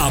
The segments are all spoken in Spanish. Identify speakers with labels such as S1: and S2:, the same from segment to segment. S1: A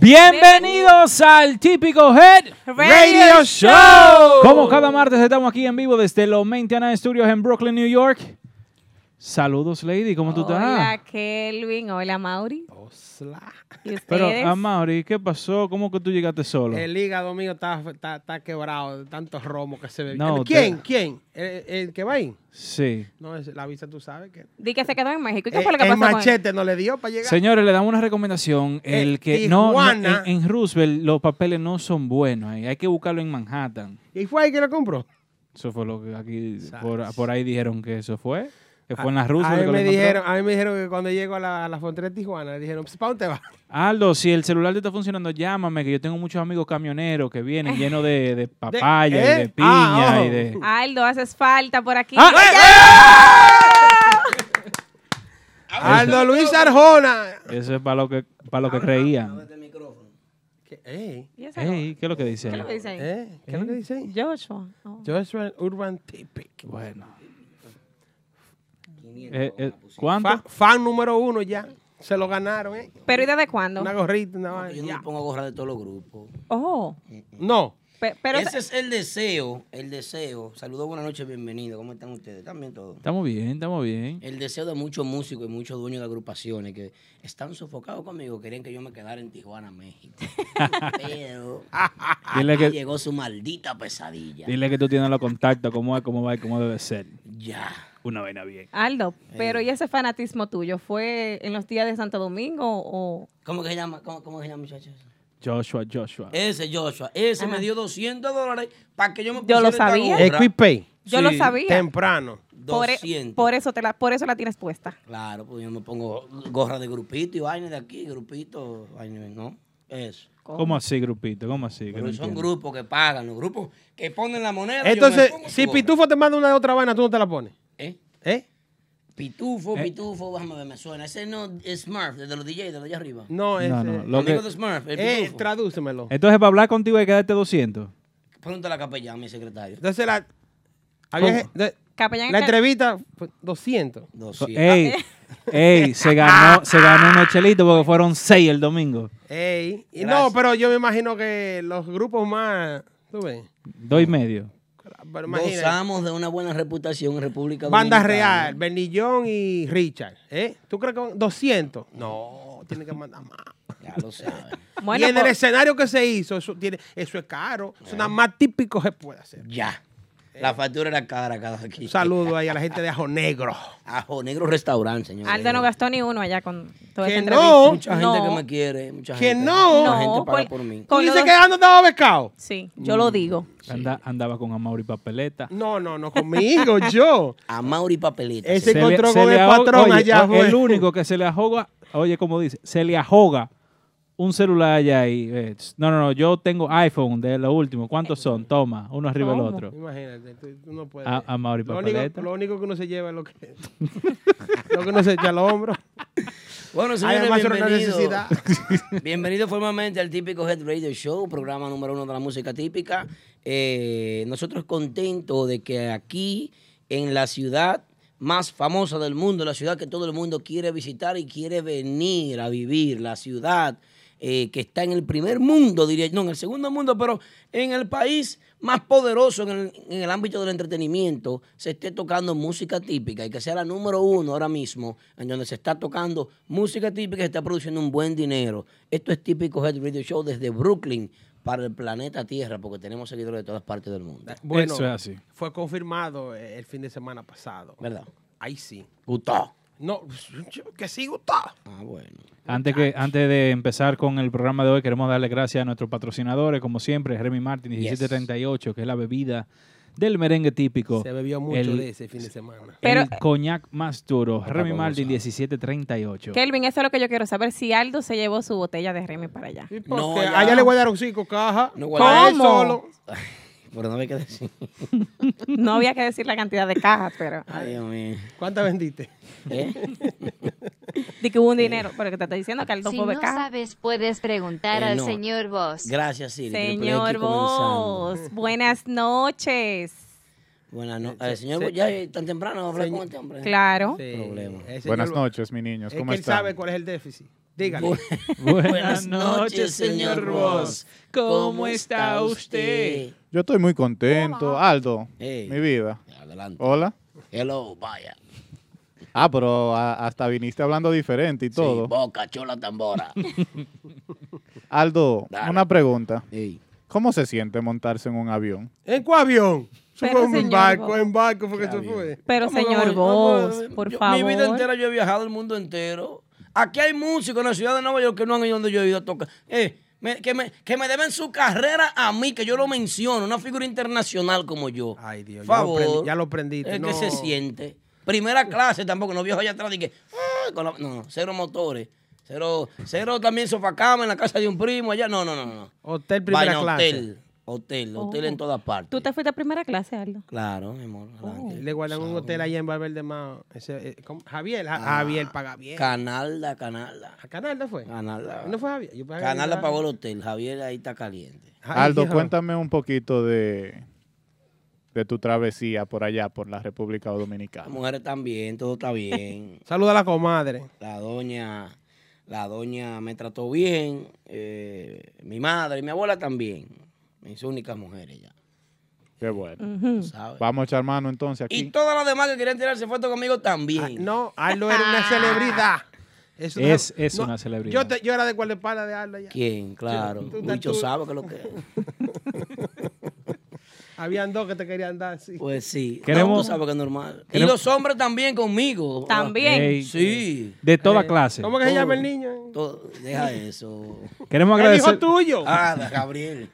S2: Bienvenidos al típico Head
S3: Radio Show.
S2: Como cada martes estamos aquí en vivo desde los Maintenance Studios en Brooklyn, New York. Saludos, Lady, ¿cómo tú
S3: Hola
S2: estás?
S3: Kelvin, hola Mauri. ¿Y ustedes?
S2: Pero, ah, Mauri, ¿qué pasó? ¿Cómo que tú llegaste solo?
S4: El hígado mío está, está, está quebrado, de tantos romos que se beben.
S2: No,
S4: ¿Quién?
S2: te-
S4: ¿Quién? ¿El, el que va ahí?
S2: Sí.
S4: No, es- la visa tú sabes que...
S3: Di que se quedó en México. ¿Y qué
S4: Eh,
S3: fue lo que
S4: el
S3: pasó con él?
S4: machete no le dio para llegar.
S2: Señores, le damos una recomendación. El
S4: Eh,
S2: que no, no, en,
S4: Tijuana.
S2: en Roosevelt los papeles no son buenos. ahí. Hay que buscarlo en Manhattan.
S4: ¿Y fue ahí que lo compró?
S2: Eso fue lo que aquí
S4: Sabes.
S2: por, por ahí dijeron que eso fue. Que fue en
S4: A-
S2: la Roosevelt.
S4: A mí,
S2: que lo
S4: me
S2: encontró.
S4: dijeron, a mí me dijeron que cuando llego a la, a la frontera de Tijuana, le dijeron, ¿para dónde vas?
S2: Aldo, si el celular te está funcionando, llámame, que yo tengo muchos amigos camioneros que vienen llenos de, de papaya y de
S4: ¿eh?
S2: piña
S4: Ah, ojo.
S2: y de...
S3: Aldo, haces falta por aquí.
S2: ¡Ah!
S4: Aldo Luis Arjona.
S2: Eso es para lo que, para lo que creían.
S4: ¿Qué, eh,
S3: ¿Y esa
S2: Ey, ¿qué es lo que dice?
S3: ¿Qué
S2: él?
S3: lo dice ahí?
S4: eh, ¿Qué es lo que dice ahí?
S3: Joshua. Oh.
S4: Joshua Urban Typic.
S2: Bueno. Eh, eh, ¿Cuánto?
S4: Fa- fan número uno ya. Se lo ganaron, ¿eh?
S3: ¿Pero y desde cuándo?
S4: Una gorrita, una vaina,
S5: Yo no
S4: ya.
S5: me pongo gorra de todos los grupos.
S3: Oh,
S4: No.
S3: pe- pero...
S5: Ese es el deseo, el deseo. Saludos, buenas noches, bienvenido. ¿Cómo están ustedes? También todos.
S2: Estamos bien, estamos bien.
S5: El deseo de muchos músicos y muchos dueños de agrupaciones que están sofocados conmigo, querían que yo me quedara en Tijuana, México. Pero
S2: Dile
S5: aquí
S2: que,
S5: llegó su maldita pesadilla.
S2: dile que tú tienes los contactos, cómo es, cómo va y cómo debe ser.
S5: Ya.
S2: Una vaina bien.
S3: Aldo, pero ¿y ese fanatismo tuyo? ¿Fue en los días de Santo Domingo o...?
S5: ¿Cómo que se llama? ¿Cómo, cómo se llama, muchachos?
S2: Joshua, Joshua.
S5: Ese Joshua, ese me dio 200 dólares para que yo me
S3: Yo
S5: pusiera
S3: lo
S5: esta
S3: sabía.
S5: gorra.
S4: Equipay.
S3: Yo lo
S5: Sí,
S3: sabía.
S4: Temprano.
S3: Por, e-
S5: 200.
S3: por eso te la, por eso la tienes puesta.
S5: Claro, pues yo me pongo gorra de grupito y vaina de aquí, grupito, vaina, ¿no? Eso.
S2: ¿Cómo así, grupito? ¿Cómo así? Que
S5: Pero
S2: no
S5: son
S2: entiendo.
S5: grupos que pagan, los grupos que ponen la moneda. yo
S4: Entonces,
S5: me pongo su
S4: si
S5: gorra.
S4: Pitufo te manda una otra vaina, tú no te la pones.
S5: ¿Eh?
S4: ¿Eh?
S5: Pitufo,
S2: Eh.
S5: pitufo, déjame ver, me suena. Ese no es Smurf, de los DJs, de los allá arriba.
S4: No, es.
S2: No,
S4: eh,
S2: no, lo que-
S5: Amigo de Smurf, el
S4: eh,
S5: pitufo.
S4: tradúcemelo.
S2: Entonces, para hablar contigo hay que darte 200.
S5: Pregúntale a Capellán, mi secretario.
S4: Entonces, la. había
S2: ¿Cómo?
S4: ge- de-
S3: Capellán
S4: la
S3: Cal-
S4: entrevista, fue 200.
S5: 200.
S2: Ey,
S5: eh.
S2: ey, se
S5: Ah.
S2: ganó, se ganó unos chelitos porque fueron seis el domingo.
S4: Ey. Y
S5: Gracias.
S4: No, pero yo me imagino que los grupos más. ¿Tú ves?
S2: Dos y medio.
S4: Pero imagínate.
S5: Gozamos de una buena reputación en República Dominicana.
S4: Banda Real, Bernillón y Richard. ¿Eh? ¿Tú crees que van- 200? No, tiene que mandar más.
S5: Ya lo saben.
S3: Bueno,
S4: y en el
S3: pues-
S4: escenario que se hizo, eso, tiene, eso es caro. Eso es nada más típico que puede hacer.
S5: Eh. Ya. La factura era cara cada aquí.
S4: Un saludo ahí a la gente de Ajo Negro.
S5: Ajo Negro Restaurante, señor.
S3: Aldo no gastó ni uno allá con toda
S4: Que
S3: esa
S4: no.
S3: entrevista.
S5: Mucha gente
S3: No.
S5: que me quiere. Mucha
S4: Que
S5: gente.
S4: no.
S5: Mucha
S3: No,
S5: gente paga
S3: por-
S5: por mí.
S4: ¿Tú
S3: Con
S4: dices
S3: los-
S4: que Aldo estaba becado?
S3: Sí, yo
S2: Mm.
S3: lo digo.
S2: Anda- andaba con Amauri Papeleta.
S4: No, no, no, conmigo, yo.
S5: A Mauri Papelita.
S4: Ese- Se
S2: le-
S4: encontró con
S2: le
S4: el
S2: ahoga-
S4: patrón
S2: oye,
S4: allá,
S2: o-
S4: fue.
S2: El único que se le ahoga, oye, como dice, se le ahoga un celular allá ahí. eh, tss, No, no, no, yo tengo iPhone de lo último. ¿Cuántos son? Toma, uno arriba del
S3: ¿Cómo?
S2: otro.
S4: Imagínate, tú, tú no puedes.
S2: A- a Mauri
S4: lo
S2: Papaleta.
S4: único, lo único que uno se lleva es lo que. lo que uno se echa al hombro.
S5: Bueno, señores,
S4: Además, era una
S5: bienvenido.
S4: necesidad.
S5: bienvenido formalmente al típico Head Radio Show, programa número uno de la música típica. Eh, nosotros contentos de que aquí, en la ciudad más famosa del mundo, la ciudad que todo el mundo quiere visitar y quiere venir a vivir, la ciudad eh, que está en el primer mundo, diría no, en el segundo mundo, pero en el país más poderoso en el, en el ámbito del entretenimiento, se esté tocando música típica y que sea la número uno ahora mismo, en donde se está tocando música típica y se está produciendo un buen dinero. Esto es típico Head Radio Show desde Brooklyn para el planeta Tierra, porque tenemos seguidores de todas partes del mundo.
S4: Bueno,
S2: Eso es así.
S4: fue confirmado eh, el fin de semana pasado.
S5: ¿Verdad?
S4: Ahí sí.
S5: Gustó.
S4: No, yo- que sí, Gustavo.
S5: Ah, bueno.
S2: Antes, que, antes de empezar con el programa de hoy, queremos darle gracias a nuestros patrocinadores, como siempre, Remy Martin 1738, que es la bebida del merengue típico.
S4: Se bebió mucho
S2: el,
S4: de ese fin de semana.
S3: Pero-
S2: el coñac más duro, Remy
S5: Gonzalo.
S2: Martin 1738.
S3: Kelvin, eso es lo que yo quiero saber. Si Aldo se llevó su botella de Remy para allá.
S4: Sí,
S5: No,
S4: porque
S5: ya.
S4: allá le guardaron cinco cajas.
S5: No
S4: para él
S3: guardaron.
S4: solo.
S5: Pero no me quedé decir.
S3: No había que decir la cantidad de cajas, pero.
S5: Ay, Dios mío.
S4: ¿Cuántas vendiste?
S5: ¿Eh?
S3: De que hubo un dinero. Pero que te estoy diciendo que Aldo
S6: Si
S3: fue
S6: no
S3: becado.
S6: sabes, puedes preguntar
S5: Eh,
S6: al
S5: no.
S6: señor Vos.
S5: Gracias, Siri. Triple X
S3: Señor
S5: comenzando.
S3: Vos, buenas noches.
S5: Buenas noches. Eh, señor
S4: se-
S5: Vos, ya eh, tan temprano hablar con este hombre.
S3: Claro.
S4: Sí.
S5: Problema.
S4: El señor-
S7: Buenas noches, mis niños.
S4: Es
S7: ¿Cómo
S4: que él
S7: están?
S4: sabe cuál es el déficit. Dígale.
S5: Buenas noches, señor Vos. ¿Cómo está usted?
S7: Yo estoy muy contento. Aldo,
S5: Hey.
S7: mi vida.
S5: Adelante.
S7: Hola.
S5: Hello, vaya.
S7: Ah, pero a- hasta viniste hablando diferente y todo.
S5: Sí, boca, chola, tambora.
S7: Aldo,
S5: Dale.
S7: una pregunta.
S5: Ey.
S7: ¿Cómo se siente montarse en un avión?
S4: ¿En cuál avión?
S3: Pero,
S4: Supongo en
S3: señor
S4: barco,
S3: Vos.
S4: en barco fue que
S5: ¿Qué
S4: se
S5: avión?
S4: fue.
S3: Pero,
S5: ¿Cómo que
S3: señor
S5: voy? ¿Cómo
S3: Vos,
S5: que-
S3: por
S5: yo-
S3: favor.
S5: Mi vida entera yo he viajado el mundo entero. Aquí hay músicos en la ciudad de Nueva York que no han ido donde yo he ido a tocar. Eh, me- que, me, que me deben su carrera a mí, que yo lo menciono, una figura internacional como yo.
S4: Ay, Dios, ya lo
S5: Favor,
S4: prendi- ya lo prendiste,
S5: Es
S4: no.
S5: que se siente. Primera clase tampoco, no viejo allá atrás y que, "Ah", con la- no, cero motores. Cero, cero también sofacama en la casa de un primo allá. No, no, no, no.
S4: Hotel primera
S5: Vaina,
S4: clase.
S5: Hotel, hotel, hotel
S3: Oh.
S5: en todas partes.
S3: Tú te fuiste a primera clase, Aldo.
S5: Claro, mi amor. adelante.
S4: Uh, Le guardan un hotel allá en Valverde más. ese, eh, ¿cómo? Javier,
S5: Ah.
S4: Ja- Javier paga bien.
S5: Canalda, Canalda.
S4: ¿A Canal no fue?
S5: Canalda.
S4: ¿No fue Javier? Yo pagué-
S5: Canalda pagó el hotel. Javier ahí está caliente.
S4: Ay,
S7: Aldo,
S4: hijo.
S7: cuéntame un poquito de, de tu travesía por allá, por la República Dominicana.
S5: Las mujeres están bien, todo está bien.
S4: Saluda a la comadre.
S5: La doña, la doña me trató bien. eh, mi madre y mi abuela también. Mis únicas mujeres ya.
S7: Qué bueno.
S5: ¿sabes?
S7: Vamos a echar mano entonces
S5: Y
S7: aquí.
S5: todas las demás que querían tirarse fotos conmigo también.
S4: Ah, no, Aldo era
S5: Ah.
S4: una celebridad. Eso
S2: Es-
S4: te-
S2: es una celebridad.
S4: Yo, te- yo era de guardaespaldas de Aldo allá.
S5: ¿Quién? Claro.
S4: Tú- tú-
S5: Mucho
S4: tú-
S5: sabe que lo que es.
S4: Habían dos que te querían dar así.
S5: Pues sí.
S2: Queremos-
S5: No, tú sabes que es normal.
S2: queremos-
S5: Y los hombres también conmigo. Ah,
S3: También.
S2: Ey,
S5: Sí.
S2: De
S3: Eh,
S2: toda clase.
S4: ¿Cómo que se
S5: Todo.
S4: llama el niño?
S5: Todo- deja eso.
S2: Queremos
S4: El hijo
S2: agradecer.
S4: tuyo.
S5: Ah, Gabriel.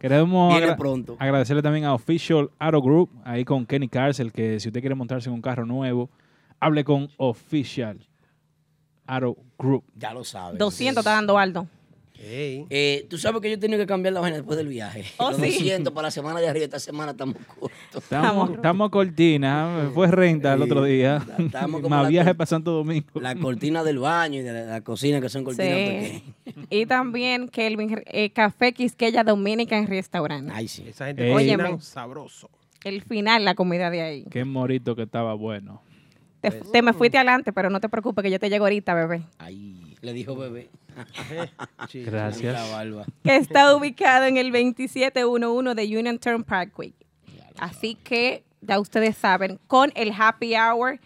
S2: Queremos
S5: Viene
S2: agra-
S5: pronto.
S2: agradecerle también a Official Auto Group, ahí con Kenny Carcel, que si usted quiere montarse en un carro nuevo, hable con Official Auto Group.
S5: Ya lo sabes.
S3: 200 está dando Aldo.
S4: Ey.
S5: Eh, tú sabes que yo he tenido que cambiar la vaina después del viaje.
S3: Oh,
S5: lo
S3: sí.
S5: siento, para la semana de arriba, esta semana estamos cortos.
S2: Estamos, estamos cortina, fue renta el otro día.
S5: Estamos como
S2: Más
S5: la
S2: viaje
S5: cor-
S2: para Santo Domingo.
S5: La cortina del baño y de la, la cocina, que son cortinas
S3: Sí.
S5: pequeñas.
S3: Y también Kelvin, eh, Café Quisqueya Dominica en restaurante.
S5: Ay, sí.
S4: Esa gente
S2: Ey.
S4: cocina
S3: Óyeme.
S4: sabroso.
S3: El final, la comida de ahí.
S2: Qué morito que estaba bueno.
S3: Te,
S5: Pues,
S3: te
S5: uh.
S3: me fuiste adelante, pero no te preocupes que yo te llego ahorita, bebé.
S5: Ay, le dijo bebé.
S4: Sí.
S5: La
S2: Gracias.
S5: barba.
S3: Que está ubicado en el 2711 de Union Turn Parkway. Así que ya ustedes saben, con el happy hour.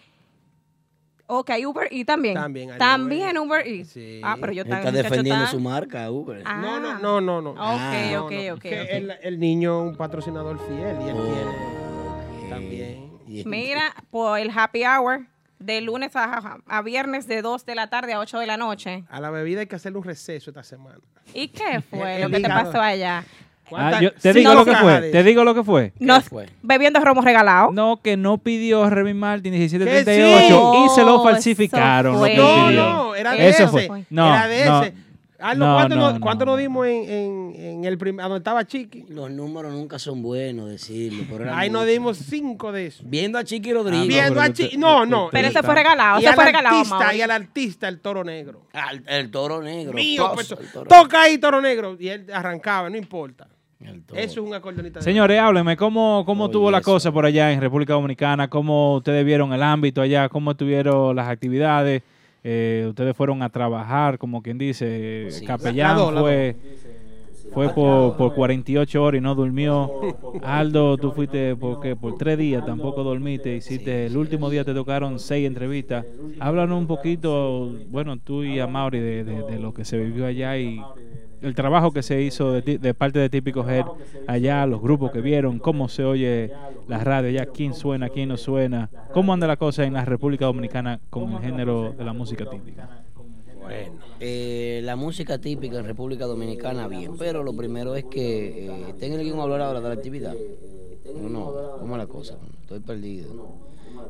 S3: Ok, Uber y también.
S4: También hay
S3: También Uber,
S4: Uber E.
S3: Eats.
S4: Sí.
S3: Ah, pero yo
S5: Está,
S3: también. muchacho,
S5: defendiendo
S3: tan-
S5: su marca, Uber.
S3: Ah,
S4: No, no, no, no, no.
S3: Ok,
S5: Ah.
S3: ok,
S4: No, no,
S3: ok.
S4: que
S3: ok.
S4: El, el niño es un patrocinador fiel y él
S5: Oh,
S4: tiene
S5: ok.
S4: también.
S5: Bien.
S3: Mira, por el happy hour de lunes a, a viernes de 2 de la tarde a 8 de la noche.
S4: A la bebida hay que hacerle un receso esta semana.
S3: ¿Y qué fue
S4: El-
S3: lo
S4: el
S3: que te
S4: hígado.
S3: pasó allá?
S2: Ah,
S4: ¿Cuántas-
S2: yo- te
S4: cinco
S2: digo lo que
S4: cajas
S2: fue,
S4: de-
S2: te digo lo que fue.
S3: Nos,
S5: fue?
S3: bebiendo romo regalado.
S2: No, que no pidió Remy Martin
S4: Que
S2: 1738
S3: sí.
S2: y se lo
S3: Oh,
S2: falsificaron.
S3: eso
S2: lo que
S3: fue.
S4: No,
S2: pidió.
S4: no, era de
S3: Eso
S4: ese.
S2: fue. No,
S4: era de
S2: no.
S4: ese. Aldo,
S2: No,
S4: ¿cuánto,
S2: no,
S4: nos, cuánto
S2: no,
S4: nos
S2: no.
S4: dimos en, en, en el primer, donde estaba Chiqui?
S5: Los números nunca son buenos, decirlo. pero era
S4: Ahí nos
S5: mucho.
S4: dimos cinco de esos.
S5: Viendo a Chiqui Rodríguez.
S4: Viendo a
S2: usted-
S4: Chiqui. No, no.
S3: Pero
S4: Y-
S3: eso fue regalado.
S4: este y
S3: Eso
S4: al
S3: fue regalado,
S4: artista,
S3: Mauri.
S4: Y al artista, el toro negro.
S5: Al- el toro negro.
S4: Mío,
S5: Pos,
S4: pues,
S5: el toro-
S4: toca ahí, toro negro. Y él arrancaba, no importa.
S5: el toro.
S4: Eso es un acordeonista. de-
S2: Señores, háblenme, ¿cómo, cómo
S5: Oye,
S2: tuvo la
S5: eso.
S2: cosa por allá en República Dominicana? ¿Cómo ustedes vieron el ámbito allá? ¿Cómo tuvieron las actividades? Eh, ustedes fueron a trabajar, como quien dice,
S5: sí.
S2: Capellán
S4: La- la dos, la
S2: fue, fue por, por 48 horas y no durmió. Aldo, tú fuiste porque por tres días tampoco dormiste, hiciste, el último día te tocaron seis entrevistas. Háblanos un poquito, bueno, tú y a Mauri de, de- de lo que se vivió allá y el trabajo que se hizo de, ti- de parte de Típico Head allá, los grupos que vieron, cómo se oye la radio allá, quién suena, quién no suena, cómo anda la cosa en la República Dominicana con el género de la música típica.
S5: Eh, la música típica en República Dominicana, bien, pero lo primero es que eh, tengo que hablar ahora de la actividad. No, no, ¿cómo es la cosa? Estoy perdido.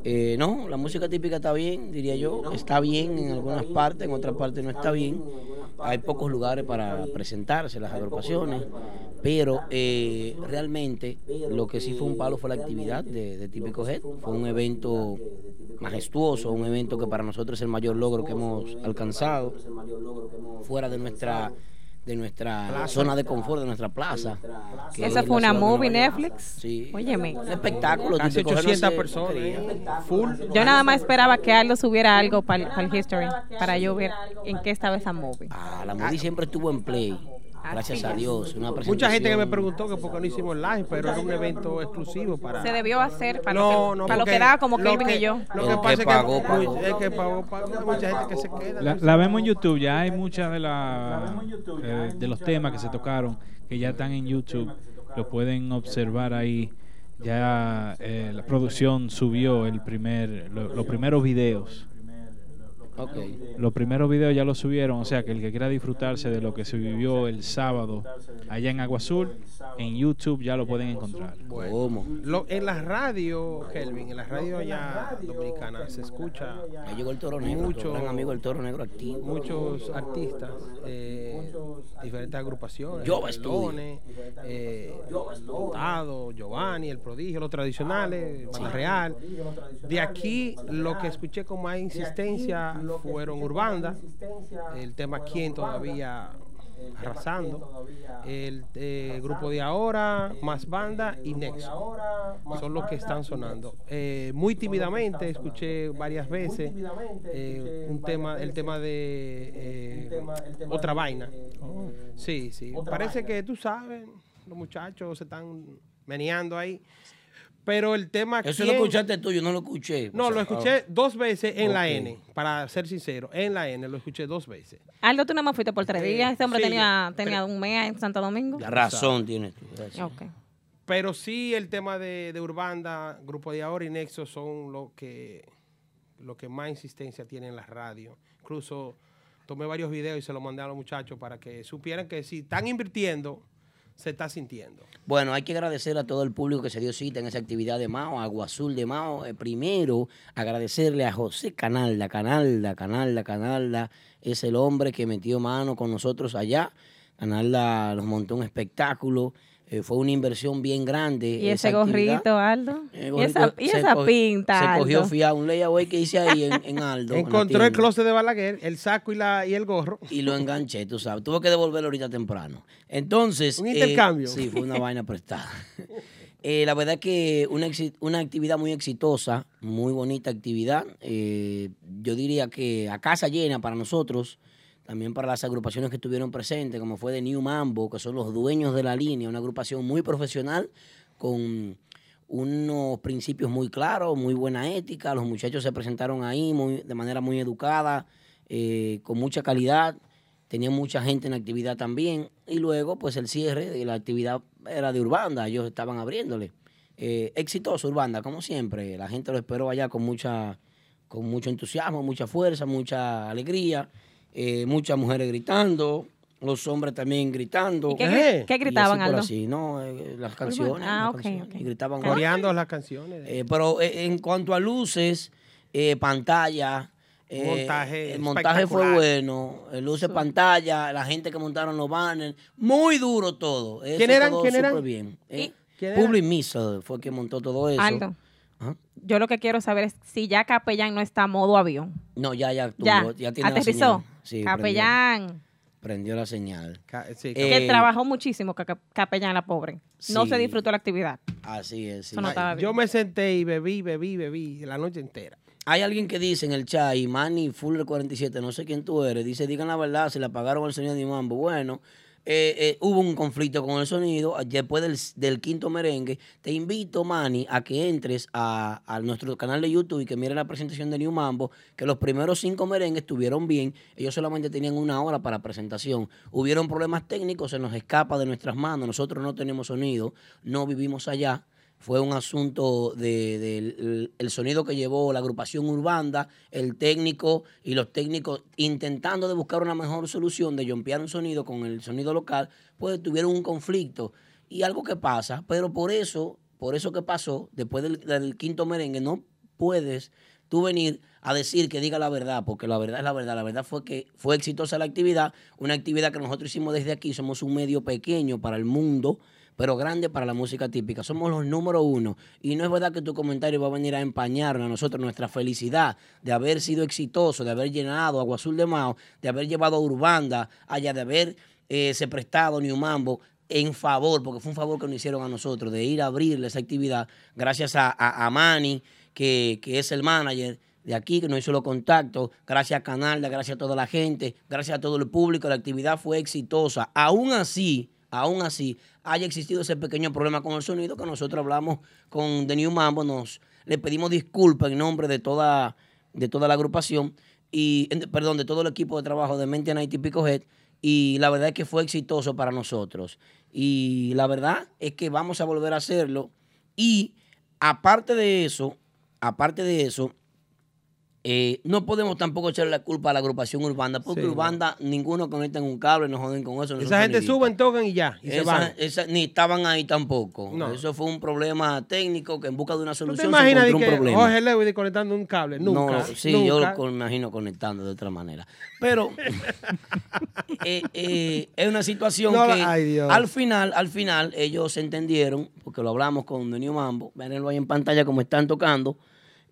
S5: Eh, no, la música típica está bien, diría yo. Está bien en algunas partes, en otras partes no está bien. Hay pocos lugares para presentarse las agrupaciones, pero eh, realmente lo que sí fue un palo fue la actividad de, de Típico Head. Fue un evento majestuoso, un evento que para nosotros es el mayor logro que hemos alcanzado fuera de nuestra de nuestra zona de confort, de nuestra plaza. que
S3: Esa
S5: es
S3: fue
S5: la
S3: una
S5: ciudad de
S3: movie ¿eh?
S5: Nueva York.
S3: Netflix.
S5: Sí.
S3: Óyeme.
S5: Un espectáculo.
S4: Casi
S5: Típico Head no
S4: 800
S5: se- no
S4: personas.
S5: quería.
S4: ¿eh? Full.
S3: Yo nada más esperaba que Aldo subiera algo para el history, para yo ver en qué estaba esa movie.
S5: Ah, la movie siempre estuvo en play.
S3: Ah,
S5: Gracias a Dios. Una
S4: Mucha gente que me
S5: presentación-
S4: preguntó que por qué no hicimos live, pero era un evento exclusivo para.
S3: Se debió hacer para lo
S4: No,
S3: que,
S4: no,
S3: para lo
S4: porque
S3: que daba como
S4: lo
S3: Kelvin
S4: que-
S3: y yo.
S4: Lo que
S5: El que
S4: pasa es que
S5: pagó, pagó.
S4: el que pagó, pagó. Hay mucha gente que se queda.
S2: La, la vemos en YouTube, ya hay muchas de, la, eh, de los temas que se tocaron, que ya están en YouTube, lo pueden observar ahí. Ya eh, la producción subió el primer, lo- los primeros videos.
S5: Ok.
S2: Los primeros videos ya los subieron, o sea que el que quiera disfrutarse de lo que se vivió el sábado allá en Agua Azul, en YouTube ya lo pueden encontrar.
S5: ¿Cómo?
S4: Lo- en las radios, Kelvin, en las radios allá dominicanas se escucha
S5: Ahí llegó el toro negro.
S4: Mucho-
S5: Mucho. Gran amigo el toro negro activo.
S4: muchos artistas, eh, diferentes agrupaciones,
S5: Yo estudio.
S4: Lones, eh, Dado, Giovanni, El Prodigio, los tradicionales, Banda Real. De aquí lo que escuché con más insistencia fueron Urbanda, el tema Quién todavía arrasando, el eh, grupo de ahora, más banda y Nexo. Son los que están sonando. Eh, muy tímidamente escuché varias veces eh, un tema, el tema de eh, otra vaina. Sí, sí. Parece que tú sabes, los muchachos se están meneando ahí. Pero el tema
S5: Eso lo
S4: ¿quién?
S5: escuchaste tú, yo no lo escuché. ah.
S4: No, lo escuché dos veces en la
S5: Ok.
S4: N, para ser sincero, en la N lo escuché dos veces.
S3: Aldo, tú nada más fuiste por tres días. Ese hombre
S4: sí,
S3: tenía, tenía un mes en Santo Domingo.
S5: La razón tienes tú. gracias.
S3: Ok.
S4: Pero sí el tema de, de Urbanda, Grupo de Ahora y Nexo son lo que, lo que más insistencia tiene en la radio. Incluso tomé varios videos y se los mandé a los muchachos para que supieran que si están invirtiendo, se está sintiendo.
S5: Bueno, hay que agradecer a todo el público que se dio cita en esa actividad de Mao, Agua Azul de Mao. Eh, primero, agradecerle a José Canalda, Canalda, Canalda, Canalda. Es el hombre que metió mano con nosotros allá. Canalda nos montó un espectáculo. Eh, fue una inversión bien grande.
S3: Y
S5: esa
S3: ese
S5: actividad.
S3: gorrito, Aldo.
S5: Eh,
S3: y esa,
S5: gorrito,
S3: y
S5: se
S3: esa
S5: cogió-
S3: pinta,
S5: Se cogió
S3: Aldo.
S5: fiado un layaway que hice ahí en, en Aldo. en la
S4: Encontró el
S5: tienda
S4: closet de Balaguer, el saco y, la, y el gorro.
S5: y lo enganché, tú sabes. Tuve que devolverlo ahorita temprano. Entonces.
S4: Un
S5: eh,
S4: intercambio.
S5: sí, fue una vaina prestada. Eh, la verdad que una, exi- una actividad muy exitosa, muy bonita actividad. Eh, yo diría que a casa llena para nosotros, también para las agrupaciones que estuvieron presentes, como fue de New Mambo, que son los dueños de la línea, una agrupación muy profesional con unos principios muy claros, muy buena ética. Los muchachos se presentaron ahí muy, de manera muy educada, eh, con mucha calidad. Tenía mucha gente en actividad también. Y luego, pues el cierre de la actividad era de Urbanda. Ellos estaban abriéndole. Eh, exitoso Urbanda, como siempre. La gente lo esperó allá con mucha con mucho entusiasmo, mucha fuerza, mucha alegría. eh, muchas mujeres gritando, los hombres también gritando.
S3: ¿Y qué,
S4: Eh,
S3: gri- qué
S5: Y así
S3: gritaban,
S5: por
S3: Aldo?
S5: así, no, eh, las canciones.
S3: Ah,
S5: las
S3: ok,
S5: canciones.
S3: ok.
S5: Y gritaban
S4: Coreando las canciones.
S5: eh, pero eh, en cuanto a luces, eh, pantalla, eh,
S4: Montaje
S5: el montaje fue
S4: espectacular.
S5: bueno, eh, luces, pantalla, la gente que montaron los banners, muy duro todo. Eso
S4: ¿Quién eran?
S5: quedó
S4: ¿Quién eran?
S5: súper bien. Eh,
S4: ¿Quién eran?
S5: Public Missile fue quien montó todo eso.
S3: Aldo,
S5: Ajá.
S3: yo lo que quiero saber es si ya Capellán no está a modo avión.
S5: No, ya, ya, tuvo,
S3: Ya,
S5: ya, tiene la
S3: aterrizó. Ah, pues
S5: señal. Sí, prendió,
S3: Capellán.
S5: prendió la señal.
S4: Ca- sí,
S5: Eh,
S3: que trabajó muchísimo Ca- Ca- Capellán, la pobre. No
S5: Sí.
S3: se disfrutó la actividad.
S5: Así es. sí.
S3: Eso no estaba bien.
S4: Yo me senté y bebí, bebí, bebí la noche entera.
S5: Hay alguien que dice en el chat, y Manny Fuller 47, no sé quién tú eres, dice, digan la verdad, se la pagaron al sonido de Mambo. Bueno, eh, eh, hubo un conflicto con el sonido ah, después del, del quinto merengue. Te invito, Manny, a que entres a, a nuestro canal de YouTube y que mires la presentación de New Mambo, que los primeros cinco merengues estuvieron bien. Ellos solamente tenían una hora para presentación. Hubieron problemas técnicos, se nos escapa de nuestras manos. Nosotros no tenemos sonido, no vivimos allá fue un asunto de- del el sonido que llevó la agrupación Urbanda, el técnico y los técnicos intentando de buscar una mejor solución, de jompear un sonido con el sonido local, pues tuvieron un conflicto y algo que pasa, pero por eso, por por eso que pasó, después del, del quinto merengue, no puedes tú venir a decir que diga la verdad, porque la verdad es la verdad. La verdad fue que fue exitosa la actividad, una actividad que nosotros hicimos desde aquí. Somos un medio pequeño para el mundo, pero grande para la música típica. Somos los número uno. Y no es verdad que tu comentario va a venir a empañarnos a nosotros nuestra felicidad de haber sido exitoso, de haber llenado Agua Azul de Mao, de haber llevado a Urbanda allá, de haber eh, se prestado New Mambo en favor, porque fue un favor que nos hicieron a nosotros, de ir a abrirle esa actividad, gracias a, a, a Manny, que, que es el manager de aquí, que nos hizo los contactos, gracias a Canalda, gracias a toda la gente, gracias a todo el público, la actividad fue exitosa. Aún así, aún así, haya existido ese pequeño problema con el sonido que nosotros hablamos con The New Mambo, nos le pedimos disculpas en nombre de toda, de toda la agrupación y en- perdón, de todo el equipo de trabajo de Mente Night y Pico Head. Y la verdad es que fue exitoso para nosotros. Y la verdad es que vamos a volver a hacerlo. Y aparte de eso, aparte de eso, eh, no podemos tampoco echarle la culpa a la agrupación Urbanda, porque
S4: Sí, no.
S5: Urbanda ninguno conecta en un cable, no joden con eso. no son
S4: Esa gente
S5: soniditos.
S4: suben, tocan y ya. Y se
S5: Esa-
S4: van.
S5: esa- ni estaban ahí tampoco.
S4: No.
S5: Eso fue un problema técnico que en busca de una
S4: ¿Tú te
S5: solución se
S4: imaginas de
S5: encontró un
S4: que
S5: problema.
S4: Jorge Lewis desconectando un cable? Nunca.
S5: No, sí, yo
S4: nunca.
S5: lo con- imagino conectando de otra manera. Pero eh, eh, es una situación
S4: No,
S5: que
S4: ay, Dios.
S5: al final, al final, ellos se entendieron, porque lo hablamos con The New Mambo, venenlo ahí en pantalla como están tocando.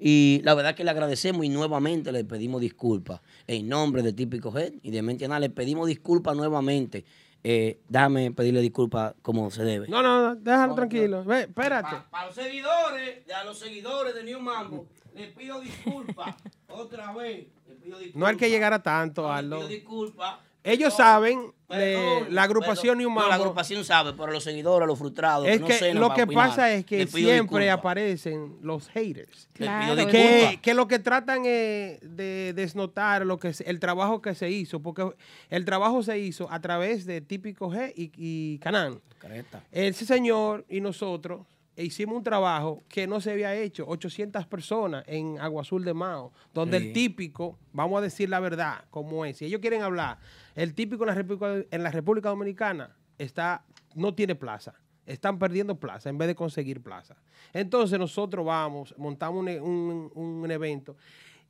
S5: Y la verdad que le agradecemos y nuevamente le pedimos disculpas. En nombre de Típico Head y de Mente Nada, le pedimos disculpas nuevamente. Eh, dame pedirle disculpas como se debe.
S4: No, no, no, déjalo tranquilo. Ve, espérate.
S5: Pa- Para los seguidores, de a los seguidores de New Mambo, les pido disculpas otra vez. Les pido disculpas.
S4: No hay que llegar a tanto,
S5: No, les
S4: Aldo.
S5: pido disculpas.
S4: Ellos
S5: No,
S4: saben,
S5: perdón,
S4: eh, la agrupación
S5: perdón.
S4: New
S5: Oh, No, la
S4: Mambo-
S5: agrupación sabe, pero los seguidores, los frustrados.
S4: Es
S5: no
S4: que
S5: cenan
S4: lo
S5: pa'
S4: que
S5: opinar,
S4: pasa es que
S5: les pido
S4: siempre
S5: disculpas.
S4: aparecen los haters.
S5: Les
S3: Claro,
S5: pido
S4: Que,
S5: disculpas.
S4: que lo que tratan es de desnotar lo que es el trabajo que se hizo, porque el trabajo se hizo a través de Típico G y, y Canán.
S5: Careta.
S4: Ese señor y nosotros hicimos un trabajo que no se había hecho, 800 personas en Agua Azul de Mao, donde
S5: Sí.
S4: el típico, vamos a decir la verdad, como es, si ellos quieren hablar, el típico en la República, en la República Dominicana está, no tiene plaza. Están perdiendo plaza en vez de conseguir plaza. Entonces nosotros vamos, montamos un, e- un- un evento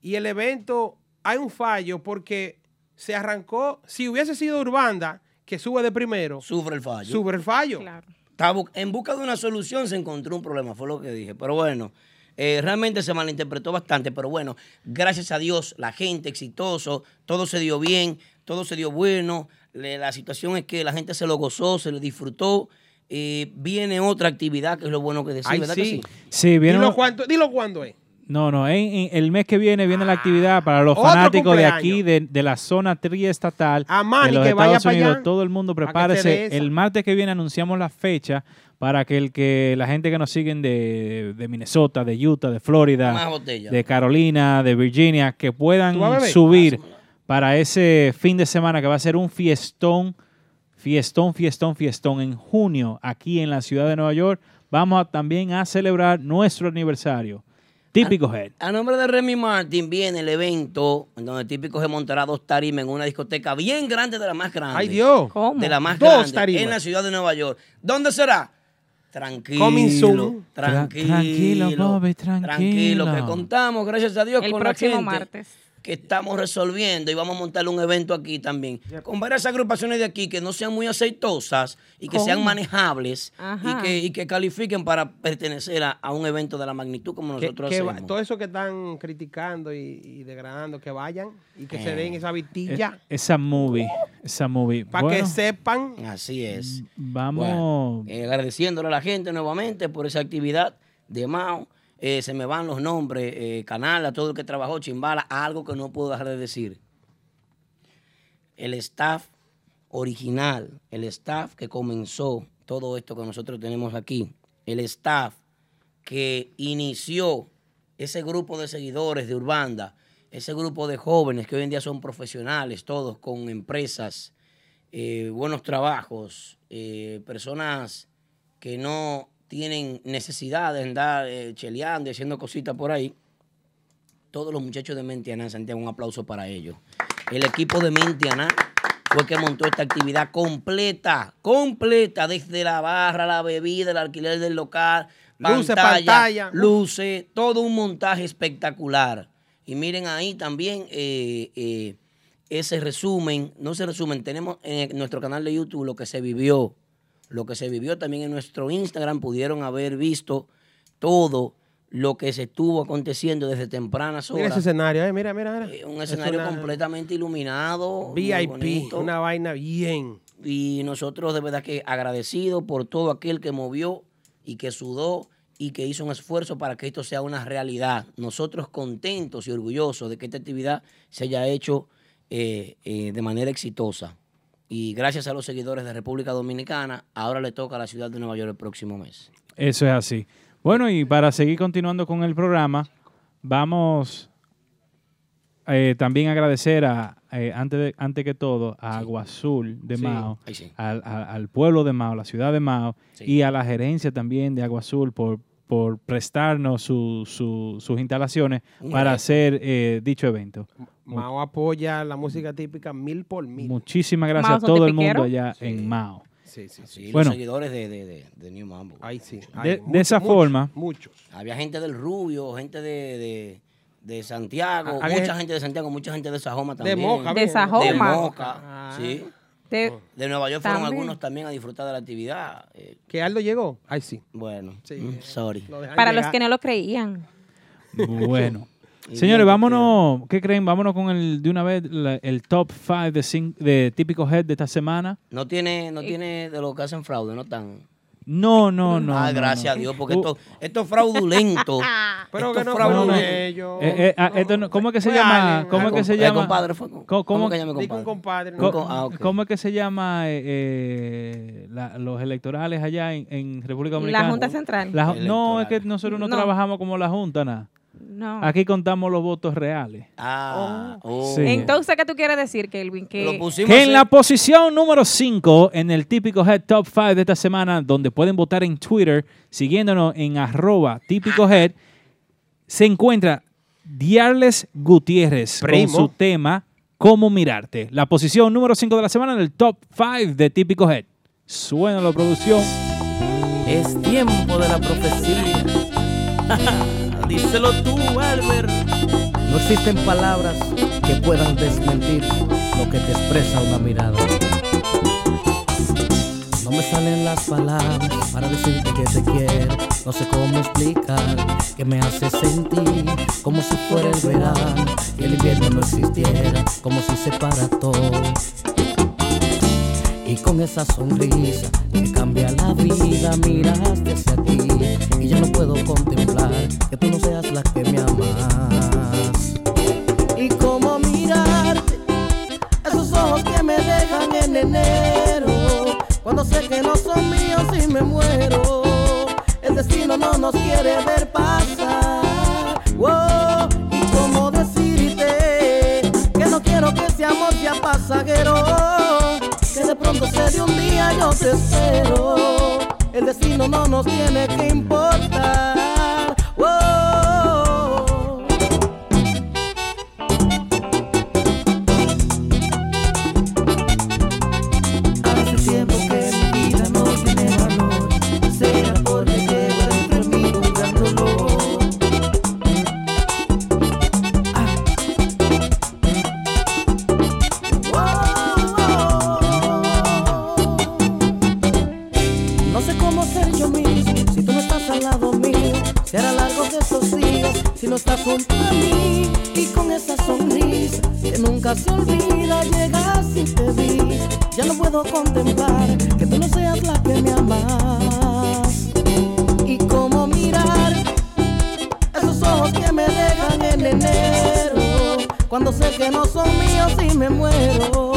S4: y el evento hay un fallo porque se arrancó, si hubiese sido Urbanda, que sube de primero,
S5: Sufre el fallo.
S4: sube el fallo.
S3: Claro.
S5: Estaba bu- en busca de una solución se encontró un problema, fue lo que dije. Pero bueno, eh, realmente se malinterpretó bastante, pero bueno, gracias a Dios, la gente exitoso, todo se dio bien, todo se dio bueno. Le- la situación es que la gente se lo gozó, se lo disfrutó. Eh, viene otra actividad, que es lo bueno que decís,
S4: Ay,
S5: ¿verdad que
S4: sí.
S5: sí?
S2: Sí, viene
S4: Dilo,
S2: un-
S4: cuánto- dilo cuándo es.
S2: No, no, en- en- el mes que viene viene la actividad para los
S4: Ah, otro
S2: fanáticos de
S4: cumpleaños.
S2: aquí, de, de la zona triestatal
S4: A Manny,
S2: de los
S4: que vaya
S2: Estados
S4: para allá,
S2: Unidos. Todo el mundo
S4: para que se dé
S2: prepárese.
S4: esa.
S2: El martes que viene anunciamos la fecha para que, el que la gente que nos siguen de, de Minnesota, de Utah, de
S5: Más
S2: Florida,
S5: botella.
S2: de Carolina, de Virginia, que puedan
S4: ¿Tú vas a beber? Ah,
S2: subir para ese fin de semana que va a ser un fiestón, fiestón, fiestón, fiestón en junio aquí en la ciudad de Nueva York. Vamos a- también a celebrar nuestro aniversario. Típico Head.
S5: A nombre de Remy Martin viene el evento en donde típico se montará dos tarimas en una discoteca bien grande de la más grande.
S4: Ay, Dios.
S3: ¿Cómo?
S5: de la más
S4: Dos
S5: grande
S4: tarimas.
S5: en la ciudad de Nueva York. ¿Dónde será? Tranquilo,
S4: Coming soon.
S5: tranquilo,
S2: Tranquilo, Bobby, tranquilo.
S5: que contamos, gracias a Dios,
S3: El
S5: con
S3: próximo
S5: la gente
S3: martes.
S5: que estamos resolviendo y vamos a montar un evento aquí también, con varias agrupaciones de aquí que no sean muy aceitosas y que sean
S3: ¿Cómo?
S5: manejables y
S3: Ajá.
S5: que, y que califiquen para pertenecer a, a un evento de la magnitud como
S4: Que-
S5: nosotros
S4: que va-
S5: hacemos.
S4: todo eso que están criticando y, y degradando, que vayan y que
S5: Eh.
S4: se den esa
S2: E-
S4: vitilla
S2: Esa movie, esa movie.
S4: para que
S2: Bueno, Mm,
S4: sepan.
S5: Así es.
S2: Vamos.
S5: Bueno, eh, agradeciéndole a la gente nuevamente por esa actividad de Mao. Eh, se me van los nombres, eh, Canal, a todo el que trabajó, Chimbala, algo que no puedo dejar de decir. El staff original, el staff que comenzó todo esto que nosotros tenemos aquí, el staff que inició ese grupo de seguidores de Urbanda, ese grupo de jóvenes que hoy en día son profesionales, todos con empresas, eh, buenos trabajos, eh, personas que no tienen necesidad de andar eh, cheleando y haciendo cositas por ahí. Todos los muchachos de Mentianá, Santiago, un aplauso para ellos. El equipo de Mentianá fue que montó esta actividad completa, completa, desde la barra, la bebida, el alquiler del local,
S4: Luces, pantalla.
S5: luces, todo un montaje espectacular. Y miren ahí también eh, eh, ese resumen, no ese resumen, tenemos en nuestro canal de YouTube lo que se vivió, lo que se vivió también en nuestro Instagram, pudieron haber visto todo lo que se estuvo aconteciendo desde tempranas
S4: Mira
S5: horas.
S4: ese escenario, eh, mira, mira, mira.
S5: Eh, un escenario
S4: Es una
S5: completamente iluminado. muy
S4: VIP,
S5: bonito.
S4: una vaina bien.
S5: Y nosotros de verdad que agradecidos por todo aquel que movió y que sudó y que hizo un esfuerzo para que esto sea una realidad. Nosotros contentos y orgullosos de que esta actividad se haya hecho eh, eh, de manera exitosa. Y gracias a los seguidores de República Dominicana, ahora le toca a la ciudad de Nueva York el próximo mes.
S2: Eso es así. Bueno, y para seguir continuando con el programa, vamos eh, también agradecer a, eh, antes, de- antes que todo, a Agua Azul de
S5: Sí,
S2: Mao,
S5: ahí sí.
S2: al, al- al pueblo de Mao, la ciudad de Mao, y a la gerencia también de Agua Azul por, por prestarnos su- su- sus instalaciones
S5: Un
S2: para
S5: abrazo.
S2: hacer eh, dicho evento.
S4: Mao apoya la música típica mil por mil.
S2: Muchísimas gracias
S3: Mao
S2: a
S3: son
S2: todo el
S3: tipiqueros.
S2: mundo allá en Mao.
S4: Sí, sí, sí.
S5: Sí,
S2: Bueno.
S5: los seguidores de, de- de- de New Mambo.
S4: Ahí sí.
S2: De-
S4: Ahí,
S2: de
S4: muchos,
S2: esa
S4: muchos,
S2: forma-
S4: Muchos.
S5: Había gente del Rubio, gente de, de- de Santiago,
S4: Ah, Había
S5: mucha
S4: gen-
S5: gente de Santiago, mucha gente de Sajoma
S4: De
S5: también.
S4: Moca.
S3: De
S4: bien.
S3: Sajoma.
S5: de
S3: Sajoma.
S5: Moca,
S4: Ah.
S5: sí.
S3: Te-
S5: De Nueva York fueron
S3: También.
S5: algunos también a disfrutar de la actividad. Eh,
S4: Que Aldo llegó. Ahí sí.
S5: bueno,
S4: Sí.
S5: mm, sorry.
S4: Lo dejan
S3: para los
S4: llegar.
S3: que no lo creían.
S2: Bueno.
S5: Y
S2: Señores,
S5: bien,
S2: vámonos, ¿qué creen? Vámonos con el de una vez la- el top 5 de, cin- de típico head de esta semana.
S5: No tiene, no tiene de lo que hacen fraude, no tan.
S2: No, no, no.
S5: ah,
S2: no,
S5: gracias
S2: no.
S5: a Dios, porque
S2: Uh,
S5: esto, esto es fraudulento.
S4: Pero
S5: Esto
S4: que no
S5: fraudulento.
S4: fueron
S2: no.
S4: ellos.
S2: Eh, eh, ah, esto no- Uh, ¿Cómo es que se
S4: Fue
S2: llama?
S4: Allen,
S2: ¿Cómo es
S4: Allen.
S2: que se
S5: El
S2: llama?
S5: compadre fue. ¿Cómo,
S2: ¿Cómo-
S5: que llama
S4: Digo
S5: compadre?
S4: un compadre.
S5: Co-
S4: ¿no?
S5: co- ah, ok.
S2: ¿Cómo es que se llama eh, eh, la- los electorales allá en, en República Dominicana?
S3: La Junta Central.
S2: La ju- no, es que
S5: Electorales.
S2: nosotros no,
S3: No.
S2: trabajamos como la Junta, nada.
S3: No.
S2: Aquí contamos los votos reales.
S5: Ah, oh.
S2: Ah, Sí.
S3: Entonces, ¿qué tú quieres decir, Kelvin?
S5: Lo
S3: Que
S5: pusimos.
S2: Que en la
S5: así.
S2: posición número 5 en el típico Head Top 5 de esta semana, donde pueden votar en Twitter, siguiéndonos en arroba típico Head, se encuentra Diarles Gutiérrez
S4: Primo.
S2: con su tema Cómo mirarte. La posición número 5 de la semana en el Top 5 de típico Head. Suena la producción.
S6: Es tiempo de la profecía. Díselo tú, Albert. No existen palabras que puedan desmentir lo que te expresa una mirada. No me salen las palabras para decirte que te quiero. No sé cómo explicar que me hace sentir como si fuera el verano y el invierno no existiera, como si se para todo y con esa sonrisa que cambia la vida miraste hacia ti y ya no puedo contemplar que tú no seas la que me amas y cómo mirarte esos ojos que me dejan en enero cuando sé que no son míos y me muero el destino no nos quiere ver pasar wow y cómo decirte que no quiero que ese amor sea pasajero que de pronto se de un día yo te espero. El destino no nos tiene que importar. Oh. Hace tiempo que mi vida no tiene valor. Será porque llevo dentro de mí un gran dolor. No sé cómo ser yo mismo si tú no estás al lado mío. Será largo de estos días si no estás junto a mí. Y con esa sonrisa que nunca se olvida, llegas y te vi. Ya no puedo contemplar que tú no seas la que me amas. Y cómo mirar esos ojos que me dejan en enero. Cuando sé que no son míos y me muero.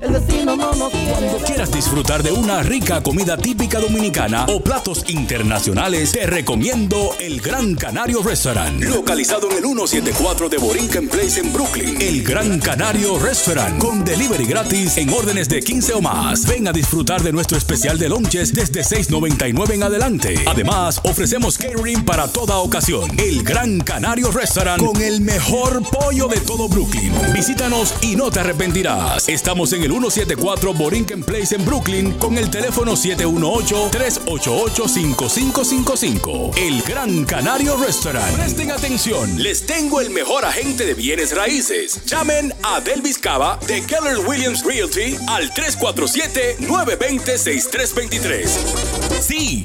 S6: El destino no no quiere.
S1: Cuando quieras disfrutar de una rica comida típica dominicana o platos internacionales, te recomiendo el Gran Canario Restaurant. Localizado en el 174 de Borinquen Place en Brooklyn. El Gran Canario Restaurant con delivery gratis en órdenes de 15 o más. Ven a disfrutar de nuestro especial de lonches desde 6.99 en adelante. Además, ofrecemos catering para toda ocasión. El Gran Canario Restaurant con el mejor pollo de todo Brooklyn. Visítanos y no te arrepentirás. Estamos en el 174 Borinquen Place en Brooklyn con el teléfono 718-388-5555. El Gran Canario Restaurant. Presten atención, les tengo el mejor agente de bienes raíces. Llamen a Delvis Cava de Keller Williams Realty al 347-920-6323. Sí,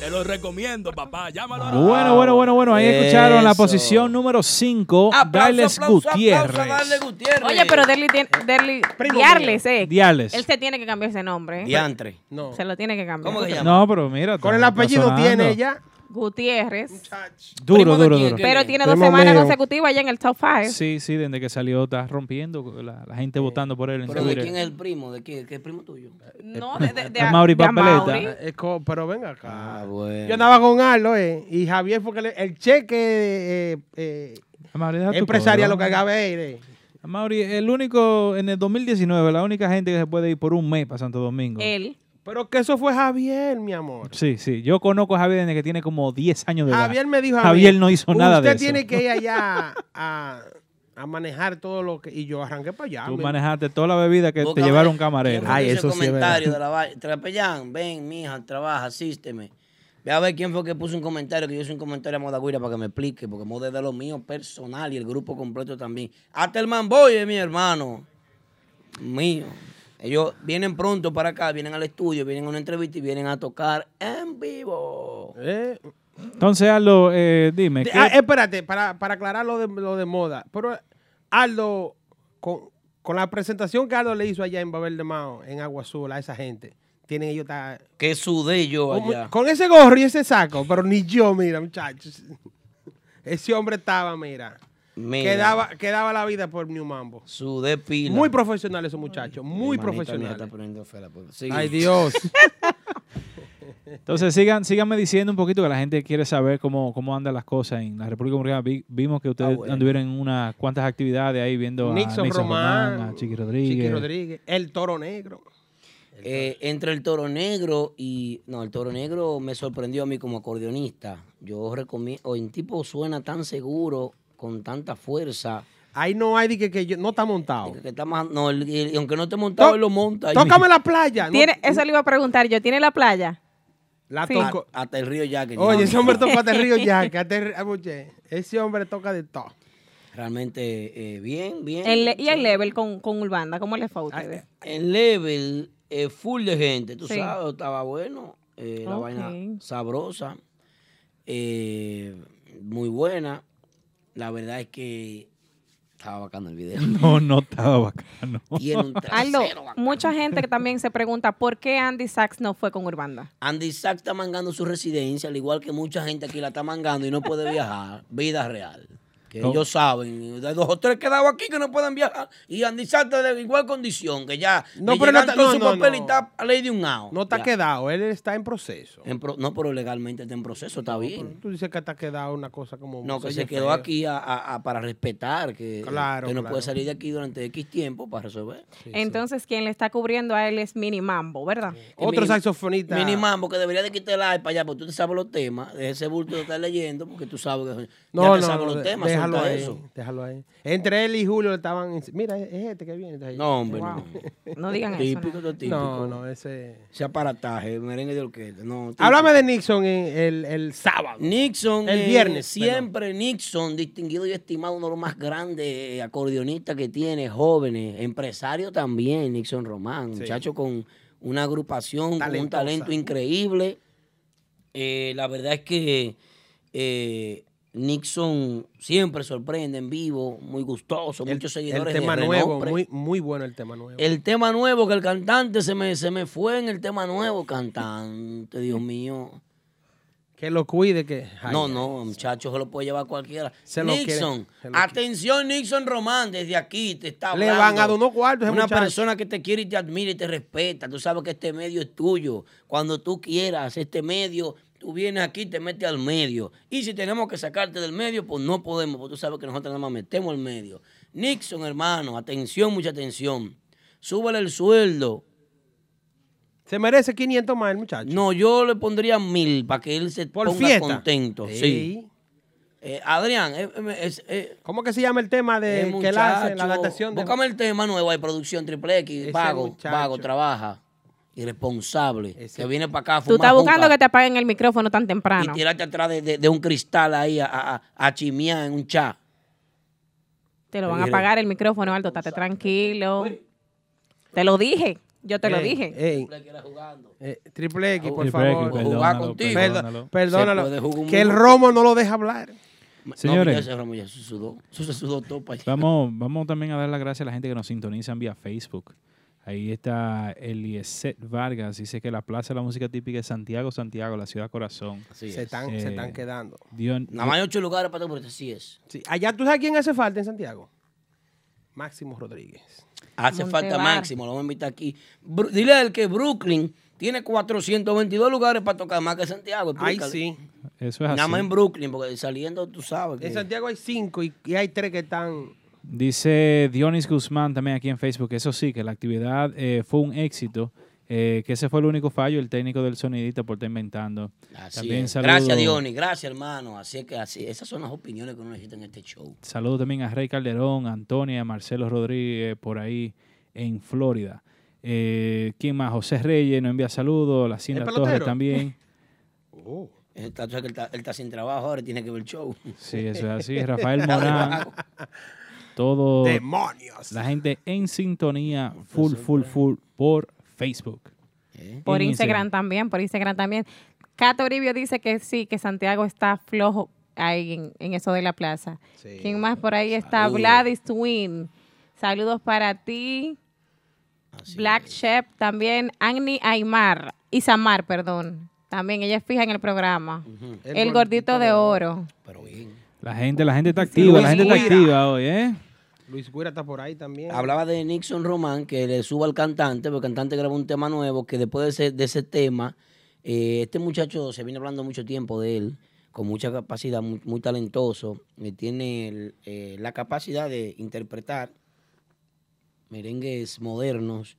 S1: Te lo recomiendo, papá. Llámalo ahora.
S2: Bueno, bueno, bueno, bueno. Ahí escucharon la
S5: Eso.
S2: posición número 5, Darles Gutiérrez.
S5: Darles Gutiérrez.
S3: Oye, pero Derli tiene. Derli.
S4: Primo
S3: Diarles, eh.
S2: Diarles.
S3: Él se tiene que cambiar ese nombre. eh.
S5: Diantre.
S4: No.
S3: Se lo tiene que cambiar.
S5: ¿Cómo que llama?
S2: No, pero mira.
S4: Con
S2: está-
S4: el
S2: está
S4: apellido
S2: sonando.
S4: tiene ella.
S3: Gutiérrez.
S2: Duro,
S5: Primo de
S2: duro,
S5: quién,
S2: duro.
S5: qué-
S3: Pero tiene dos
S4: Primo
S3: semanas
S4: mío.
S3: consecutivas ya en el top 5.
S2: Sí, sí, desde que salió está rompiendo la, la gente votando por él en
S5: ¿Pero de quién
S2: Twitter.
S5: es el primo? ¿De quién? ¿Qué primo tuyo?
S3: No, de, de, de,
S2: A Mauri
S3: de a
S2: Papeleta.
S3: Mauri.
S4: Eh, co- pero ven acá.
S5: Ah, bueno.
S4: Yo andaba con Arlo, eh, y Javier porque le- el cheque eh, eh,
S2: Amaury, deja tu
S4: empresarial
S2: cobro.
S4: lo cargaba él. eh.
S2: Amaury, el único, en el 2019, la única gente que se puede ir por un mes para Santo Domingo.
S3: Él.
S4: Pero que eso fue Javier, mi amor.
S2: Sí, sí. Yo conozco a Javier desde que tiene como 10 años de edad.
S4: Javier me dijo a mí,
S2: Javier no hizo nada de
S4: Usted
S2: eso.
S4: tiene que ir allá a, a manejar todo lo que... Y yo arranqué para allá.
S2: Tú
S4: mi-
S2: manejaste toda la bebida que te
S5: Búscame-
S2: llevaron camarero.
S5: ¿Quién
S4: Ay,
S5: fue que
S4: eso
S5: hizo
S4: sí
S5: el
S4: es
S5: comentario de la vaina? Trapellán, ven, mija, trabaja, asísteme. Ve a ver quién fue que puso un comentario, que yo hice un comentario a Modagüira para que me explique, porque Moda es de lo mío personal y el grupo completo también. Hasta el Manboy es mi hermano. Mío. Ellos vienen pronto para acá, vienen al estudio, vienen a una entrevista y vienen a tocar en vivo.
S4: Eh,
S2: Entonces, Aldo, eh, dime.
S4: de-
S2: ¿qué-
S4: ah, espérate, para, para aclarar lo de, lo de moda. Pero Aldo, con, con la presentación que Aldo le hizo allá en Babel de Mao, en Agua Azul, a esa gente, tienen ellos... ta-
S5: Que sudé yo
S4: Como-
S5: allá.
S4: Con ese gorro y ese saco, pero ni yo, mira, muchachos. Ese hombre estaba, mira.
S5: Mira.
S4: Que, daba, que daba la vida por New Mambo.
S5: Sudé pila.
S4: Muy profesional esos muchachos, muy
S5: Manita mía está
S4: profesional.
S5: poniendo fea la puerta. Sigue.
S4: Ay, Dios.
S2: Entonces sigan, síganme diciendo un poquito que la gente quiere saber cómo, cómo andan las cosas en la República Dominicana. Vi- vimos que ustedes
S5: Ah, bueno.
S2: anduvieron en unas cuantas actividades ahí viendo a
S4: Nixon
S2: Nixon Román,
S4: Román,
S2: a Chiqui Rodríguez.
S4: Chiqui Rodríguez, el toro negro.
S5: Eh, entre el Toro Negro y... No, el Toro Negro me sorprendió a mí como acordeonista. Yo recomiendo... El tipo suena tan seguro, con tanta fuerza.
S4: Ahí no hay de que, que yo- no está montado.
S5: que- que está más- no, el- el- aunque no te montado,
S4: To-
S5: él lo monta. ahí
S4: Tócame
S5: mismo.
S4: la playa. no-
S3: Tiene, eso le iba a preguntar yo. ¿Tiene la playa?
S4: la
S3: sí.
S4: tocó.
S5: A- Hasta el río ya que
S4: Oye, ese hombre toca de río ya. que hasta el- ah, oye, Ese hombre toca de todo.
S5: Realmente eh, bien, bien.
S3: El le- ¿Y el level con, con Urbanda? ¿Cómo le fue a ustedes?
S5: En level, eh, full de gente, tú
S3: Sí.
S5: sabes, estaba bueno, eh, la
S3: Ok.
S5: vaina sabrosa, eh, muy buena. La verdad es que estaba bacano el video.
S2: No, no estaba bacano.
S5: Tiene un
S3: Aldo,
S5: trasero bacano.
S3: mucha gente que también se pregunta por qué Andy Sachs no fue con Urbanda.
S5: Andy Sack está mangando su residencia, al igual que mucha gente aquí la está mangando y no puede viajar. Vida real. Que
S2: No.
S5: ellos saben, de dos o tres quedados aquí que no pueden viajar. Y Andy Sack está de igual condición, que ya.
S4: No,
S5: le
S4: pero no
S5: llegaron
S4: está-
S5: todos
S4: no,
S5: su
S4: no,
S5: papel
S4: no.
S5: y está a ley de un ao.
S4: No está
S5: Ya.
S4: quedado, él está en proceso.
S5: En pro- no, pero legalmente está en proceso, está bien.
S4: Tú dices que está quedado una cosa como...
S5: No, que se
S4: oye,
S5: quedó
S4: feo.
S5: aquí a- a- a- para respetar, que,
S4: Claro,
S5: que no
S4: claro.
S5: puede salir de aquí durante X tiempo para resolver.
S3: Entonces, quien le está cubriendo a él es Mini Mambo, ¿verdad?
S5: Que
S4: Otro
S5: Mini-
S4: saxofonista.
S5: Mini Mambo, que debería de quitar el iPad para allá, porque tú te sabes los temas. Deja ese bulto de estar leyendo, porque tú sabes que ya
S4: No,
S5: te
S4: no,
S5: sabes
S4: no,
S5: los
S4: de-
S5: temas.
S4: déjalo
S5: suelta
S4: ahí,
S5: eso.
S4: déjalo ahí. Entre él y Julio estaban, en- mira, es este que viene. entonces-
S5: No, hombre,
S4: Wow.
S3: No digan eso.
S5: típico,
S3: ¿no?
S5: eso, típico.
S4: No, no, ese...
S5: Ese aparataje, merengue de orquesta. No, típico.
S4: Háblame de Nixon en el, el sábado.
S5: Nixon.
S4: El viernes,
S5: Siempre Nixon, distinguido y estimado, uno de los más grandes eh, acordeonistas que tiene, jóvenes, empresario también, Nixon Román, muchacho con una agrupación con un
S4: Talentosa.
S5: talento increíble. Eh, la verdad es que eh, Nixon siempre sorprende en vivo, muy gustoso, muchos
S4: El
S5: seguidores. de
S4: tema nuevo,
S5: renombre.
S4: muy, muy bueno el tema nuevo.
S5: El tema nuevo, que el cantante se me, se me fue en el tema nuevo, cantante, Dios mío.
S4: Que lo cuide, que. ay,
S5: No, no, muchachos, se lo puede llevar cualquiera.
S4: Se lo
S5: Nixon,
S4: quieren, se lo
S5: atención, Nixon Román, desde aquí te está
S4: Le
S5: hablando.
S4: van a dar unos cuartos a ese
S5: Una
S4: muchacho.
S5: persona que te quiere y te admira y te respeta. Tú sabes que este medio es tuyo. Cuando tú quieras, este medio, tú vienes aquí y te metes al medio. Y si tenemos que sacarte del medio, pues no podemos, porque tú sabes que nosotros nada más metemos al medio. Nixon, hermano, atención, mucha atención. Súbele el sueldo.
S4: Se merece 500 más el muchacho.
S5: No, yo le pondría mil para que él se
S4: Por
S5: ponga
S4: fiesta.
S5: contento. Sí.
S4: Ey.
S5: Eh, Adrián, eh, eh, es- eh,
S4: ¿Cómo que se llama el tema de
S5: Eh,
S4: que él hace,
S5: muchacho,
S4: la adaptación de.
S5: Búscame el tema nuevo de producción triple X.
S4: Ese
S5: Vago,
S4: muchacho.
S5: vago, trabaja. Irresponsable.
S4: Ese-
S5: Que viene para acá a
S3: Tú
S5: fumar
S3: estás buscando
S5: juca
S3: que te apaguen el micrófono tan temprano.
S5: Y tirarte atrás de, de- de un cristal ahí a, a, a- a chimear en un chat.
S3: Te lo van a
S5: Mire.
S3: apagar el micrófono, Aldo. Estate tranquilo. Te lo dije. Yo te lo
S4: Ey,
S3: dije.
S4: ey, eh, triple X, por
S2: Triple X,
S4: favor.
S2: perdónalo,
S5: Jugar Ah, contigo.
S4: Perdón-
S2: perdónalo.
S4: perdónalo.
S5: Se puede jugar un
S4: que el
S5: minuto.
S4: romo no lo deja hablar.
S2: Señores.
S5: No, ya se Ramón, ya se sudó. Eso se sudó todo para allá.
S2: Vamos, vamos también a dar las gracias a la gente que nos sintonizan vía Facebook. Ahí está Elieset Vargas, dice que la Plaza de la Música Típica es Santiago, Santiago, la ciudad corazón.
S5: Así
S4: se,
S5: es.
S4: están, se
S2: Eh.
S4: están quedando.
S2: Dios,
S5: Nada más hay ocho lugares para todo, pero así es.
S4: Sí, Allá tú sabes quién hace falta en Santiago. Máximo Rodríguez.
S5: Hace
S3: Montebar.
S5: falta máximo, lo vamos a invitar aquí. Bru- dile a él que Brooklyn tiene 422 lugares para tocar más que Santiago.
S4: Ahí
S5: explícale.
S4: sí.
S2: eso es
S5: Nada más en
S2: así.
S5: Brooklyn, porque saliendo tú sabes.
S4: En
S5: que-
S4: Santiago hay cinco y, y hay tres que están.
S2: Dice Dionis Guzmán también aquí en Facebook, eso sí, que la actividad eh, fue un éxito, eh, que ese fue el único fallo, el técnico del sonidista por estar inventando.
S5: Así
S2: También
S5: es.
S2: saludo-
S5: Gracias, Dionis. Gracias, hermano. Así es que así, esas son las opiniones que uno necesita en este show.
S2: Saludos también a Rey Calderón, a Antonia, a Marcelo Rodríguez por ahí en Florida. Eh, ¿Quién más? José Reyes nos envía saludos, la Cinda Torres
S4: pelotero?
S2: también.
S4: Oh.
S5: Él está, tú sabes que él, está, él está sin trabajo ahora, tiene que ver el show.
S2: Sí, eso es así. Rafael Morán, todo
S4: ¡Demonios!
S2: la gente en sintonía, full, full, full por Facebook.
S5: ¿Eh?
S3: Por
S2: En
S3: Instagram también, por Instagram también. Cato Oribio dice que sí, que Santiago está flojo ahí en, en eso de la plaza.
S4: Sí.
S3: ¿Quién más por ahí está?
S5: Saludos.
S3: Vladis Twin. Saludos para ti.
S5: Así
S3: Black Shep también. Agni Aymar. Isamar, perdón. También ella es fija en el programa. El, gordito de oro.
S5: Pero bien.
S2: La gente, la gente está activa, la gente está
S4: Luis Guira.
S2: activa hoy, ¿eh?
S4: Luis Cuera está por ahí también.
S5: Hablaba de Nixon Román, que le suba al cantante, porque el cantante grabó un tema nuevo, que después de ese, de ese tema, eh, este muchacho se viene hablando mucho tiempo de él, con mucha capacidad, muy, muy talentoso, y tiene el, eh, la capacidad de interpretar merengues modernos,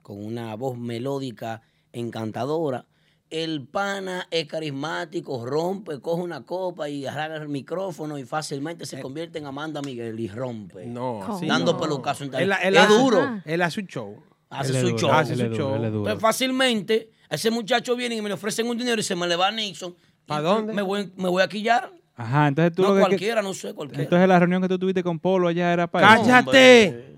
S5: con una voz melódica encantadora. El pana es carismático, rompe, coge una copa y agarra el micrófono y fácilmente se convierte en Amanda Miguel y rompe.
S4: Eh. No,
S3: ¿Cómo?
S4: así
S5: Dando
S4: no.
S5: pelucazo en tal-
S4: Él- él Ah.
S5: Es
S4: hace-
S5: duro.
S4: Él hace un show.
S5: Hace
S2: Él es
S5: su
S2: duro,
S5: show.
S2: él
S4: hace
S2: es
S4: su
S2: duro,
S4: show.
S2: él es duro.
S5: Entonces, fácilmente, a ese muchacho viene y me le ofrecen un dinero y se me le va a Nixon.
S4: ¿Pa
S5: Y
S4: dónde?
S5: Me voy, me voy a quillar.
S2: Ajá, entonces tú
S5: No
S2: lo que-
S5: cualquiera, no sé, cualquiera.
S2: Entonces la reunión que tú tuviste con Polo allá era para eso.
S4: ¡Cállate!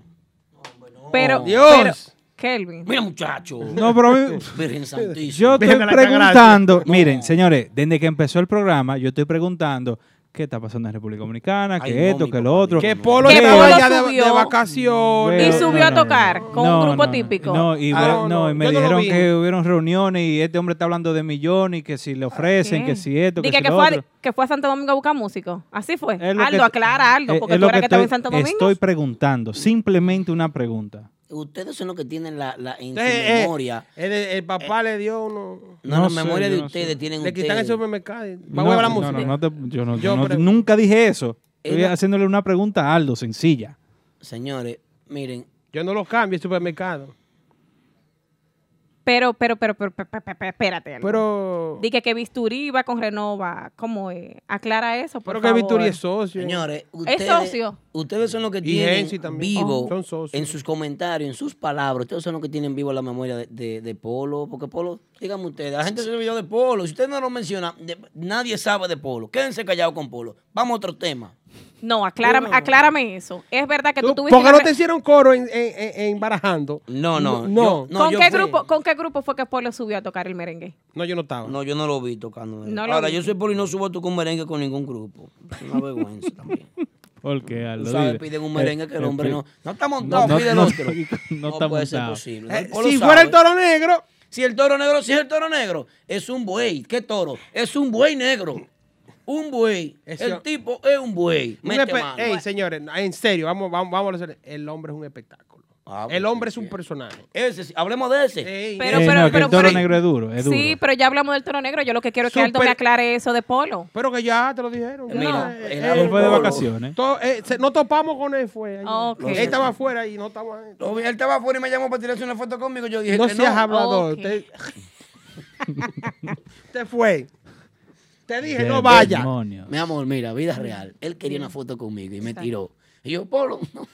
S3: Pero,
S4: Dios.
S3: pero- Kelvin.
S5: Mira, muchacho.
S2: No, pero a mí-
S5: Virgen Santísima.
S2: yo estoy
S4: Virgen de la
S2: preguntando. Miren, señores, desde que empezó el programa, yo estoy preguntando qué está pasando en República Dominicana, que
S5: Ay, no,
S2: esto,
S5: mi
S2: que lo
S5: papá,
S2: otro.
S4: Que Polo
S2: ¿Qué?
S4: estaba
S3: Polo
S4: allá de,
S3: subió.
S4: de vacaciones.
S3: Y
S2: Pero-
S3: subió a tocar con un grupo típico.
S2: No, y,
S4: Ah,
S2: ve- no,
S4: no, no,
S2: y me
S4: yo no lo
S2: dijeron
S4: vi.
S2: que hubieron reuniones y este hombre está hablando de millones y que si le ofrecen, que si esto, que
S3: Ah, Dije
S2: si
S3: que,
S2: lo
S3: fue
S2: otro.
S3: a, que fue a Santo Domingo a buscar músicos. Así fue.
S2: Es lo
S3: Aldo,
S2: que-
S3: aclara, Aldo,
S2: es-
S3: porque
S2: es
S3: tú
S2: lo
S3: eras
S2: que
S3: que estabas en
S2: estoy-
S3: Santo Domingo.
S2: Estoy preguntando, simplemente una pregunta.
S5: Ustedes son los que tienen la, la- en su
S4: Entonces, eh,
S5: memoria.
S4: el, el papá le dio uno.
S5: No,
S2: no
S5: la
S2: sé,
S5: memoria
S2: yo
S5: de
S2: no
S5: ustedes
S2: sé.
S5: tienen
S4: Le quitan el
S5: ustedes.
S4: supermercado. Vamos a ver la música.
S2: No, no, te- yo no-
S4: Yo
S2: no-
S4: pregunto.
S2: nunca dije eso. Estoy
S5: Ella-
S2: haciéndole una pregunta a Aldo, sencilla.
S5: Señores, miren,
S4: Yo no lo cambio el supermercado.
S3: Pero, pero, pero, pero, pe- pe- pe- pe- espérate. Aldo.
S4: Pero,
S3: Dije que Bisturí va con Renova. ¿Cómo es? Aclara eso, por
S4: pero que Victoria
S3: favor.
S4: es socio.
S5: señores, ustedes,
S3: socio.
S5: ustedes son los que
S4: Y
S5: tienen
S4: Hensi también. Oh,
S5: vivo
S4: Son socios.
S5: en sus comentarios, en sus palabras. Ustedes son los que tienen vivo la memoria de, de- de Polo. Porque Polo, díganme ustedes, la gente se olvidó de Polo. Si usted no lo menciona, de- nadie sabe de Polo. Quédense callados con Polo. Vamos a otro tema.
S3: No, aclárame, aclárame eso. Es verdad que tú, tuviste.
S4: Porque
S3: una
S4: no
S3: re-
S4: te hicieron coro en, en- en- en Barajando.
S5: No, no.
S4: No.
S5: yo- no,
S3: ¿Con,
S5: yo
S3: qué
S5: fui.
S3: grupo, ¿Con qué grupo fue que Polo subió a tocar el merengue?
S4: No, yo no estaba.
S5: No, yo no lo vi tocando.
S3: No lo
S5: Ahora,
S3: vi.
S5: yo soy poli y no subo tú con merengue con ningún grupo. Es una vergüenza también.
S2: ¿Por qué,
S5: Tú
S2: Aldo?
S5: sabes,
S2: Dile.
S5: piden un merengue que el
S2: Eh,
S5: hombre
S2: eh,
S5: no. No está
S2: No,
S5: montado,
S2: no,
S5: pide el
S2: no,
S5: otro.
S2: no está
S5: puede ser
S2: montado.
S5: posible.
S4: Eh,
S5: El Polo
S4: si fuera el
S5: sabe.
S4: toro negro,
S5: Si el toro negro, si es el toro negro, es un buey. ¿Qué toro? Es un buey negro. Un buey.
S4: Ese-
S5: el tipo es un buey.
S4: un
S5: Mete
S4: espe-
S5: mano.
S4: Ey, señores, en serio, vamos, vamos, vamos a hacer. El hombre es un espectáculo.
S5: Ah, pues,
S4: el hombre es
S5: sí,
S4: un
S5: sí.
S4: personaje.
S5: Ese sí, hablemos de ese.
S4: Ey,
S3: Pero,
S2: Eh,
S4: ey,
S3: pero,
S2: no, que
S3: pero,
S2: el toro
S3: pero-
S2: negro es duro, es duro.
S3: Sí, pero ya hablamos del toro negro. Yo lo que quiero es que Aldo me
S4: Súper-
S3: aclare eso de Polo.
S4: pero que ya te lo dijeron.
S5: Eh, mira,
S4: Ya,
S5: el
S4: eh,
S5: árbol
S2: Él fue de
S5: Polo.
S2: vacaciones.
S4: to- eh, se- no topamos con él, fue. ayer.
S3: Ok.
S4: Él estaba afuera y no estaba.
S5: Lo vi, Él estaba afuera y me llamó para tirarse una foto conmigo. Yo dije
S4: No
S5: que
S4: seas
S5: no.
S4: hablador.
S3: Ok.
S4: Te... Te fue. Te dije,
S2: Qué
S4: no vaya.
S2: demonios.
S5: Mi amor, mira, vida real. Él quería una foto conmigo y me tiró. Y yo, Polo, no.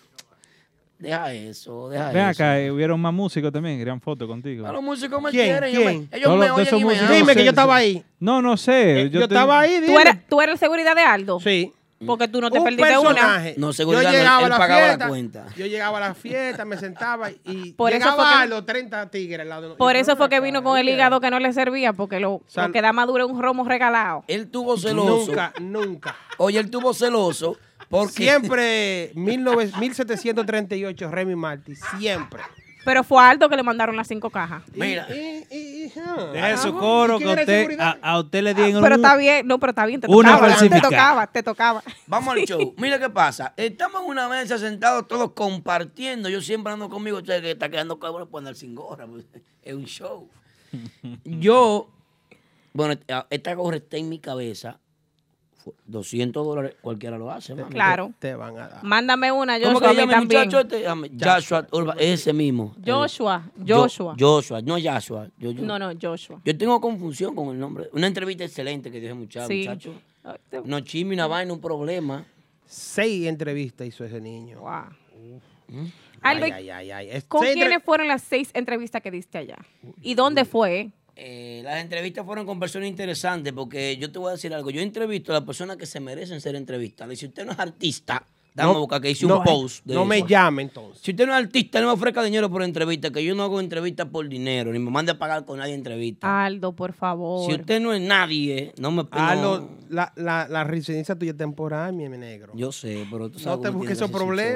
S5: Deja eso, deja
S2: Ven
S5: eso.
S2: acá, eh, hubieron más músicos también, querían fotos contigo.
S5: A los músicos me
S4: ¿Quién?
S5: quieren. yo me-
S4: ¿Quién?
S5: ellos
S2: Todos
S5: me
S2: los- todos
S5: oyen
S2: esos
S5: y me Eh,
S2: músicos-
S5: aman.
S2: sé,
S4: Dime que yo
S2: sé.
S4: estaba ahí.
S2: No, no sé.
S4: Yo,
S2: te-
S4: estaba ahí.
S3: ¿Tú
S4: dime.
S3: eras, ¿Tú eras el seguridad de Aldo?
S4: Sí.
S3: Porque tú no te
S4: un
S3: perdiste
S4: personaje.
S5: No, seguridad no,
S4: yo llegaba
S5: él
S4: a la
S5: pagaba la
S4: fiesta,
S5: cuenta.
S4: Yo llegaba a la fiesta, me sentaba y
S3: Por eso
S4: llegaba
S3: fue que-
S4: a los 30 tigres al lado. de-
S3: una. Por
S4: y
S3: eso fue que
S4: acá,
S3: vino con el
S4: mira.
S3: hígado que no le servía, porque lo,
S4: Sal-
S3: lo que da madura es un romo regalado.
S5: Él tuvo celoso.
S4: Nunca, nunca.
S5: Oye, él tuvo celoso porque...
S4: Siempre 19 1738 Remy Martí, siempre.
S3: Pero fue a Aldo que le mandaron las cinco cajas.
S5: Mira,
S4: Y- y- y- ah.
S2: Deje su
S4: Ah,
S2: coro
S4: ¿y
S2: que
S4: quién era
S2: usted, a,
S4: seguridad? Ah,
S2: a usted le dieron
S3: Pero
S2: un-
S3: está bien, no, pero está bien, te
S2: Una
S3: tocaba, te
S2: falsificada.
S3: tocaba, te tocaba.
S5: vamos al show. Mira qué pasa. Estamos en una mesa sentados todos compartiendo. Yo siempre ando conmigo. Usted que está quedando cabrón por andar sin gorra. pues, Es un show. Yo, bueno, eh, ah, esta gorra está en mi cabeza. Fu- 200 dólares, cualquiera lo hace. mano.
S3: Claro.
S4: Te van a dar.
S3: Mándame una,
S5: ¿Cómo
S3: Joshua,
S5: que
S3: a
S5: se
S3: mí
S5: llama el
S3: también.
S5: muchacho este? Llama- Joshua Urba, ese mismo.
S3: Joshua,
S5: Yo-
S3: Joshua.
S5: Joshua, no Joshua. Yo,
S4: este-"
S5: yo-
S3: No, no, Joshua.
S5: yo tengo confusión con el nombre. Una entrevista excelente que dije, muchacho.
S3: Sí.
S5: muchacho.
S3: Ay, te-
S5: No chisme, una vaina, un problema.
S4: Seis entrevistas hizo ese niño.
S3: Guau.
S4: Ay,
S3: Aldo,
S4: ay, ay, ay. Es-
S3: ¿con
S4: seis
S3: quiénes
S4: entre-
S3: fueron las seis entrevistas que diste allá? ¿Y dónde fue?
S5: Eh, las entrevistas fueron con personas interesantes porque yo te voy a decir algo. Yo entrevisto a las personas que se merecen ser entrevistadas. Y si usted no es artista, dame
S4: No,
S5: boca que hice
S4: no,
S5: un post. de
S4: No me
S5: eso.
S4: llame entonces.
S5: Si usted no es artista, no me ofrezca dinero por entrevista, que yo no hago entrevistas por dinero, ni me mande a pagar con nadie entrevista.
S3: Aldo, por favor.
S5: si usted no es nadie, no me
S4: Ah,
S5: no.
S4: lo- la, la, la residencia tuya es temporal, mi negro.
S5: Yo sé, pero tú sabes.
S4: no te
S5: cómo
S4: busques
S5: tiene
S4: esos
S5: que hacer su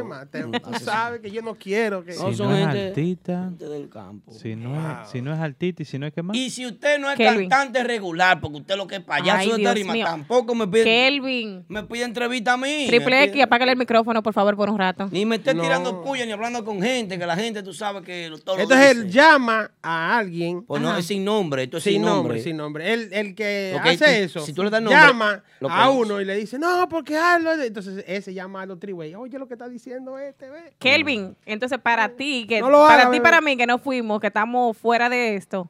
S4: problemas.
S5: show.
S4: Te-
S5: No,
S4: tú
S5: hace su-
S4: sabes que yo no quiero que.
S2: Sí.
S5: No,
S2: Si
S5: son
S2: no es
S5: gente,
S2: artista.
S5: gente del campo.
S2: Si no, es, si no es altita y si no es que más.
S5: Y si usted no es
S3: Kelvin.
S5: cantante regular, porque usted lo que es
S3: Ay,
S5: payaso de
S3: Dios
S4: Ah,
S5: tarima,
S3: mío.
S5: tampoco me pide,
S3: Kelvin.
S5: me pide entrevista a mí.
S3: Triple
S5: Me
S3: X,
S5: pide-
S3: apágale el micrófono, por favor, por un rato.
S5: Ni me esté
S4: No.
S5: tirando puya ni hablando con gente, que la gente tú sabes que lo- todo lo
S4: Entonces él
S5: dice.
S4: llama a alguien
S5: Pues no, es sin nombre, esto es
S4: sin nombre,
S5: nombre.
S4: sin nombre. El, el que
S5: Ok,
S4: hace
S5: tú-
S4: eso
S5: si tú le das nombre,
S4: llama
S5: lo
S4: a
S5: conoces.
S4: uno y le dice, no, porque hazlo. Entonces ese llama a los triway. Oye, lo que está diciendo este, ve.
S3: Kelvin, entonces para ti, que
S4: No lo
S3: para
S4: haga,
S3: ti,
S4: bebé.
S3: para mí, que no fuimos, que estamos fuera de esto.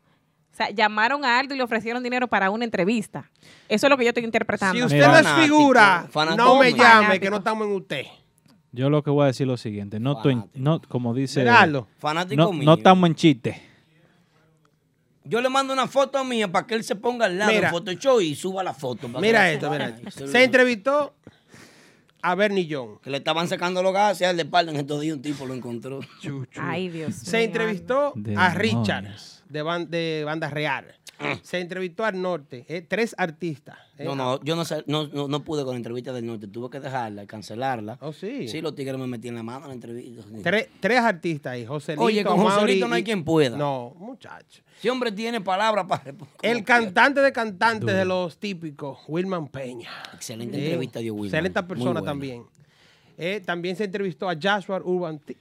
S3: O sea, llamaron a Aldo y le ofrecieron dinero para una entrevista. Eso es lo que yo estoy interpretando.
S4: Si usted
S2: Mira.
S4: no es
S5: Fanático,
S4: figura,
S5: fanático.
S4: no me llame,
S3: Fanático.
S4: que no estamos en usted.
S2: Yo lo que voy a decir es lo siguiente. No, estoy en- no como dice.
S4: Miralo.
S5: Fanático
S2: No,
S5: mío.
S2: no estamos en chiste.
S5: Yo le mando una foto mía para que él se ponga al lado
S4: Mira.
S5: en Photoshop y suba la foto. para que
S4: Mira
S5: la
S4: esto,
S5: suba.
S4: mira esto.
S5: Sí,
S4: Se entrevistó a Bernie John.
S5: Que le estaban sacando los gases al de espalda. En estos días un tipo lo encontró.
S3: Ay, Dios.
S4: Se
S3: mío,
S4: entrevistó a
S2: Demonios.
S4: Richard de, ban- de Banda Real. Se entrevistó al norte. eh, tres artistas. eh.
S5: No, no, yo no, sal- no, no, no pude con la entrevista del norte. Tuve que dejarla, cancelarla.
S4: Oh, sí.
S5: Sí, los tigres me metían la mano en la entrevista. Este
S4: Tres, tres artistas ahí. Joselito,
S5: Oye, con
S4: Amaury
S5: Joselito no hay
S4: y-
S5: quien pueda.
S4: No, muchacho.
S5: Si hombre tiene palabra para...
S4: El cantante de cantantes de los típicos, Wilman Peña.
S5: Excelente
S4: Eh,
S5: entrevista dio Wilman.
S4: Excelente
S5: Muy
S4: persona
S5: buena.
S4: también. Eh, también se entrevistó a Joshua Urban Tip.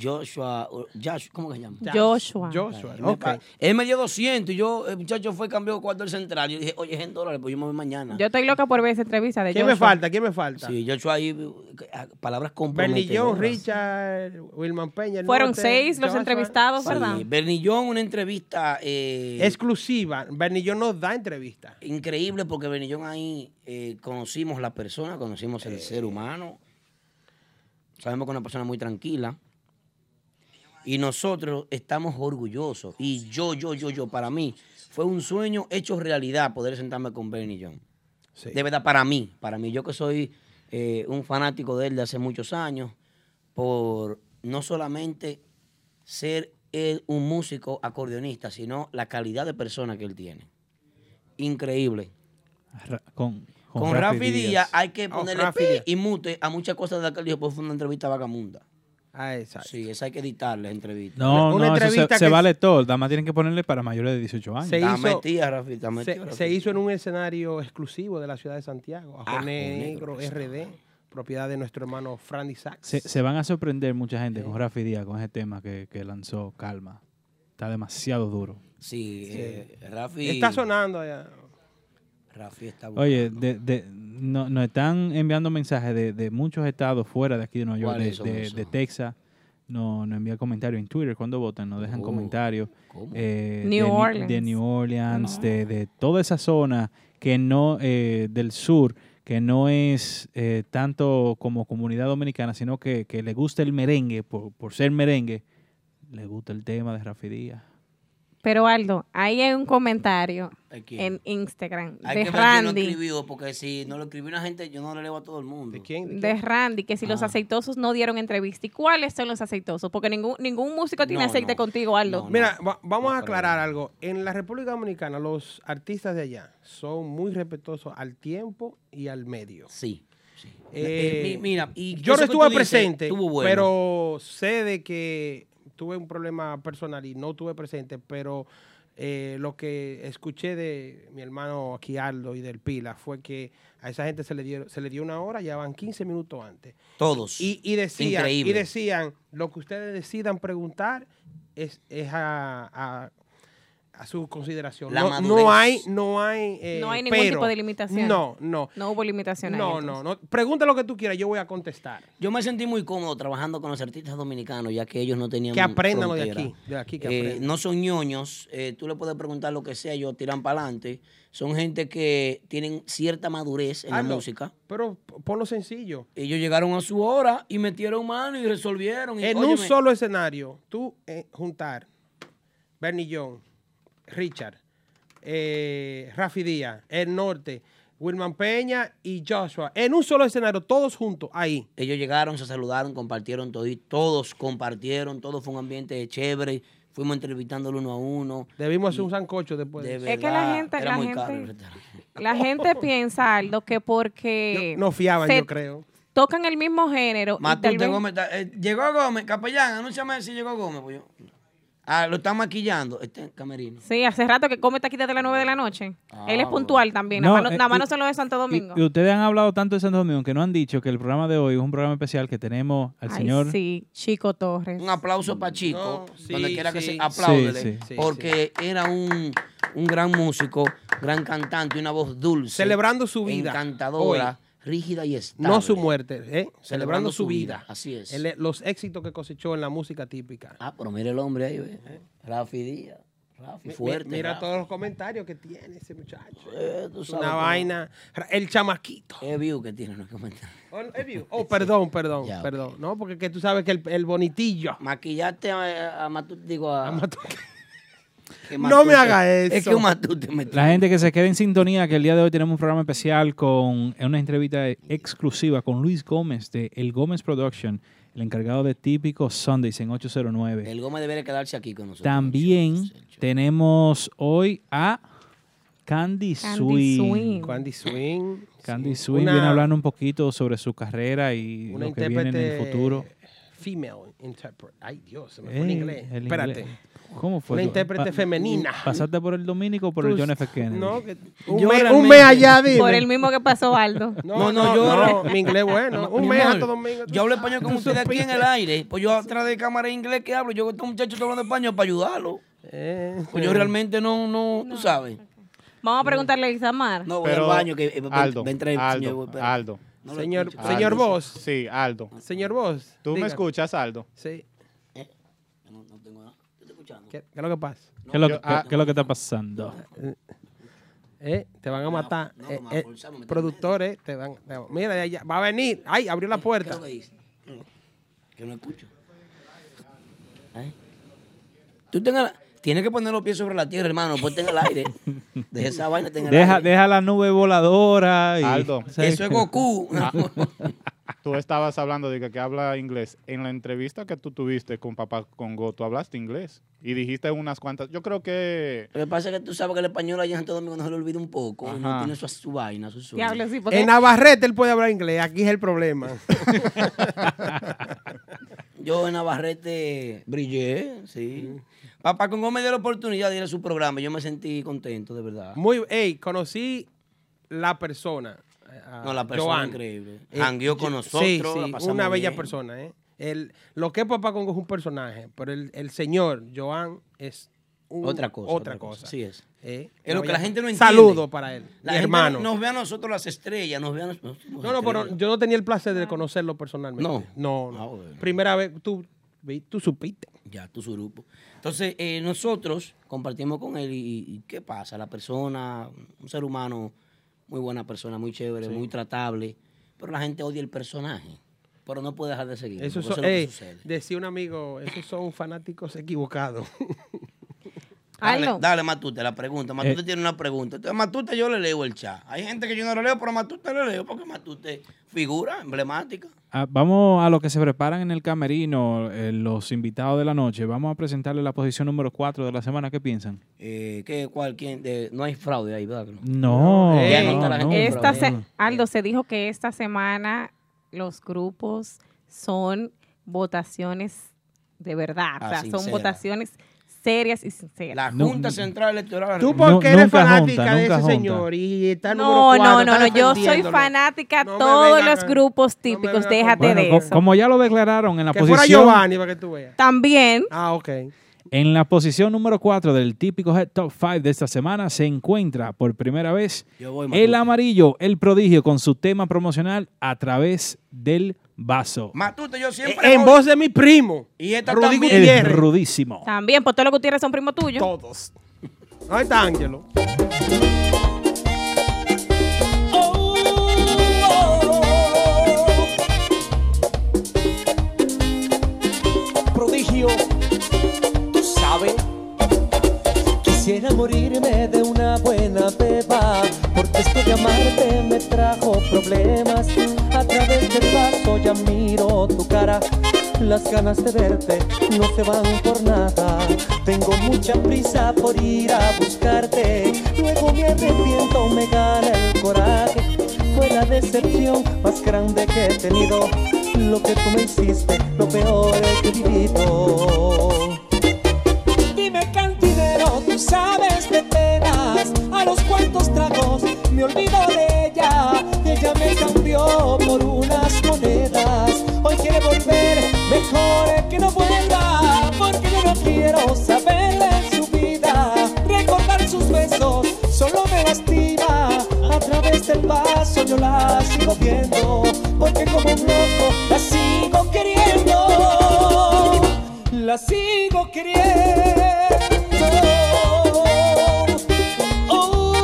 S5: Joshua, o- Joshua, ¿cómo que se llama?
S3: Ya. Joshua.
S4: Joshua,
S5: Él me,
S4: ok.
S5: pa- él me dio 200 y yo, el muchacho fue y cambió cuarto del central. Yo dije, oye, es en dólares, pues yo me voy mañana.
S3: Yo estoy loca por ver esa entrevista de
S4: ¿Quién me
S3: Joshua.
S4: falta? ¿Quién me falta?
S5: sí, Joshua ahí, eh, palabras
S4: Bernie
S5: comprometedoras.
S4: John, Richard, Wilman Peña. el
S3: Fueron
S4: norte,
S3: seis los
S4: Joshua.
S3: entrevistados,
S4: Oh,
S5: Sí,
S3: ¿verdad?
S5: Bernillón, una entrevista eh,
S4: Exclusiva. Bernie John nos da entrevistas.
S5: increíble porque Bernillón ahí eh, conocimos la persona, conocimos el
S4: Eh.
S5: ser humano. Sabemos que es una persona muy tranquila. Y nosotros estamos orgullosos. Y yo, yo, yo, yo, para mí, fue un sueño hecho realidad poder sentarme con Bernillón.
S4: Sí.
S5: De verdad, para mí, para mí, yo que soy eh, un fanático de él de hace muchos años, por no solamente ser él un músico acordeonista, sino la calidad de persona que él tiene. Increíble.
S2: Ra- con,
S5: Con, Rafi, Díaz. hay que
S4: Oh,
S5: ponerle
S4: Rafi
S5: pi
S4: Díaz.
S5: y mute a muchas cosas de la que él dijo, pues fue una entrevista vagabunda.
S4: Ah, exacto.
S5: Sí, esa hay que editarle la entrevista.
S2: No,
S4: Una
S2: no, eso se,
S4: entrevista
S2: se
S4: que-
S2: vale todo. Nada más tienen que ponerle para mayores de 18 años.
S4: Se
S5: Está
S4: hizo-
S5: metida, Rafi, está metida,
S4: Se,
S5: Rafi.
S4: se hizo en un escenario exclusivo de la ciudad de Santiago, a
S5: Ah,
S4: Jorge
S5: Jorge
S4: Negro RD, propiedad de nuestro hermano Franny Sachs.
S2: Se, se van a sorprender mucha gente con Rafi Díaz, con ese tema que, que lanzó Calma. Está demasiado duro.
S5: Sí, eh, Rafi.
S4: Está sonando allá.
S5: Rafi está
S2: Oye,
S5: buscando.
S2: de, de- no- nos están enviando mensajes de, de muchos estados fuera de aquí de Nueva York,
S5: ¿Cuáles
S2: de,
S5: son
S2: de-
S5: esos?
S2: de Texas. No- Nos envía comentarios en Twitter cuando votan, nos dejan
S5: Oh,
S2: comentarios.
S5: ¿cómo?
S2: eh,
S3: New
S2: de, Ni-
S3: Orleans.
S2: De New Orleans, de, de toda esa zona que no, eh, del sur, que no es eh, tanto como comunidad dominicana, sino que, que le gusta el merengue, por, por ser merengue, le gusta el tema de Rafi Díaz.
S3: Pero Aldo, ahí hay un comentario
S5: ¿De
S3: en
S5: quién?
S3: Instagram
S5: Hay
S3: de
S5: que ver quién lo
S3: Randy.
S5: escribió, porque si no lo escribió una gente, yo no lo leo a todo el mundo.
S4: ¿De quién?
S3: De Randy, que si los
S5: Ah.
S3: aceitosos no dieron entrevista. ¿Y cuáles son los aceitosos? Porque ningún, ningún músico tiene
S5: No,
S3: aceite
S5: no.
S3: contigo, Aldo.
S5: No, no.
S4: Mira, va- vamos
S5: No,
S4: a
S5: pero-
S4: aclarar algo. En la República Dominicana, los artistas de allá son muy respetuosos al tiempo y al medio.
S5: Sí. sí.
S4: Eh,
S5: Eh, mi- mira, y
S4: Yo no
S5: eso que tú
S4: estuve
S5: dices,
S4: presente,
S5: estuvo bueno.
S4: pero sé de que tuve un problema personal y no estuve presente, pero eh, lo que escuché de mi hermano aquí Aldo y del Pila fue que a esa gente se le dio, se le dio una hora, ya van 15 minutos antes.
S5: Todos.
S4: Y, y decían,
S5: Increíble.
S4: y decían, lo que ustedes decidan preguntar es, es a, a- a su consideración.
S5: La
S4: no, no
S5: madurez.
S4: hay, no hay, eh,
S3: No hay ningún
S4: pero.
S3: tipo de limitación.
S4: No, no.
S3: No hubo limitación ahí,
S4: No, no,
S3: entonces.
S4: no. Pregunta lo que tú quieras, yo voy a contestar.
S5: Yo me sentí muy cómodo trabajando con los artistas dominicanos, ya que ellos no tenían
S4: Que aprendan lo de
S5: frontera.
S4: aquí, de aquí que
S5: Eh,
S4: aprendan.
S5: no son ñoños, eh, tú le puedes preguntar lo que sea, ellos tiran para adelante. Son gente que tienen cierta madurez en
S4: Ah,
S5: la
S4: no,
S5: música.
S4: Pero p- ponlo sencillo.
S5: Ellos llegaron a su hora y metieron mano y resolvieron. y,
S4: En un
S5: Mm, óyeme,
S4: solo escenario, tú eh, juntar Bernie John, Richard, eh, Rafi Díaz, El Norte, Wilman Peña y Joshua. En un solo escenario, todos juntos, ahí.
S5: Ellos llegaron, se saludaron, compartieron todo y todos compartieron, todo fue un ambiente chévere. Fuimos entrevistándolo uno a uno.
S4: Debimos hacer un sancocho después.
S5: De
S4: de eso.
S5: verdad,
S3: Es que la gente-
S5: era
S3: la
S5: muy
S3: gente-
S5: caro el restaurante.
S3: La gente piensa, Aldo, que porque
S4: No- no fiaban,
S3: se
S4: yo creo.
S3: tocan el mismo género. y tal
S5: Matute
S3: vez-
S5: Gómez, está- eh, llegó Gómez, capellán, anúnciame si llegó Gómez. Pues yo, ah, lo están maquillando, este camerino.
S3: Sí, hace rato que come taquita de las 9 de la noche.
S5: Ah,
S3: Él es
S5: bueno.
S3: puntual también.
S2: No,
S3: nada más no-
S2: eh,
S3: nada más
S2: y-
S3: no son los de Santo
S2: Y-
S3: Domingo.
S2: Y, ustedes han hablado tanto de Santo Domingo que no han dicho que el programa de hoy es un programa especial que tenemos al
S3: Ay,
S2: señor.
S3: sí, Chico Torres.
S5: Un aplauso para Chico,
S4: No, sí,
S5: donde quiera que
S4: sí.
S5: se apláudele,
S2: Sí,
S4: sí.
S5: porque era un, un gran músico, gran cantante, una voz dulce.
S4: Celebrando su vida
S5: Encantadora, rígida y estable.
S4: No su muerte, ¿eh? celebrando,
S5: Celebrando
S4: su
S5: su vida,
S4: vida.
S5: así es.
S4: Él los éxitos que cosechó en la música típica.
S5: Ah, pero mira el hombre ahí, ¿eh? Rafi Díaz. Rafi,
S4: Mi-
S5: fuerte.
S4: Mira
S5: Rafi.
S4: todos los comentarios que tiene ese muchacho.
S5: Eh, tú sabes
S4: Una
S5: cómo-
S4: vaina. Ra- El chamaquito.
S5: Es view que tiene en los comentarios.
S4: Oh, no, ¿es vivo? Oh, perdón, perdón,
S5: Ya, ok.
S4: perdón. No, porque que tú sabes que el, el bonitillo.
S5: Maquillaste a, a Matute, digo a... que
S4: No me haga
S5: Es
S4: eso.
S5: que un Matute me...
S2: La gente que se quede en sintonía, que el día de hoy tenemos un programa especial con una entrevista exclusiva con Luis Gómez de El Gómez Production, el encargado de típico Sundays en 809.
S5: El Gómez debería quedarse aquí con nosotros.
S2: También tenemos hoy a Candy,
S3: Candy
S2: Swing.
S3: Swing.
S4: Candy Swing.
S2: Candy
S4: Sí.
S2: Swing
S4: Una-
S2: viene hablando un poquito sobre su carrera y
S4: una
S2: lo que viene en el
S4: intérprete
S2: futuro.
S4: Female interpret. Ay, Dios, se me fue
S2: Eh,
S4: en inglés.
S2: el
S4: Espérate.
S2: inglés. ¿Cómo fue?
S4: Una
S2: tú?
S4: intérprete
S2: Pa-
S4: femenina.
S2: ¿Pasaste por el dominico o por el
S4: Tú-
S2: John F. Kennedy?
S4: No, que- un,
S5: Yo
S4: mes, un
S5: realmente-
S4: mes allá, dime.
S3: Por el mismo que pasó Aldo.
S4: No, no,
S5: No, no,
S4: yo.
S5: yo-
S4: mi inglés bueno. Un
S5: Mi
S4: mes
S5: amor,
S4: hasta domingo. tú
S5: Yo hablo
S4: sabes.
S5: español con ustedes aquí en el aire. Pues yo atrás de cámara en inglés que hablo. Yo con estos muchachos que hablan español para ayudarlo.
S4: Eh,
S5: Pues yo realmente no, no, tú sabes.
S3: Vamos a preguntarle a Isamar.
S5: No, voy
S7: Pero,
S5: al baño que eh,
S7: Aldo,
S5: me entré,
S7: Aldo,
S5: señor, espera.
S7: Aldo,
S5: No lo
S4: señor,
S5: escucho.
S4: señor
S5: Aldo,
S4: Voz.
S7: sí, Aldo.
S4: Señor Voz.
S7: ¿Tú me
S4: diga.
S7: escuchas, Aldo?
S4: Sí.
S5: sí. No, no tengo nada. Yo estoy escuchando.
S4: ¿Qué, qué es lo que pasa?
S2: ¿Qué, es lo,
S7: yo-
S2: que-
S7: ah.
S2: qué es lo que está pasando?
S4: Eh, te van a matar.
S5: no, que
S4: Eh,
S5: me
S4: eh,
S5: forzamos, me
S4: productores, te van. te van- mira, ya- ya, va a venir. Ay, abrió la
S5: ¿Qué es
S4: puerta.
S5: lo que dice? Que no escucho. ¿Eh? Tú tengas la- Tienes que poner los pies sobre la tierra, hermano. Ponte en el aire. Deja esa vaina está en el
S2: Deja,
S5: aire.
S2: deja la nube voladora. Y,
S7: Aldo.
S2: o sea,
S5: Eso es Goku.
S2: Ah.
S7: Tú estabas hablando de que, que habla inglés. En la entrevista que tú tuviste con Papá Congo, tú hablaste inglés y dijiste unas cuantas. Yo creo que
S5: Lo que pasa es que tú sabes que el español allá en Santo Domingo no se le olvida un poco. No
S7: Ajá.
S5: tiene su, su vaina, su sueño.
S3: Diablo, sí, porque
S4: En Navarrete él puede hablar inglés, aquí es el problema.
S5: Yo en Navarrete brillé, sí.
S4: Mm.
S5: Papá Congo me dio la oportunidad de ir a su programa. y Yo me sentí contento, de verdad.
S4: Muy, ey, conocí la persona. a- a
S5: No, la persona
S4: Joan.
S5: increíble.
S4: Eh,
S5: Jangueó con
S4: yo-
S5: nosotros.
S4: sí,
S5: la
S4: sí,
S5: pasamos
S4: una bella
S5: bien.
S4: persona, ¿eh? El- lo que es Papá Congo es un personaje, pero el, el señor Joan es un-
S5: Otra cosa,
S4: Otra
S5: otra
S4: cosa.
S5: cosa, sí es.
S4: Eh,
S5: Es
S4: una
S5: lo que la
S4: bella-
S5: gente no entiende.
S4: Saludo para él,
S5: La
S4: mi
S5: gente
S4: hermano.
S5: Nos ve a nosotros las estrellas, nos ve a nosotros.
S4: No, no, pero yo no tenía el placer de conocerlo personalmente.
S5: Pues No.
S4: No, no.
S5: Ah, bueno.
S4: Primera vez, tú, vi- tú supiste.
S5: Ya, tu grupo. Entonces, eh, nosotros compartimos con él y, y ¿qué pasa? La persona, un ser humano, muy buena persona, muy chévere, muy tratable, pero la gente odia el personaje. Pero no puede dejar de seguir.
S4: Eso eh, son,
S5: porque es lo que
S4: ey,
S5: sucede.
S4: decía un amigo, esos son fanáticos equivocados.
S5: Dale,
S3: Aldo,
S5: dale, Matute, la pregunta.
S4: Eh.
S5: Matute tiene una pregunta. Entonces, Matute yo le leo el chat. Hay gente que yo no le leo, pero a Matute le leo porque Matute figura emblemática.
S2: Ah, vamos a lo que se preparan en el camerino, eh, los invitados de la noche. Vamos a presentarle la posición número 4 de la semana. ¿Qué piensan?
S5: Eh, que cual, quién, de- no hay fraude ahí, ¿verdad? que no?
S2: No,
S4: Ey,
S2: no,
S5: esta
S2: no.
S3: esta
S5: pero-
S3: se- Aldo, se dijo que esta semana los grupos son votaciones de verdad.
S5: Ah,
S3: o sea, son
S5: sincera.
S3: votaciones serias y sinceras.
S5: La
S2: No,
S5: Junta
S2: no.
S5: Central Electoral.
S4: Tú
S2: No,
S4: porque eres
S2: nunca
S4: fanática
S2: junta,
S4: de ese
S2: nunca junta.
S4: señor y está
S3: No,
S4: número
S3: no,
S4: cuatro,
S3: no,
S4: está
S3: no, yo soy
S4: defendiéndolo.
S3: fanática
S4: No me
S3: todos
S4: venga
S3: los
S4: a-
S3: grupos
S4: no me
S3: típicos,
S4: venga con-
S3: déjate
S4: Bueno,
S3: de
S2: co-
S3: eso.
S2: como ya lo declararon en la
S4: Que fuera
S2: posición
S4: Giovanni para que tú veas.
S3: También
S4: Ah, ok.
S2: en la posición número 4 del típico Head Top 5 de esta semana se encuentra por primera vez
S5: Yo voy,
S2: el
S5: Matute.
S2: amarillo, el prodigio con su tema promocional a través del vaso.
S5: Matute, yo siempre.
S4: En
S5: voy.
S4: voz de mi primo.
S5: Y esta
S4: Rudy
S5: también.
S2: El
S4: Gutiérrez.
S2: rudísimo.
S3: También, pues todos los Gutiérrez son primos tuyos.
S4: Todos. Ahí está Ángelo.
S8: prodigio, tú sabes. Quisiera morirme de una buena beba, porque esto de amarte me trajo problemas. A través del vaso ya miro tu cara, las ganas de verte no se van por nada. Tengo mucha prisa por ir a buscarte, luego me arrepiento, me gana el coraje. Fue la decepción más grande que he tenido, lo que tú me hiciste, lo peor que he vivido. Dime cantinero, tú sabes de penas. A los cuantos tragos me olvido de ella. Ella me cambió por unas monedas. Hoy quiere volver, mejor que no vuelva. Porque yo no quiero saber de su vida. Recordar sus besos solo me lastima. A través del vaso yo la sigo viendo. Porque como un loco la sigo queriendo la sigo queriendo. Oh, oh, oh.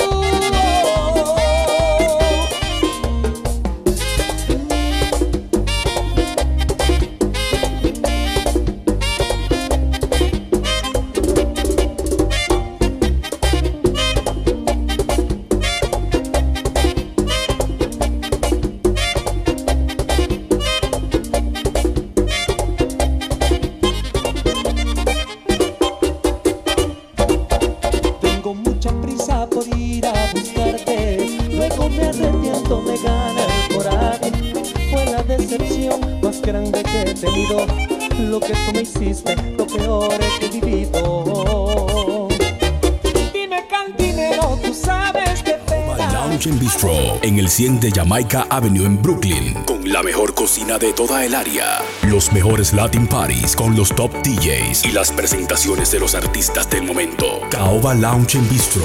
S8: Tengo mucha prisa por ir a buscarte. Luego me arrepiento, me gana el coraje. Fue la decepción más grande que he tenido. Lo que tú me hiciste, lo peor es que he vivido. Dime cantinero, tú sabes que
S1: Cuba
S8: pena.
S1: Lounge and Bistro en el 100 de Jamaica Avenue en Brooklyn con la mejor cocina de toda el área, los mejores Latin parties con los top DJs y las presentaciones de los artistas del momento. Caoba Lounge and Bistro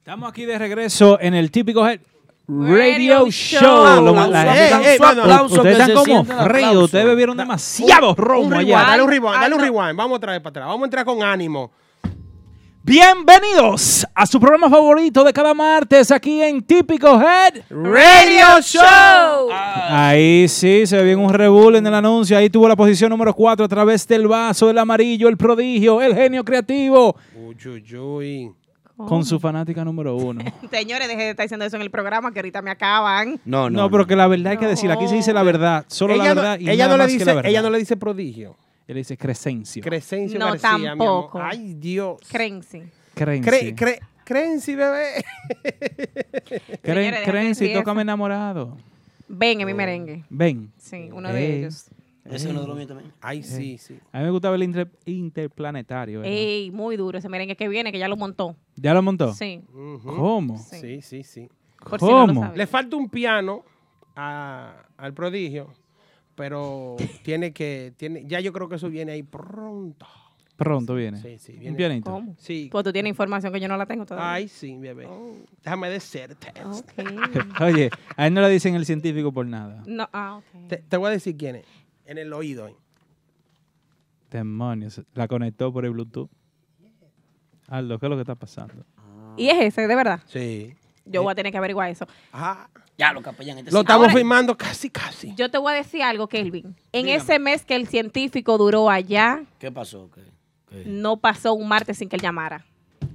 S2: Estamos aquí de regreso en el típico Head
S3: Radio
S2: Radio
S3: Show.
S2: Show. Lo- la
S5: Aplauso,
S2: gente-
S5: aplauso,
S2: U-
S5: aplauso, que
S2: Ustedes
S5: se
S2: están como
S5: sienta el
S2: fríos.
S5: aplauso.
S2: Ustedes bebieron demasiado
S4: Un
S2: romo
S4: rewind,
S2: allá.
S4: dale un rewind, dale un
S3: Ah, no.
S4: rewind. Vamos otra vez para atrás. Vamos a entrar con ánimo.
S2: Bienvenidos a su programa favorito de cada martes aquí en Típico Head.
S4: Radio
S3: Show.
S2: Ahí sí, se ve bien un rebull en el anuncio. Ahí tuvo la posición número 4 a través del vaso, el amarillo, el prodigio, el genio creativo.
S4: Uyuyuy.
S2: Con su fanática número 1.
S3: Señores, deje de estar diciendo eso en el programa que ahorita me acaban.
S5: No,
S2: No, pero que la verdad hay que decir, aquí se dice la verdad, solo la
S4: Ella, no,
S2: verdad y
S4: ella
S2: nada
S4: no le
S2: más que la
S4: dice,
S2: verdad.
S4: ella no le dice prodigio.
S2: Él le dice Crescencio.
S4: Crescencio
S3: No,
S4: García, mi amor.
S3: tampoco.
S4: Ay, Dios.
S3: Crency.
S2: Crencio.
S4: Cre, cre, Crency, bebé.
S2: Cren-
S3: Señores, dejen
S2: Crencio,
S3: de decir
S2: tócame enamorado.
S3: Ven en mi merengue.
S2: Ven.
S3: Sí, uno de
S2: Ey.
S3: ellos.
S5: Ese es uno de los míos también.
S4: Ay, sí, sí.
S2: Eh, A mí me gustaba el inter- interplanetario. eh. ¿verdad?
S3: Ey, muy duro ese merengue que viene, que ya lo montó.
S2: ¿Ya lo montó?
S3: Sí.
S4: Ujú.
S2: ¿Cómo?
S3: Sí.
S4: Sí, sí, sí.
S3: Por si no lo
S2: ¿Cómo?
S3: saben.
S4: Le falta un piano a- al prodigio, pero tiene que, tiene, ya yo creo que eso viene ahí pronto.
S2: Pronto viene.
S4: Sí, sí,
S2: Un
S4: viene.
S2: pianito.
S3: ¿Cómo?
S4: Sí.
S3: Pues tú tienes información que yo no la tengo todavía. Oh.
S4: Ay, sí, bebé. Déjame decirte.
S3: Ok.
S2: Oye, a él no le dicen el científico por nada.
S3: No, ah, ok.
S4: Te, te voy a decir quién es. En el oído. eh.
S2: Demonios. La conectó por el Bluetooth. Aldo, ¿qué es lo que está pasando?
S3: Y es ese, de verdad.
S4: Sí.
S3: Yo voy a tener que averiguar eso.
S4: Eh, Ajá.
S5: Ya, los capellan. Este
S4: Lo
S5: sí.
S4: estamos
S3: Ahora-
S4: firmando casi, casi.
S3: Yo te voy a decir algo, Kelvin. En
S5: Dígame.
S3: ese mes que el científico duró allá,
S5: ¿Qué pasó? ¿Qué? ¿Qué?
S3: no pasó un martes sin que él llamara.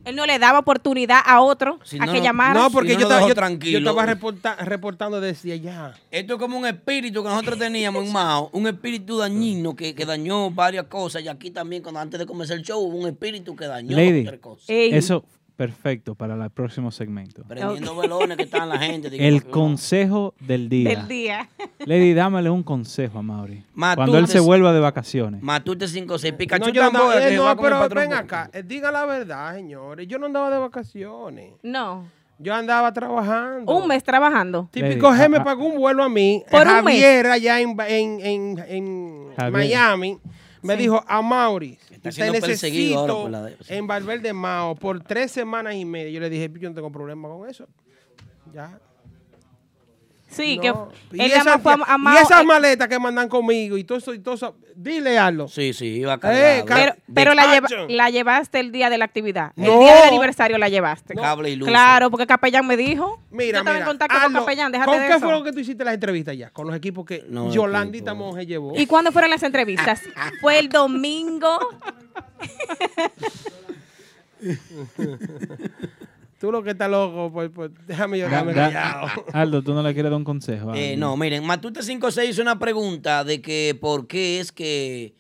S3: Él no le daba oportunidad a otro
S5: Si
S3: a
S5: no,
S3: que
S5: no-
S3: llamara.
S4: No, porque
S5: Si
S4: yo,
S5: no lo
S4: estaba,
S5: dejó
S4: yo,
S5: tranquilo.
S4: yo estaba reporta- reportando desde allá.
S5: Esto es como un espíritu que nosotros teníamos en Mao, un espíritu dañino que, que dañó varias cosas. Y aquí también, cuando antes de comenzar el show, hubo un espíritu que dañó
S2: Lady.
S5: tres cosas.
S3: Ey,
S2: Eso, perfecto para el próximo segmento.
S5: Prendiendo velones que estaban la gente. digo,
S2: El
S5: no.
S2: consejo del día.
S3: del día.
S2: Lady, dámale un consejo a Mauri.
S5: Ma,
S2: Cuando
S5: tú
S2: él se
S5: des-
S2: vuelva de vacaciones.
S5: Matute 5-6, Pikachu
S4: No, yo andaba-
S5: tambora,
S4: eh,
S5: que
S4: no,
S5: va con el
S4: pero
S5: patrón
S4: ven
S5: por-
S4: acá. eh, Diga la verdad, señores. Yo no andaba de vacaciones.
S3: No.
S4: Yo andaba trabajando.
S3: Un mes trabajando.
S4: Típico
S2: Lady,
S4: G me
S2: ah, ah.
S4: pagó un vuelo a mí.
S3: Por un mes.
S4: Javier allá en, en- en- en
S2: Javier.
S4: Miami me dijo a Mauri,
S5: Está
S4: te
S5: siendo perseguido ahora
S4: necesito
S5: por la de- sí.
S4: en Valverde Mao por tres semanas y media. Yo le dije, yo no tengo problema con eso. Ya.
S3: Sí,
S4: No.
S3: que
S4: y,
S3: él
S4: esas,
S3: llama fue a- a Mao,
S4: y esas
S3: eh,
S4: maletas que mandan conmigo y todo eso, y todo eso. Dile algo. Eh,
S5: Sí, sí, iba cargado.
S4: ca-
S3: Pero,
S5: De-
S3: pero la, lleva-
S4: Action.
S3: la llevaste el día de la actividad. El
S4: No.
S3: día del aniversario la llevaste.
S5: Cable y luz.
S3: Claro, porque Capellán me dijo. yo
S4: Mira,
S3: estaba
S4: mira,
S3: en contacto con
S4: hazlo.
S3: Capellán, déjate
S4: ¿Con
S3: de
S4: qué
S3: eso.
S4: fue lo que tú hiciste las entrevistas ya? Con los equipos que
S5: No, equipo.
S4: Yolandita Monge llevó.
S3: ¿Y cuándo fueron las entrevistas? Fue el domingo.
S4: Tú lo que estás loco, pues, pues, déjame
S2: Da-
S4: llorarme
S2: da-
S4: callado.
S2: Aldo, tú no le quieres dar un consejo. a
S5: Eh,
S2: alguien?
S5: no, miren, Matute 56 hizo una pregunta de que por qué es que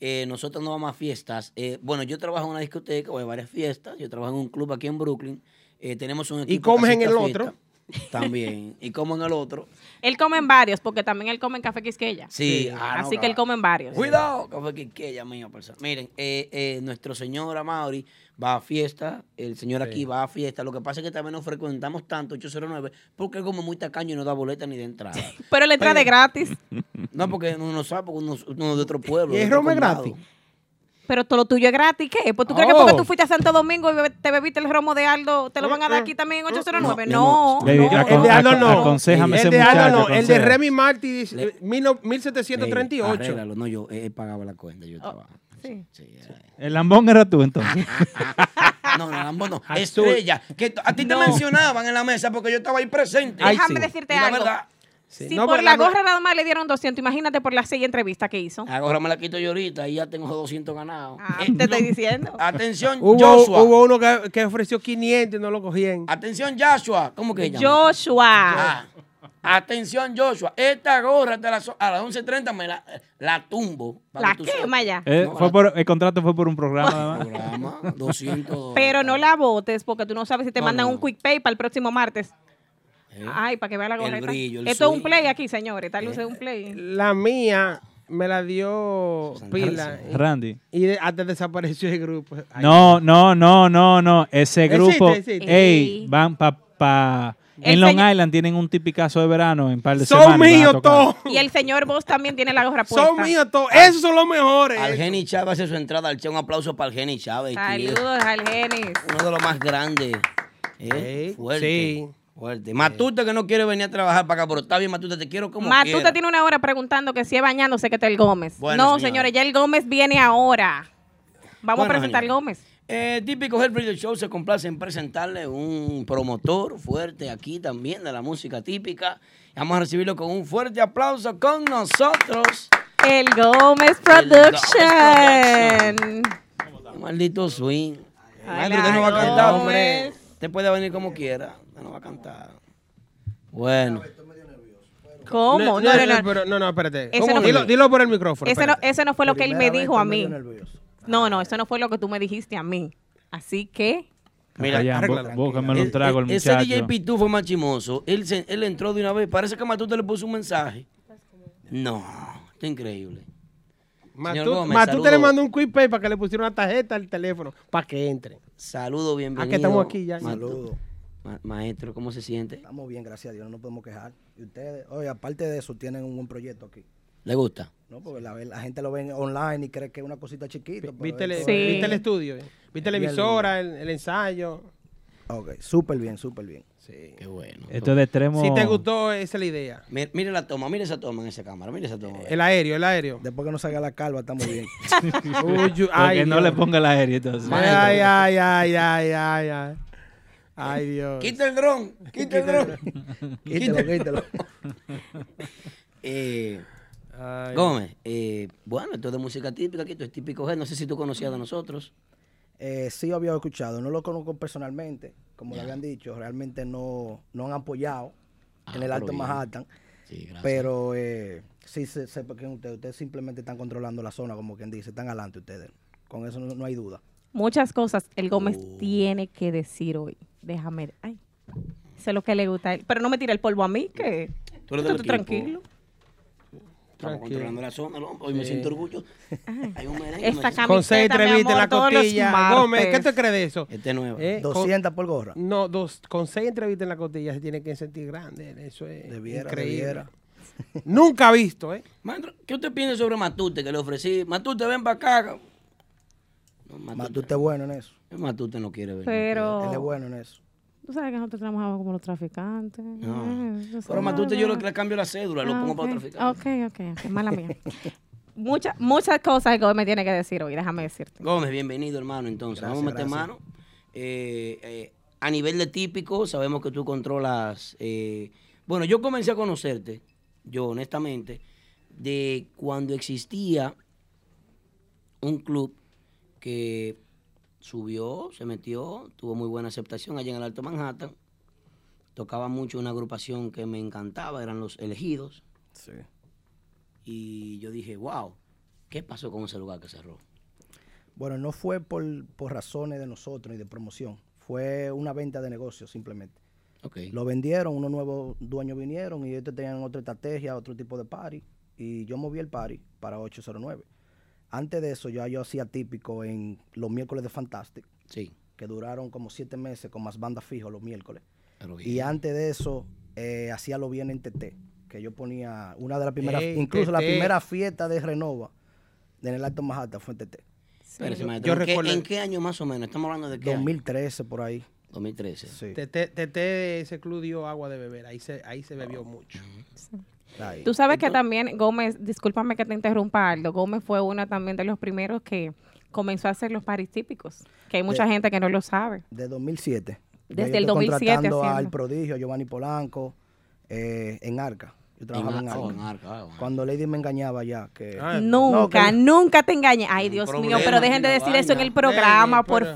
S5: eh, nosotros no vamos a fiestas. Eh, bueno, yo trabajo en una discoteca, voy a varias fiestas, yo trabajo en un club aquí en Brooklyn. Eh, tenemos un equipo.
S4: comes
S5: que
S4: en
S5: asiste a
S4: el otro.
S5: fiestas. También. Y como en el otro.
S3: Él come en varios, porque también él come en Café Quisqueya.
S5: Sí. ah, no,
S3: Así que él
S5: claro.
S3: come en varios.
S5: Cuidado, que fue que- que ella misma persona. Miren, eh, eh, nuestro señor Amauri va a fiesta, el señor aquí va a fiesta. Lo que pasa es que también nos frecuentamos tanto, 809, porque él como es muy tacaño y no da boleta ni de entrada.
S3: Pero la entrada es gratis.
S5: No, porque uno no sabe, porque uno, uno es de otro pueblo.
S4: ¿Y
S5: de
S4: es
S5: otro
S4: Roma
S5: condado.
S4: gratis?
S3: Pero todo lo tuyo es gratis, ¿qué? Pues tú crees que
S4: Oh.
S3: porque tú fuiste a Santo Domingo y be- te bebiste el romo de Aldo, te lo van a dar aquí también en 809.
S5: Mm, No, mi amor.
S3: No.
S2: Lady,
S5: No,
S2: acon-
S4: el de Aldo no.
S2: Aconsejame ese
S4: el de Aldo
S2: muchacho.
S4: no, el de
S2: aconseja.
S4: Remy Martí, eh,
S5: Le-
S4: mil no-
S5: Ey,
S4: 1738.
S5: arréglalo. No, yo eh, él pagaba la cuenta, yo estaba.
S3: sí.
S5: Sí, eh.
S2: El lambón era tú, entonces.
S5: No, no, Lambo no.
S4: Azul.
S5: Estrella. Que t- a ti te mencionaban en la mesa porque yo estaba ahí presente.
S4: Ay,
S3: Déjame
S4: sí.
S3: decirte
S5: Y la
S3: algo.
S5: verdad,
S4: Sí,
S3: Si
S4: no,
S3: por
S4: pero
S3: la
S4: no-
S3: gorra nada más le dieron 200, imagínate por las seis entrevistas que hizo.
S5: ahora me la quito yo ahorita y ya tengo esos 200 ganados.
S3: Ah,
S5: Eh,
S3: te estoy
S5: no.
S3: diciendo.
S5: Atención,
S4: Hubo,
S5: Joshua.
S4: hubo uno que, que ofreció 500 y no lo cogían.
S5: Atención, Joshua. ¿Cómo que ella?
S3: Joshua.
S5: Ah, atención, Joshua. Esta gorra te la so- a las 11.30 me la, la tumbo. para
S3: La
S5: que tú sepas.
S3: quema ya.
S2: Eh,
S5: No,
S2: fue
S5: la-
S2: por, el contrato fue por un programa. nada más.
S5: Programa, 200
S3: Pero no la votes porque tú no sabes si te
S5: No,
S3: mandan
S5: no,
S3: un
S5: no.
S3: quick pay para el próximo martes.
S5: Eh.
S3: Ay, para que vea la
S5: El
S3: gorra.
S5: brillo, el
S3: Esto es un
S5: swing. Eh.
S3: play aquí, señores. Tal luz es un play.
S4: La mía me la dio Pila
S2: Randy.
S4: y de- hasta desapareció el grupo. Ay,
S2: No, no, no, no, no. Ese
S4: Existe,
S2: grupo,
S4: existe.
S2: ey,
S3: Ey.
S2: van pa, pa-
S3: El
S2: en Long
S3: señor-
S2: Island tienen un tipicazo de verano en par de
S4: Son
S2: semanas. van a
S4: míos
S2: tocar.
S4: todos.
S3: Y el señor Vos también tiene la gorra puesta.
S4: Son míos todos. Esos son los mejores.
S5: Al Geni Chávez hace su entrada al Che. Un aplauso para el Geni Chávez. querido.
S3: Saludos al Genis.
S5: Uno de los más grandes ¿eh?
S4: Ey,
S5: Fuerte.
S4: sí.
S5: Fuerte. Matute que no quiere venir a trabajar para acá, pero está bien, Matute, te quiero como
S3: Matute
S5: quiera.
S3: tiene una hora preguntando que si es bañándose que está el Gómez.
S5: Bueno,
S3: no,
S5: señores.
S3: señores. ya el Gómez viene ahora. Vamos
S5: Bueno,
S3: a presentar al
S5: señores.
S3: Gómez.
S5: Eh, típico Help Radio Show se complace en presentarle un promotor fuerte aquí también de la música típica. Vamos a recibirlo con un fuerte aplauso con nosotros.
S3: El Gómez
S5: Gómez
S3: Production.
S5: Un Maldito swing.
S3: Ay,
S5: Maestro, usted no va a
S3: Gómez.
S5: cantar, hombre. Usted puede venir como quiera. Usted no va a cantar. Bueno.
S3: ¿Cómo? No, no, no.
S4: pero- no, no, espérate.
S3: Ese
S4: ¿Cómo
S3: no-
S4: dilo, dilo por el micrófono.
S3: Ese no,
S4: espérate.
S3: ese no fue lo que él me
S9: Primera
S3: dijo
S9: vez
S3: a
S9: que
S3: mí.
S9: me dio nervioso.
S3: No, no, eso no fue lo que tú me dijiste a mí. Así que,
S5: Mira,
S2: Mira,
S4: arréglalo.
S2: bójame un trago al
S5: E- e- Ese
S2: muchacho.
S5: DJ Pitú fue más chimoso. Él, se- él entró de una vez. Parece que Matute le puso un mensaje. No, está increíble. Señor
S4: Matute,
S5: Gómez,
S4: Matute le
S5: saludo.
S4: mandó un quick pay para que le pusiera una tarjeta al teléfono para que entre. Ah,
S5: Saludo, bienvenido.
S4: estamos aquí ya.
S5: Matu-
S9: Saludos.
S5: Ma- maestro, ¿cómo se siente?
S9: Estamos bien, gracias a Dios, no nos podemos quejar. Y ustedes, oye, aparte de eso, tienen un buen proyecto aquí.
S5: ¿Le gusta?
S9: ¿no? Porque la, la gente lo ve online y cree que es una cosita chiquita. pero
S4: ¿Viste el,
S9: esto
S3: Sí.
S9: es-
S4: viste el estudio? eh. ¿Viste la
S9: Bien.
S4: emisora, el, el ensayo?
S9: Ok, súper bien, súper bien.
S4: Sí.
S5: Qué bueno.
S2: Esto es de extremo.
S4: Si te gustó, esa es la idea.
S5: Mi- Mire, la toma, mire esa toma en esa cámara, mire esa toma.
S4: El aéreo, el aéreo.
S9: Después que no salga la calva, estamos bien.
S4: Uy, uy,
S2: Porque no
S4: Dios.
S2: le ponga el aire entonces.
S4: Ay, ay, ay, ay, ay, ay. Ay, Dios.
S5: Quita el dron, quita el dron.
S9: quítelo, quítelo.
S5: Eh,
S4: Ay.
S5: Gómez, eh, bueno, esto es de música típica, aquí esto es típico G, no sé si tú conocías de nosotros.
S9: Eh, sí, había escuchado. No lo conozco personalmente, como le habían dicho. Realmente no, no han apoyado
S5: Ah,
S9: en el
S5: pero
S9: Alto
S5: bien.
S9: Manhattan.
S5: Sí, gracias.
S9: Pero eh, sí, sé, sé por quién ustedes. Ustedes simplemente están controlando la zona, como quien dice. Están adelante ustedes. Con eso no, no hay duda.
S3: muchas cosas el Gómez
S5: Oh.
S3: tiene que decir hoy. Déjame. Ay, sé lo que le gusta a él. Pero no me tire el polvo a mí, que.
S5: Tú eres del equipo.
S3: tranquilo.
S5: Estamos controlando la zona, ¿no? hoy me siento orgullo. Hay un merengue. me
S3: Esta
S5: dice,
S4: Con seis
S3: Camiseta, mi
S4: entrevistas en la
S3: amor, todos los
S4: costilla.
S3: martes.
S4: Gómez, ¿qué te crees de eso?
S5: Este es nuevo.
S4: Eh, con-
S9: 200 por gorra.
S4: No, dos, con seis entrevistas en la costilla se tiene que sentir grande. Eso es
S9: Debiera,
S4: increíble.
S9: debiera.
S4: Nunca visto, ¿eh?
S5: Maestro, ¿qué usted piensa sobre Matute que le ofrecí? Matute, ven para acá. No, Matute,
S9: Matute es bueno en eso.
S5: Matute no quiere venir.
S9: Él es
S3: Pero.
S9: bueno en eso.
S3: Tú sabes que nosotros trabajamos como los traficantes.
S5: No.
S3: Eh,
S5: Pero
S3: sabes,
S5: Matute yo
S3: ¿verdad?
S5: lo que le cambio la cédula, lo
S3: Ah,
S5: pongo
S3: ok.
S5: para traficar.
S3: Ok, ok, ok, mala mía. Muchas, muchas cosas que hoy me tiene que decir hoy, déjame decirte.
S5: Gómez, bienvenido, hermano. Entonces,
S9: Gracias,
S5: vamos a meter
S9: gracias.
S5: mano. Eh, eh, a nivel de típico, sabemos que tú controlas. eh, bueno, yo comencé a conocerte, yo honestamente, de cuando existía un club que subió, se metió, tuvo muy buena aceptación allá en el Alto Manhattan. Tocaba mucho una agrupación que me encantaba, eran los elegidos.
S9: Sí.
S5: Y yo dije, wow, ¿qué pasó con ese lugar que cerró?
S9: Bueno, no fue por, por razones de nosotros ni de promoción. Fue una venta de negocios simplemente.
S5: Okay.
S9: Lo vendieron, unos nuevos dueños vinieron y ellos tenían otra estrategia, otro tipo de party. Y yo moví el party para 809. Antes de eso, ya yo hacía típico en los miércoles de Fantastic,
S5: Sí.
S9: que duraron como siete meses con más bandas fijos los miércoles.
S5: Pero bien.
S9: Y antes de eso, eh, hacía lo bien en TT, que yo ponía una de las primeras,
S4: Ey,
S9: incluso la
S4: TT.
S9: primera fiesta de Renova en el Alto Manhattan fue en TT.
S5: Espérese,
S4: Yo-
S5: maestro,
S4: yo
S5: ¿en, qué,
S4: recuerdo-
S5: en qué año más o menos? Estamos hablando de qué año?
S9: 2013 por ahí.
S5: 2013.
S9: Sí.
S4: Tete, Tete, ese club dio agua de beber. Ahí se, ahí se bebió mucho.
S9: ahí.
S3: Tú sabes que también Gómez, discúlpame que te interrumpa Aldo, Gómez fue uno también de los primeros que comenzó a hacer los paris típicos, que hay
S5: Eh.
S3: mucha gente que no lo sabe.
S9: De 2007. Ya yo
S3: Desde el
S9: estoy
S3: 2007
S9: Contratando
S3: haciendo.
S9: al prodigio Giovanni Polanco eh, en Arca. Yo trabajaba en,
S5: Ar-
S9: Arca.
S5: oh, en Arca, ah, bueno.
S9: Cuando Lady me engañaba ya, que
S3: Nunca,
S4: Ah,
S9: no, que-
S3: nunca te engañes. Ay, Dios mío,
S5: problema,
S3: pero dejen de
S5: ni la
S3: decir eso en
S5: vaina.
S3: el programa,
S4: Ey,
S3: por
S4: pero- Crédito, una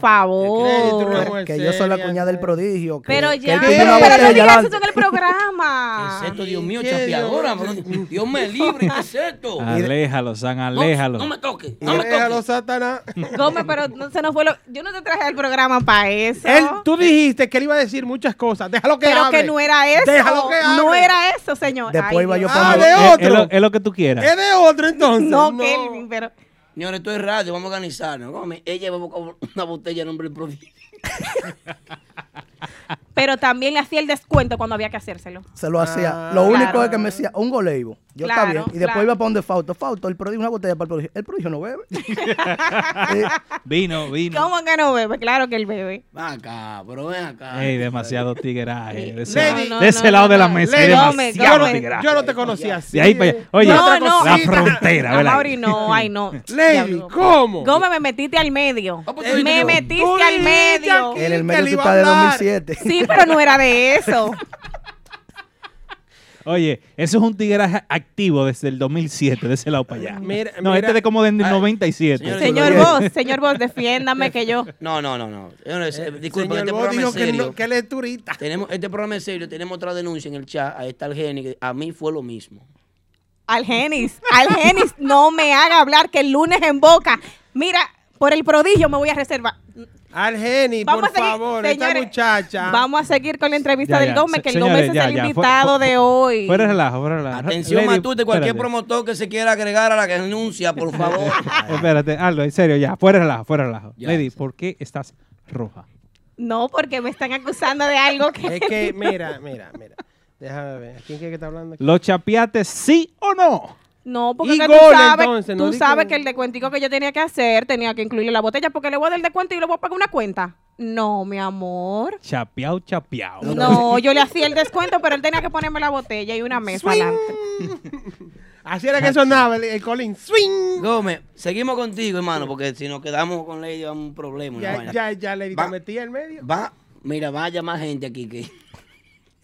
S3: favor.
S4: mujer
S9: que yo soy la
S4: seria,
S9: cuñada del
S4: ¿no?
S9: prodigio. Que,
S3: Pero
S9: que
S3: ya,
S9: él tiene
S3: pero
S9: una
S3: no
S9: botella
S3: digas
S9: delante.
S3: eso en el programa.
S5: ¿Qué es esto, Dios mío,
S4: ¿Qué
S5: chapeadora?
S4: Dios? Ah,
S5: bro? Dios, me libre, ¿qué es esto?
S2: Aléjalo, San,
S5: No,
S2: aléjalo.
S5: No, me toques, no me
S4: Déjalo,
S5: toques.
S4: Satanás.
S3: Gómez, pero no, se nos fue lo... Yo no te traje al programa para eso.
S4: Él, tú dijiste que él iba a decir muchas cosas. Déjalo que
S3: pero
S4: hable.
S3: que no era eso.
S4: Déjalo que hable.
S3: no era eso, señor.
S9: Después
S3: Ay,
S9: iba yo
S3: Dios.
S4: Ah,
S9: para
S4: de
S2: Es- Es,
S4: otro.
S2: lo, es lo que tú quieras.
S4: Es de otro entonces.
S3: No, Kelvin, pero.
S5: Señores, esto es radio, vamos a organizarnos. Gómez, ella va a buscar una botella de nombre del prodigio.
S3: pero también le hacía el descuento cuando había que hacérselo.
S9: Se lo hacía.
S4: Ah.
S9: lo único
S3: Claro.
S9: es que me decía, un goleibo. Yo
S3: Claro,
S9: está bien. Y después
S3: claro.
S9: iba para donde Fausto. Fausto, el prodigio, una botella para el prodigio. El prodigio no bebe. Eh,
S2: Vino, vino.
S3: ¿Cómo que no bebe? Claro que él bebe.
S5: Ven acá, pero ven acá.
S2: Ey, demasiado tigueraje. De ese,
S4: Lady.
S2: de ese lado de la mesa. hay
S4: Lady.
S3: Come,
S2: demasiado
S3: come.
S2: tigueraje.
S4: Yo no te conocía así.
S2: De ahí para allá. Oye,
S3: No, no.
S2: la
S3: Sí,
S2: frontera, ¿verdad?
S3: Amaury, no, ay no.
S4: Lady,
S3: Diablo.
S4: ¿cómo?
S3: Gómez, me metiste al medio.
S5: Ah, pues tú dijiste
S3: Me
S5: que-
S4: Tú
S3: metiste al
S4: dijiste
S3: medio.
S4: aquí.
S9: en el
S4: que
S9: medio
S4: le
S9: tú
S4: iba
S9: estás
S4: a
S9: de
S4: hablar.
S9: 2007.
S3: Sí, pero no era de eso.
S2: Oye, eso es un tigueraje activo desde el 2007, de ese lado para allá.
S4: Mira,
S2: no,
S4: mira. Ah,
S2: este de como desde el 97.
S5: señores,
S3: Señor vos, señor vos, defiéndame que yo.
S5: No, no, no, no. Señores, eh, disculpen,
S4: Señor,
S5: este
S4: vos
S5: programa
S4: dijo
S5: es
S4: que,
S5: serio.
S4: no, que él es turista.
S5: Tenemos, este programa es serio, tenemos otra denuncia en el chat. Ahí está el genio. que A mí fue lo mismo.
S3: Al Genis, al Genis, no me haga hablar que el lunes en boca. Mira, por el prodigio me voy a reservar.
S4: Al Geni,
S3: Vamos
S4: por
S3: a seguir,
S4: favor,
S3: señores,
S4: esta muchacha.
S3: Vamos a seguir con la entrevista
S2: Ya,
S3: del
S2: ya,
S3: Gómez,
S2: se-
S3: que el
S2: señores,
S3: Gómez
S2: ya,
S3: es el
S2: ya, fue-
S3: invitado
S2: fue-
S3: de hoy.
S2: Fuera de relajo, fuera de
S4: Ah,
S2: relajo.
S5: Atención,
S2: Lady,
S5: Matute, cualquier
S2: espérate.
S5: promotor que se quiera agregar a la que denuncia, por favor.
S2: Oh, Espérate, Aldo, en serio, ya, fuera de relajo, fuera de relajo.
S5: Ya,
S2: Lady, ¿por qué estás roja?
S3: No, porque me están acusando de algo que.
S4: Es que, mira, mira, mira. Déjame ver. ¿A quién es que está hablando? aquí?
S2: ¿Los chapiates sí o no?
S3: No, porque
S4: Y
S3: que
S4: gol,
S3: tú sabes,
S4: entonces, no
S3: tú
S4: di
S3: sabes
S4: que-
S3: que el descuentico que yo tenía que hacer tenía que incluirle la botella, porque le voy a dar el descuento y le voy a pagar una cuenta. No, mi amor.
S2: Chapeao, chapeao.
S3: No, yo le hacía el descuento, pero él tenía que ponerme la botella y una mesa adelante.
S4: Así era que sonaba el, el Colin Swing.
S5: Gómez, seguimos contigo, hermano, porque si nos quedamos con Lady es un problema. una
S4: Ya,
S5: vaina.
S4: ya, ya, le
S5: Va-
S4: metí en medio.
S5: Va, mira, va a llamar gente aquí que.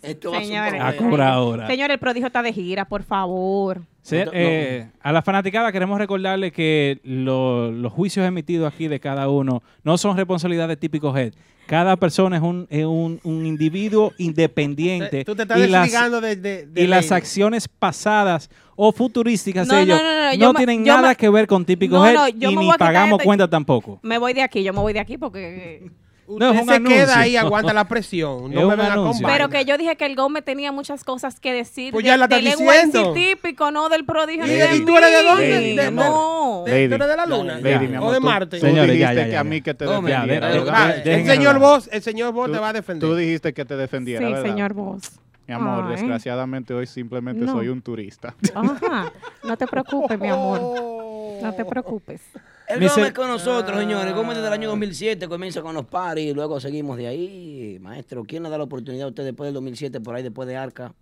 S5: Esto va a ser un
S3: Señores.
S2: A
S5: problema.
S2: cobrar ahora.
S3: Señor, el prodigio está de gira, por favor.
S2: Sí,
S5: No, no.
S2: eh, a la fanaticada queremos recordarle que lo- los juicios emitidos aquí de cada uno no son responsabilidad de típico head. Cada persona es un, es un, un individuo independiente.
S4: Tú te estás
S2: y las-
S4: desligando de, de, de
S2: y las
S4: Lady.
S2: acciones pasadas o futurísticas
S3: No,
S2: de
S3: no,
S2: ellos
S3: no, no,
S2: no,
S3: yo me-
S2: tienen
S3: yo
S2: nada
S3: me-
S2: que ver con típico
S3: No,
S2: head
S3: no, yo
S2: y
S3: me
S2: ni
S3: voy a quitar
S2: pagamos
S3: este-
S2: cuenta tampoco.
S3: Me voy de aquí, yo me voy de aquí porque.
S4: Usted
S2: No, es un
S4: se
S2: anuncio.
S4: queda ahí, aguanta la presión.
S2: Es
S4: No me
S2: un
S4: venga con
S2: anuncio.
S4: vaina.
S3: Pero que yo dije que el Gómez tenía muchas cosas que decir.
S4: Pues ya la
S3: del
S4: estás
S3: lenguaje
S4: diciendo.
S3: típico, no del prodigio.
S4: ¿Y
S3: ni
S4: de-
S3: de
S4: y tú eres de
S3: mí.
S4: dónde?
S7: De- de-
S3: no.
S7: de- Lady.
S4: ¿Tú eres de la luna?
S5: Ya,
S7: Lady, mi amor,
S4: ¿O de
S7: tú-
S4: Marte?
S7: tú
S2: Señores, ya,
S7: dijiste
S2: ya,
S7: que
S2: ya,
S7: a
S2: ya.
S7: mí que te
S5: No, me-
S7: defendiera.
S2: ya, de-
S7: ¿verdad?
S4: Ah,
S2: de-
S4: el
S2: dejen
S4: señor
S2: hablar.
S4: Vos, el señor Vos
S7: Tú-
S4: te va a defender.
S7: Tú dijiste que te
S3: Sí,
S7: defendiera, ¿verdad?
S3: señor Vos.
S7: Mi amor,
S3: Ay.
S7: desgraciadamente hoy simplemente
S3: No.
S7: soy un turista.
S3: Ajá. No te preocupes, mi amor.
S4: Oh.
S3: No te preocupes.
S5: El
S2: Mi
S5: Gómez
S2: se-
S5: con nosotros,
S3: Ah.
S5: señores. Gómez desde el año 2007 comienza con los paris y luego seguimos de ahí. Maestro, ¿quién le da la oportunidad a usted después del 2007, por ahí después de Arca?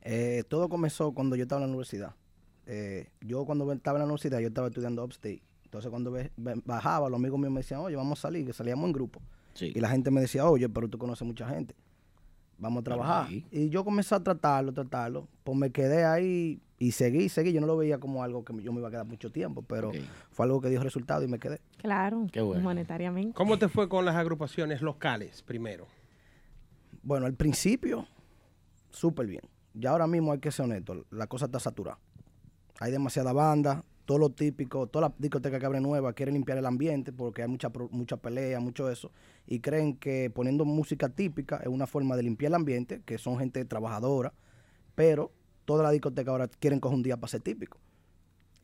S9: eh, todo comenzó cuando yo estaba en la universidad. Eh, yo cuando estaba en la universidad, yo estaba estudiando upstate. Entonces cuando ve- ve- bajaba, los amigos míos me decían, oye, vamos a salir, que salíamos en grupo.
S5: Sí.
S9: Y la gente me decía, oye, pero tú conoces mucha gente. Vamos a trabajar.
S5: ahí.
S9: Y yo comencé a tratarlo, tratarlo. Pues me quedé ahí y seguí, seguí. Yo no lo veía como algo que yo me iba a quedar mucho tiempo, pero
S5: Ok.
S9: fue algo que dio resultado y me quedé.
S3: Claro.
S5: Qué bueno.
S3: Monetariamente.
S4: ¿Cómo te fue con las agrupaciones locales primero?
S9: Bueno, al principio, súper bien. Ya ahora mismo hay que ser honesto, la cosa está saturada. Hay demasiada banda, todo lo típico, todas las discotecas que abren nuevas quieren limpiar el ambiente porque hay mucha, pro- mucha pelea, mucho eso. Y creen que poniendo música típica es una forma de limpiar el ambiente, que son gente trabajadora, pero todas las discotecas ahora quieren coger un día para ser típico.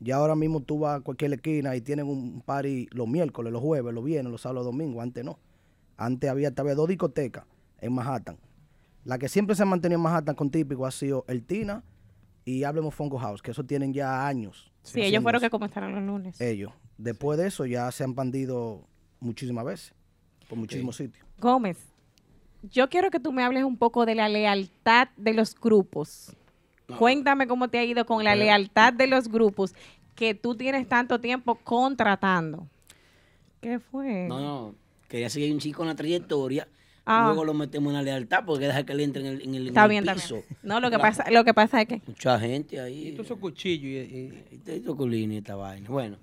S9: Ya ahora mismo tú vas a cualquier esquina y tienen un party los miércoles, los jueves, los viernes, los sábados, los domingos. Antes no. Antes había tal vez dos discotecas en Manhattan. La que siempre se ha mantenido en Manhattan con típico ha sido El Tina y Hablemos Funko House, que eso tienen ya años.
S3: Sí, ellos fueron que
S9: haciendo
S3: comenzaron los lunes.
S9: eso. Ellos. Después de eso ya se han bandido muchísimas veces, por muchísimos sitios.
S3: Gómez, yo quiero que tú me hables un poco de la lealtad de los grupos. Cuéntame cómo te ha ido con la lealtad de los grupos que tú tienes tanto tiempo contratando. ¿Qué fue?
S5: No, no. Quería seguir un chico en la trayectoria.
S3: Mm. Ah.
S5: Luego lo metemos en la lealtad porque deja que le entre en el, en el, en
S3: está
S5: el
S3: bien, está
S5: piso.
S3: bien. No, lo que,
S5: Claro.
S3: pasa, lo que pasa es que
S5: Mucha gente ahí.
S4: Tú esos cuchillos y- y-
S5: Te hizo culino y esta vaina. Bueno,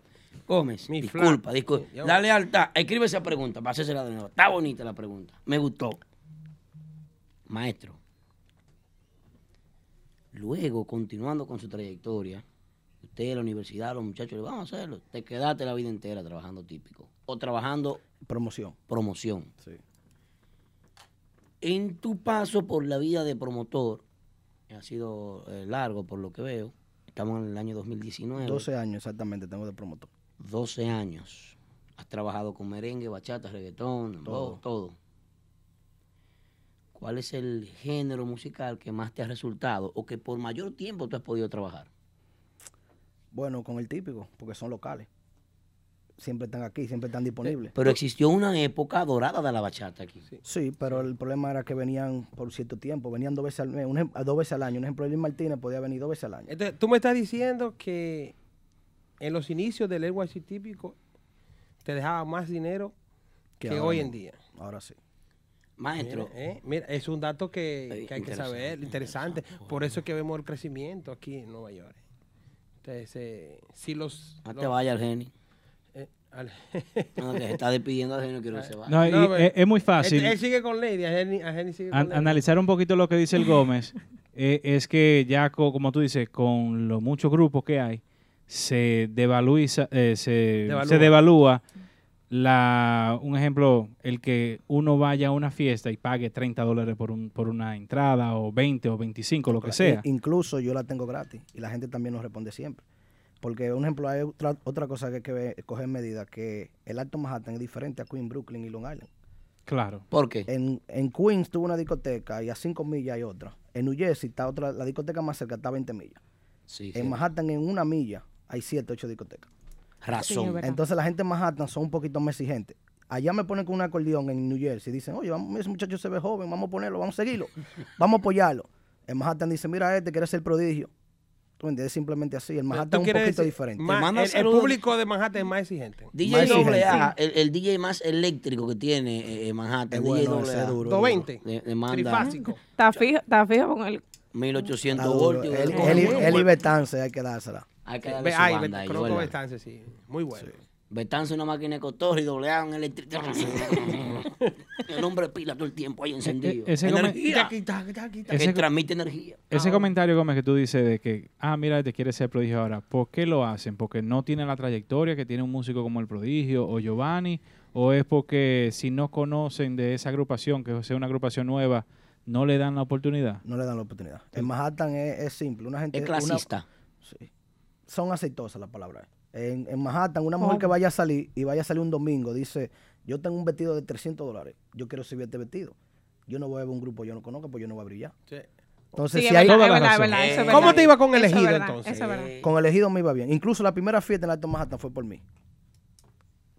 S5: Gómez,
S4: Mi
S5: disculpa,
S4: flaco.
S5: disculpa.
S4: Yo-
S5: La lealtad, escribe esa pregunta, para hacérsela de nuevo. Está bonita la pregunta, me gustó. Maestro, luego, continuando con su trayectoria, usted, la universidad, los muchachos, le vamos a hacerlo. Te quedaste la vida entera trabajando típico o trabajando
S9: Promoción.
S5: promoción.
S9: Sí.
S5: En tu paso por la vida de promotor, que ha sido eh, largo por lo que veo, estamos en el año 2019.
S9: 12 años exactamente tengo de promotor.
S5: 12 años. Has trabajado con merengue, bachata, reggaetón, dembow, todo. ¿cuál es el género musical que más te ha resultado o que por mayor tiempo tú has podido trabajar?
S9: Bueno, con el típico, porque son locales. Siempre están aquí, siempre están disponibles.
S5: Pero existió una época dorada de la bachata aquí.
S9: Sí, pero el problema era que venían por cierto tiempo, venían dos veces al mes, un ejem- dos veces al año. Un ejemplo, Luis Martínez podía venir dos veces al año.
S4: Entonces, tú me estás diciendo que en los inicios del NYC típico te dejaba más dinero
S9: Que
S4: que,
S9: ahora
S4: hoy
S9: no.
S4: en día.
S9: Ahora sí.
S5: Maestro, Eh,
S4: Mira, eh, mira, es un dato que, que hay que
S5: interesante,
S4: saber, interesante. Por eso es que vemos el crecimiento aquí en Nueva York. eh. Entonces, eh, si los...
S5: no Ah, te
S4: los-
S5: vayas al genio.
S4: eh, al-
S5: No, que se está despidiendo al genio, quiero que se vaya.
S2: No, y-
S4: No, pero-
S2: es, es muy fácil.
S4: Él, él sigue con Lady, a Jenny, a Jenny sigue con
S2: An-
S4: Lady.
S2: analizar un poquito lo que dice el Gómez, eh, es que ya, co- como tú dices, con los muchos grupos que hay, se devaluiza, eh, se,
S4: Devalúa.
S2: se devalúa la, un ejemplo, el que uno vaya a una fiesta y pague 30 dólares por, un, por una entrada, o 20 o 25, lo que sea.
S9: I- Pues incluso yo la tengo gratis y la gente también nos responde siempre. Porque, un ejemplo, hay otra, otra cosa que hay que ver- coger medida, que el Alto Manhattan es diferente a Queen, Brooklyn y Long Island.
S2: Claro.
S5: ¿Por qué?
S9: En, en Queens tuvo una discoteca y a 5 millas hay otra. En New Jersey está otra, la discoteca más cerca está a 20 millas.
S5: Sí,
S9: En
S5: sí.
S9: Manhattan en una milla hay 7, 8 discotecas.
S3: Sí, es
S5: razón.
S3: verdad.
S9: Entonces la gente en Manhattan son un poquito más exigentes. Allá me ponen con un acordeón en New Jersey y dicen, oye, vamos, ese muchacho se ve joven, vamos a ponerlo, vamos a seguirlo, vamos a apoyarlo. En Manhattan dicen, mira este, quiere ser prodigio. ¿Tú entiendes? Es Simplemente así. En Manhattan
S4: ¿Tú
S9: es un
S4: quieres
S9: poquito
S4: decir-
S9: diferente.
S4: ma-
S5: manda
S4: el, el
S5: saludos.
S4: público de Manhattan es más exigente.
S5: DJ
S9: Más
S5: AA, el, el DJ más eléctrico que tiene eh, eh, Manhattan,
S9: Es
S5: el
S9: bueno,
S5: DJ
S9: ese es
S5: AA,
S9: duro.
S4: 220.
S5: le- le manda
S4: Trifásico.
S3: Está fijo, está fijo con el.
S5: 1800
S9: Está duro.
S5: voltios.
S9: Él,
S5: coge
S9: él, y-
S5: huevo.
S9: él y Betance hay que dársela.
S5: Hay que darle
S4: Ve-
S5: su
S4: Ay,
S5: banda
S4: ve-
S5: ahí,
S4: creo que
S5: ¿verdad?
S4: Betances, sí. Muy bueno.
S5: Betanzo una máquina de cotor y doblea un eléctrico. el hombre pila todo el tiempo ahí encendido.
S2: E- ese
S5: energía.
S4: Taqui, taqui, taqui, taqui.
S5: Que
S2: Ese-
S5: transmite energía.
S2: Ese comentario, Gómez, que tú dices de que, ah, mira, te quiere ser prodigio ahora, ¿por qué lo hacen? ¿Porque no tienen la trayectoria que tiene un músico como el prodigio o Giovanni? ¿O es porque si no conocen de esa agrupación, que sea una agrupación nueva, no le dan la oportunidad?
S9: No le dan la oportunidad. En Manhattan es, es simple. Una gente,
S5: Es
S9: una-
S5: clasista.
S9: sí. Son aceitosas las palabras. En, en Manhattan, una mujer que vaya a salir y vaya a salir un domingo dice, yo tengo un vestido de 300 dólares, yo quiero subir este vestido. Yo no voy a ver un grupo que yo no conozco, pues yo no voy a brillar.
S4: Sí.
S9: Entonces,
S3: Sí,
S9: si
S3: es
S9: hay,
S3: verdad,
S2: Toda
S3: es
S2: la
S3: verdad, es
S2: razón.
S3: verdad, eso es
S4: ¿Cómo
S3: verdad.
S4: te iba con el
S3: Eso es
S4: elegido,
S3: verdad,
S4: entonces?
S3: eso es verdad.
S9: con el elegido me iba bien. Incluso la primera fiesta en la Alto Manhattan fue por mí.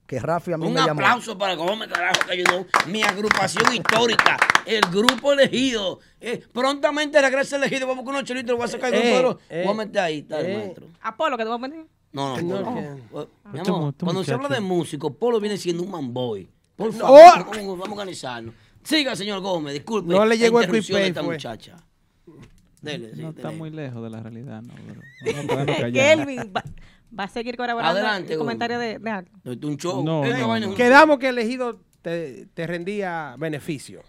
S9: Que Rafi a mí
S5: Un
S9: me llamó.
S5: aplauso para Gómez, carajo, que ayudó mi agrupación histórica, el grupo elegido. Eh, prontamente regresa elegido, vamos con unos chelitos, lo voy a sacar con
S4: Eh,
S5: todo.
S4: eh,
S5: Voy a meter ahí, está el
S4: eh.
S5: maestro.
S3: Apolo, que te voy a poner.
S5: No, no,
S4: No,
S5: Polo.
S4: que-
S5: Oh,
S4: Ah,
S5: mi
S2: Este mu-
S5: amor,
S2: este
S5: cuando se habla
S2: muchacho.
S5: de músico, Polo viene siendo un manboy. Por
S4: No.
S5: favor,
S4: ¡Oh!
S5: vamos, vamos a organizarnos. Siga, señor Gómez, disculpe.
S4: No le
S5: la
S4: llegó el
S5: interrupción de
S4: quick
S5: esta
S4: pay, fue.
S5: muchacha. Dele, sí,
S2: No está
S5: dele.
S2: muy lejos de la realidad, no, bro. Vamos a quedarnos callados.
S3: Kelvin va, va a seguir colaborando
S5: Adelante,
S3: el comentario de, de algo.
S5: No, esto es un show.
S2: No,
S5: Esta
S2: no,
S5: vaina
S2: no.
S5: es un-
S4: Quedamos que el elegido te, te rendía beneficio.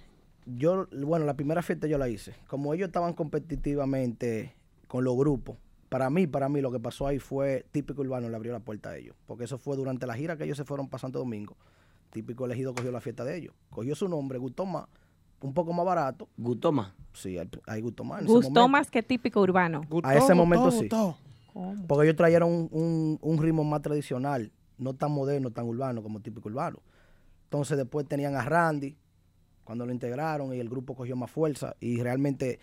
S9: Yo, bueno, la primera fiesta yo la hice. Como ellos estaban competitivamente con los grupos, para mí, para mí lo que pasó ahí fue típico urbano, le abrió la puerta a ellos. Porque eso fue durante la gira que ellos se fueron para Santo Domingo. Típico elegido cogió la fiesta de ellos. Cogió su nombre, gustó más, un poco más barato.
S5: Gustó más.
S9: Sí, ahí- ahí gustó más. en ese
S3: Gustó
S9: momento.
S3: más que típico urbano.
S4: Gustó,
S9: A ese
S4: gustó,
S9: momento sí.
S4: gustó.
S9: Porque ellos trajeron un, un- un ritmo más tradicional, no tan moderno, tan urbano como típico urbano. Entonces después tenían a Randy, cuando lo integraron y el grupo cogió más fuerza y realmente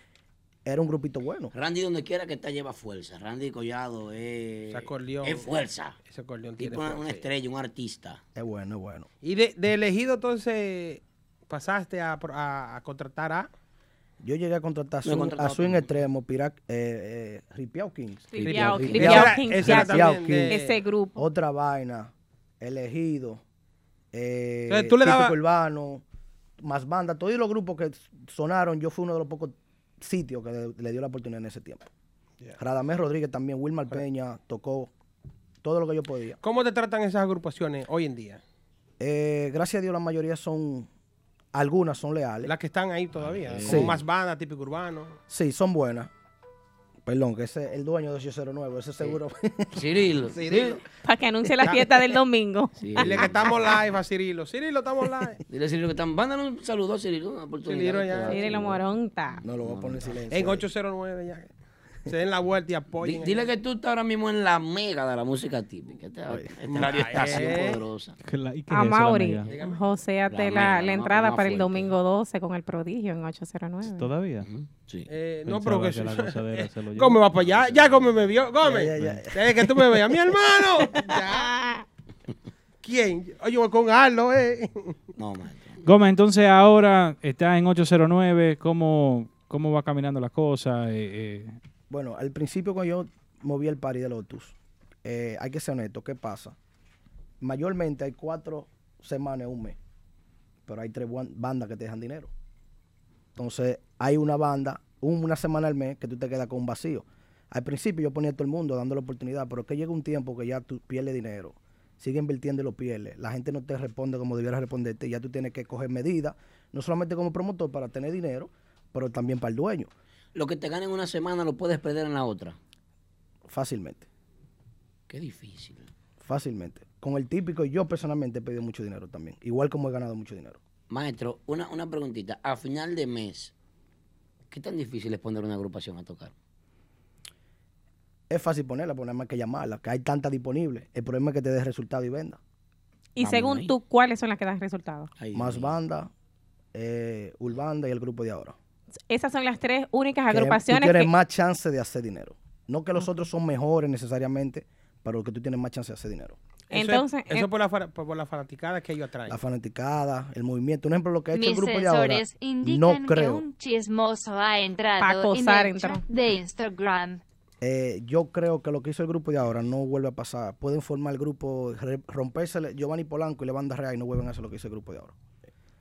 S9: era un grupito bueno.
S5: Randy, donde quiera que está, lleva fuerza. Randy Collado es.
S4: Se acordeó.
S5: Es fuerza.
S4: Ese acordeón tiene
S5: Tipo una,
S4: fuerza,
S5: una
S4: sí.
S5: estrella, un artista.
S9: Es bueno, es bueno.
S4: Y de, de elegido, entonces, pasaste a, pro- a- a contratar a
S9: Yo llegué a contratar a
S5: Lo he
S9: Swing,
S5: contratado
S9: a Swing
S5: también.
S9: Extremo, Pirac, eh, eh, Ripiao Kings,
S3: Ripiao,
S9: Ripiao,
S3: Ripiao,
S4: Ese era-
S3: Kings,
S4: ese era
S3: Jackson,
S4: también
S9: Ripiao,
S4: de-
S3: ese grupo.
S9: Otra Vaina, Elegido, eh,
S4: Entonces, tú le
S9: Típico
S4: dabas-
S9: Urbano, Más Banda, todos los grupos que sonaron, yo fui uno de los pocos sitios que le, le dio la oportunidad en ese tiempo. Radamés Rodríguez también, Wilmar Peña, tocó todo lo que yo podía.
S4: ¿Cómo te tratan esas agrupaciones hoy en día?
S9: Eh, gracias a Dios la mayoría son, algunas son leales.
S4: Las que están ahí todavía,
S9: Sí.
S4: como más banda, típico urbano.
S9: Sí, son buenas. Perdón, que ese el dueño de 809, ese seguro.
S5: Cirilo.
S4: Cirilo.
S3: Para que anuncie la fiesta del domingo.
S5: Sí.
S4: Dile que estamos live a Cirilo. Cirilo, estamos live.
S5: Dile a Cirilo que están. Mándale un saludo a Cirilo. Una oportunidad
S4: Cirilo
S5: que te
S4: ya.
S5: da.
S3: Mire lo moronta.
S9: no lo voy a poner en silencio.
S4: en 809 ya. se den la vuelta y
S5: Di-
S4: apoyen.
S5: Dile que tú estás ahora mismo en la mega de la música típica. Esta, esta
S4: Nadie está
S5: estación
S4: así.
S5: poderosa.
S3: A Mauri,
S5: Dígame.
S3: joséate
S5: La
S3: la,
S5: mega,
S3: la
S5: más-
S3: entrada
S5: más
S3: para el
S5: fuerte.
S3: domingo 12 con el prodigio en 809.
S2: ¿Todavía?
S5: Sí.
S4: Eh, no,
S2: Pensaba
S4: pero que,
S2: que la gozadera se lo llevó.
S4: Gómez va para allá. Ya Gómez me vio. Gómez.
S9: Ya, ya,
S4: Desde que tú me veas. ¡Mi hermano! Ya. ¿Quién? Oye, voy con Arlo, eh.
S5: No, maestro.
S2: Gómez, entonces ahora está en 809. ¿Cómo, cómo va caminando la cosa? Eh, eh,
S9: Bueno, al principio cuando yo moví el party de Lotus, eh, hay que ser honesto, ¿qué pasa? Mayormente hay cuatro semanas, un mes, pero hay tres buan- bandas que te dejan dinero. Entonces, hay una banda, un- una semana al mes, que tú te quedas con un vacío. Al principio yo ponía a todo el mundo dando la oportunidad, pero que llega un tiempo que ya tú pierdes dinero, sigue invirtiendo y lo pierdes. La gente no te responde como debiera responderte, y ya tú tienes que coger medidas, no solamente como promotor para tener dinero, pero también para el dueño,
S5: Lo que te gana en una semana lo puedes perder en la otra.
S9: fácilmente.
S5: Qué difícil.
S9: Fácilmente. Con el típico, yo personalmente he pedido mucho dinero también. Igual como he ganado mucho dinero.
S5: Maestro, una, una preguntita. A final de mes, ¿qué tan difícil es poner una agrupación a tocar?
S9: Es fácil ponerla, pero nada más que llamarla, que hay tantas disponibles. El problema es que te des resultado y venda.
S3: Y
S5: Vamos
S3: según
S5: ahí.
S3: tú, ¿cuáles son las que dan resultados?
S5: Ay, Dios
S9: Más
S5: mío.
S9: banda, eh, Urbanda y el grupo de ahora.
S3: Esas son las tres únicas
S9: Que tú
S3: agrupaciones
S9: tienes
S3: que-
S9: más chance de hacer dinero. No que los otros son mejores necesariamente, pero que tú tienes más chance de hacer dinero.
S4: Eso es-
S3: Entonces,
S4: Eso,
S10: eh,
S3: en-
S4: por, la, fara- por la fanaticada que ellos atraen.
S9: La fanaticada, el movimiento. Un ejemplo, lo que ha hecho
S10: Mis
S9: el grupo de ahora.
S10: sensores indican
S9: no
S10: que
S9: creo.
S10: un chismoso ha
S3: Pa'
S10: entrado en
S3: acosar
S10: el
S3: entró.
S10: chat de Instagram.
S9: Eh, yo creo que lo que hizo el grupo de ahora no vuelve a pasar. Pueden formar el grupo, re- rompérsele Giovanni Polanco y la banda real y no vuelven a hacer lo que hizo el grupo de ahora.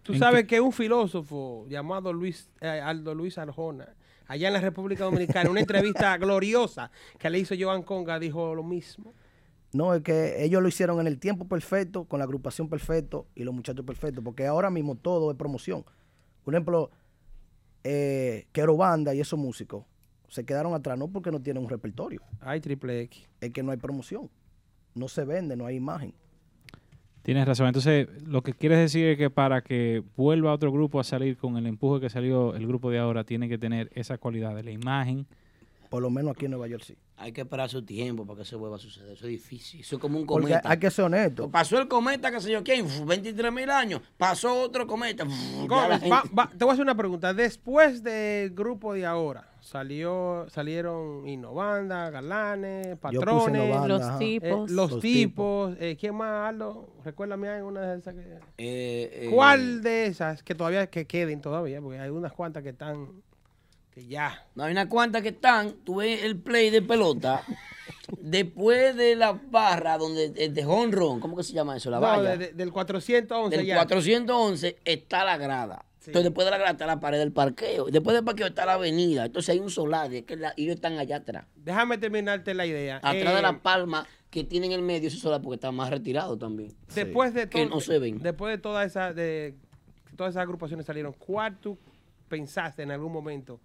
S4: Tú
S2: ¿En
S4: sabes que un filósofo llamado Luis eh, Aldo Luis Arjona, allá en la República Dominicana, en una entrevista gloriosa que le hizo Joan Conga, dijo lo mismo.
S9: No, es que ellos lo hicieron en el tiempo perfecto, con la agrupación perfecto y los muchachos perfectos, porque ahora mismo todo es promoción. Por ejemplo, eh, Quero Banda y esos músicos se quedaron atrás no porque no tienen un repertorio,
S4: Ay, triple X.
S9: es que no hay promoción, no se vende, no hay imagen.
S2: tienes razón. Entonces, lo que quieres decir es que para que vuelva otro grupo a salir con el empuje que salió el grupo de ahora, tiene que tener esas cualidades, la imagen.
S9: Por lo menos aquí en Nueva York sí.
S5: Hay que esperar su tiempo para que eso vuelva a suceder. Eso es difícil. Eso es como un
S9: Porque
S5: cometa. Pues
S9: hay que ser honesto.
S5: Pasó el cometa, qué sé yo quién, 23 mil años. Pasó otro cometa. Ya la
S4: Gómez,
S5: gente-
S4: va- va- te voy a hacer una pregunta. Después del grupo de ahora, salió, salieron Innovanda, Galanes,
S9: Yo puse
S4: Patrones,
S9: Innovanda,
S4: los,
S3: los
S9: ajá.
S3: tipos.
S4: eh, los
S9: Los
S4: tipos. eh, ¿Quién más, Aldo? Recuérdame hay una de esas que-
S5: Eh, eh,
S4: ¿Cuál de esas que todavía que queden todavía? Porque hay unas cuantas que están que ya.
S5: No hay unas cuantas que están. Tú ves el play de pelota. después de la barra donde el de honrón, ¿cómo que se llama eso? La
S4: No,
S5: valla.
S4: de- de- del 411
S5: del
S4: ya.
S5: 411 está la grada. Entonces, después de la grada está la pared del parqueo. Y después del parqueo está la avenida. Entonces, hay un solar. y es que la- y ellos están allá atrás.
S4: Déjame terminarte la idea.
S5: Atrás
S4: Eh,
S5: de la palma que tienen en el medio ese solar porque están más retirados también.
S4: Después de
S5: Que
S4: todo-
S5: no se ven.
S4: Después de todas esas de todas esas agrupaciones salieron, ¿cuál tú pensaste en algún momento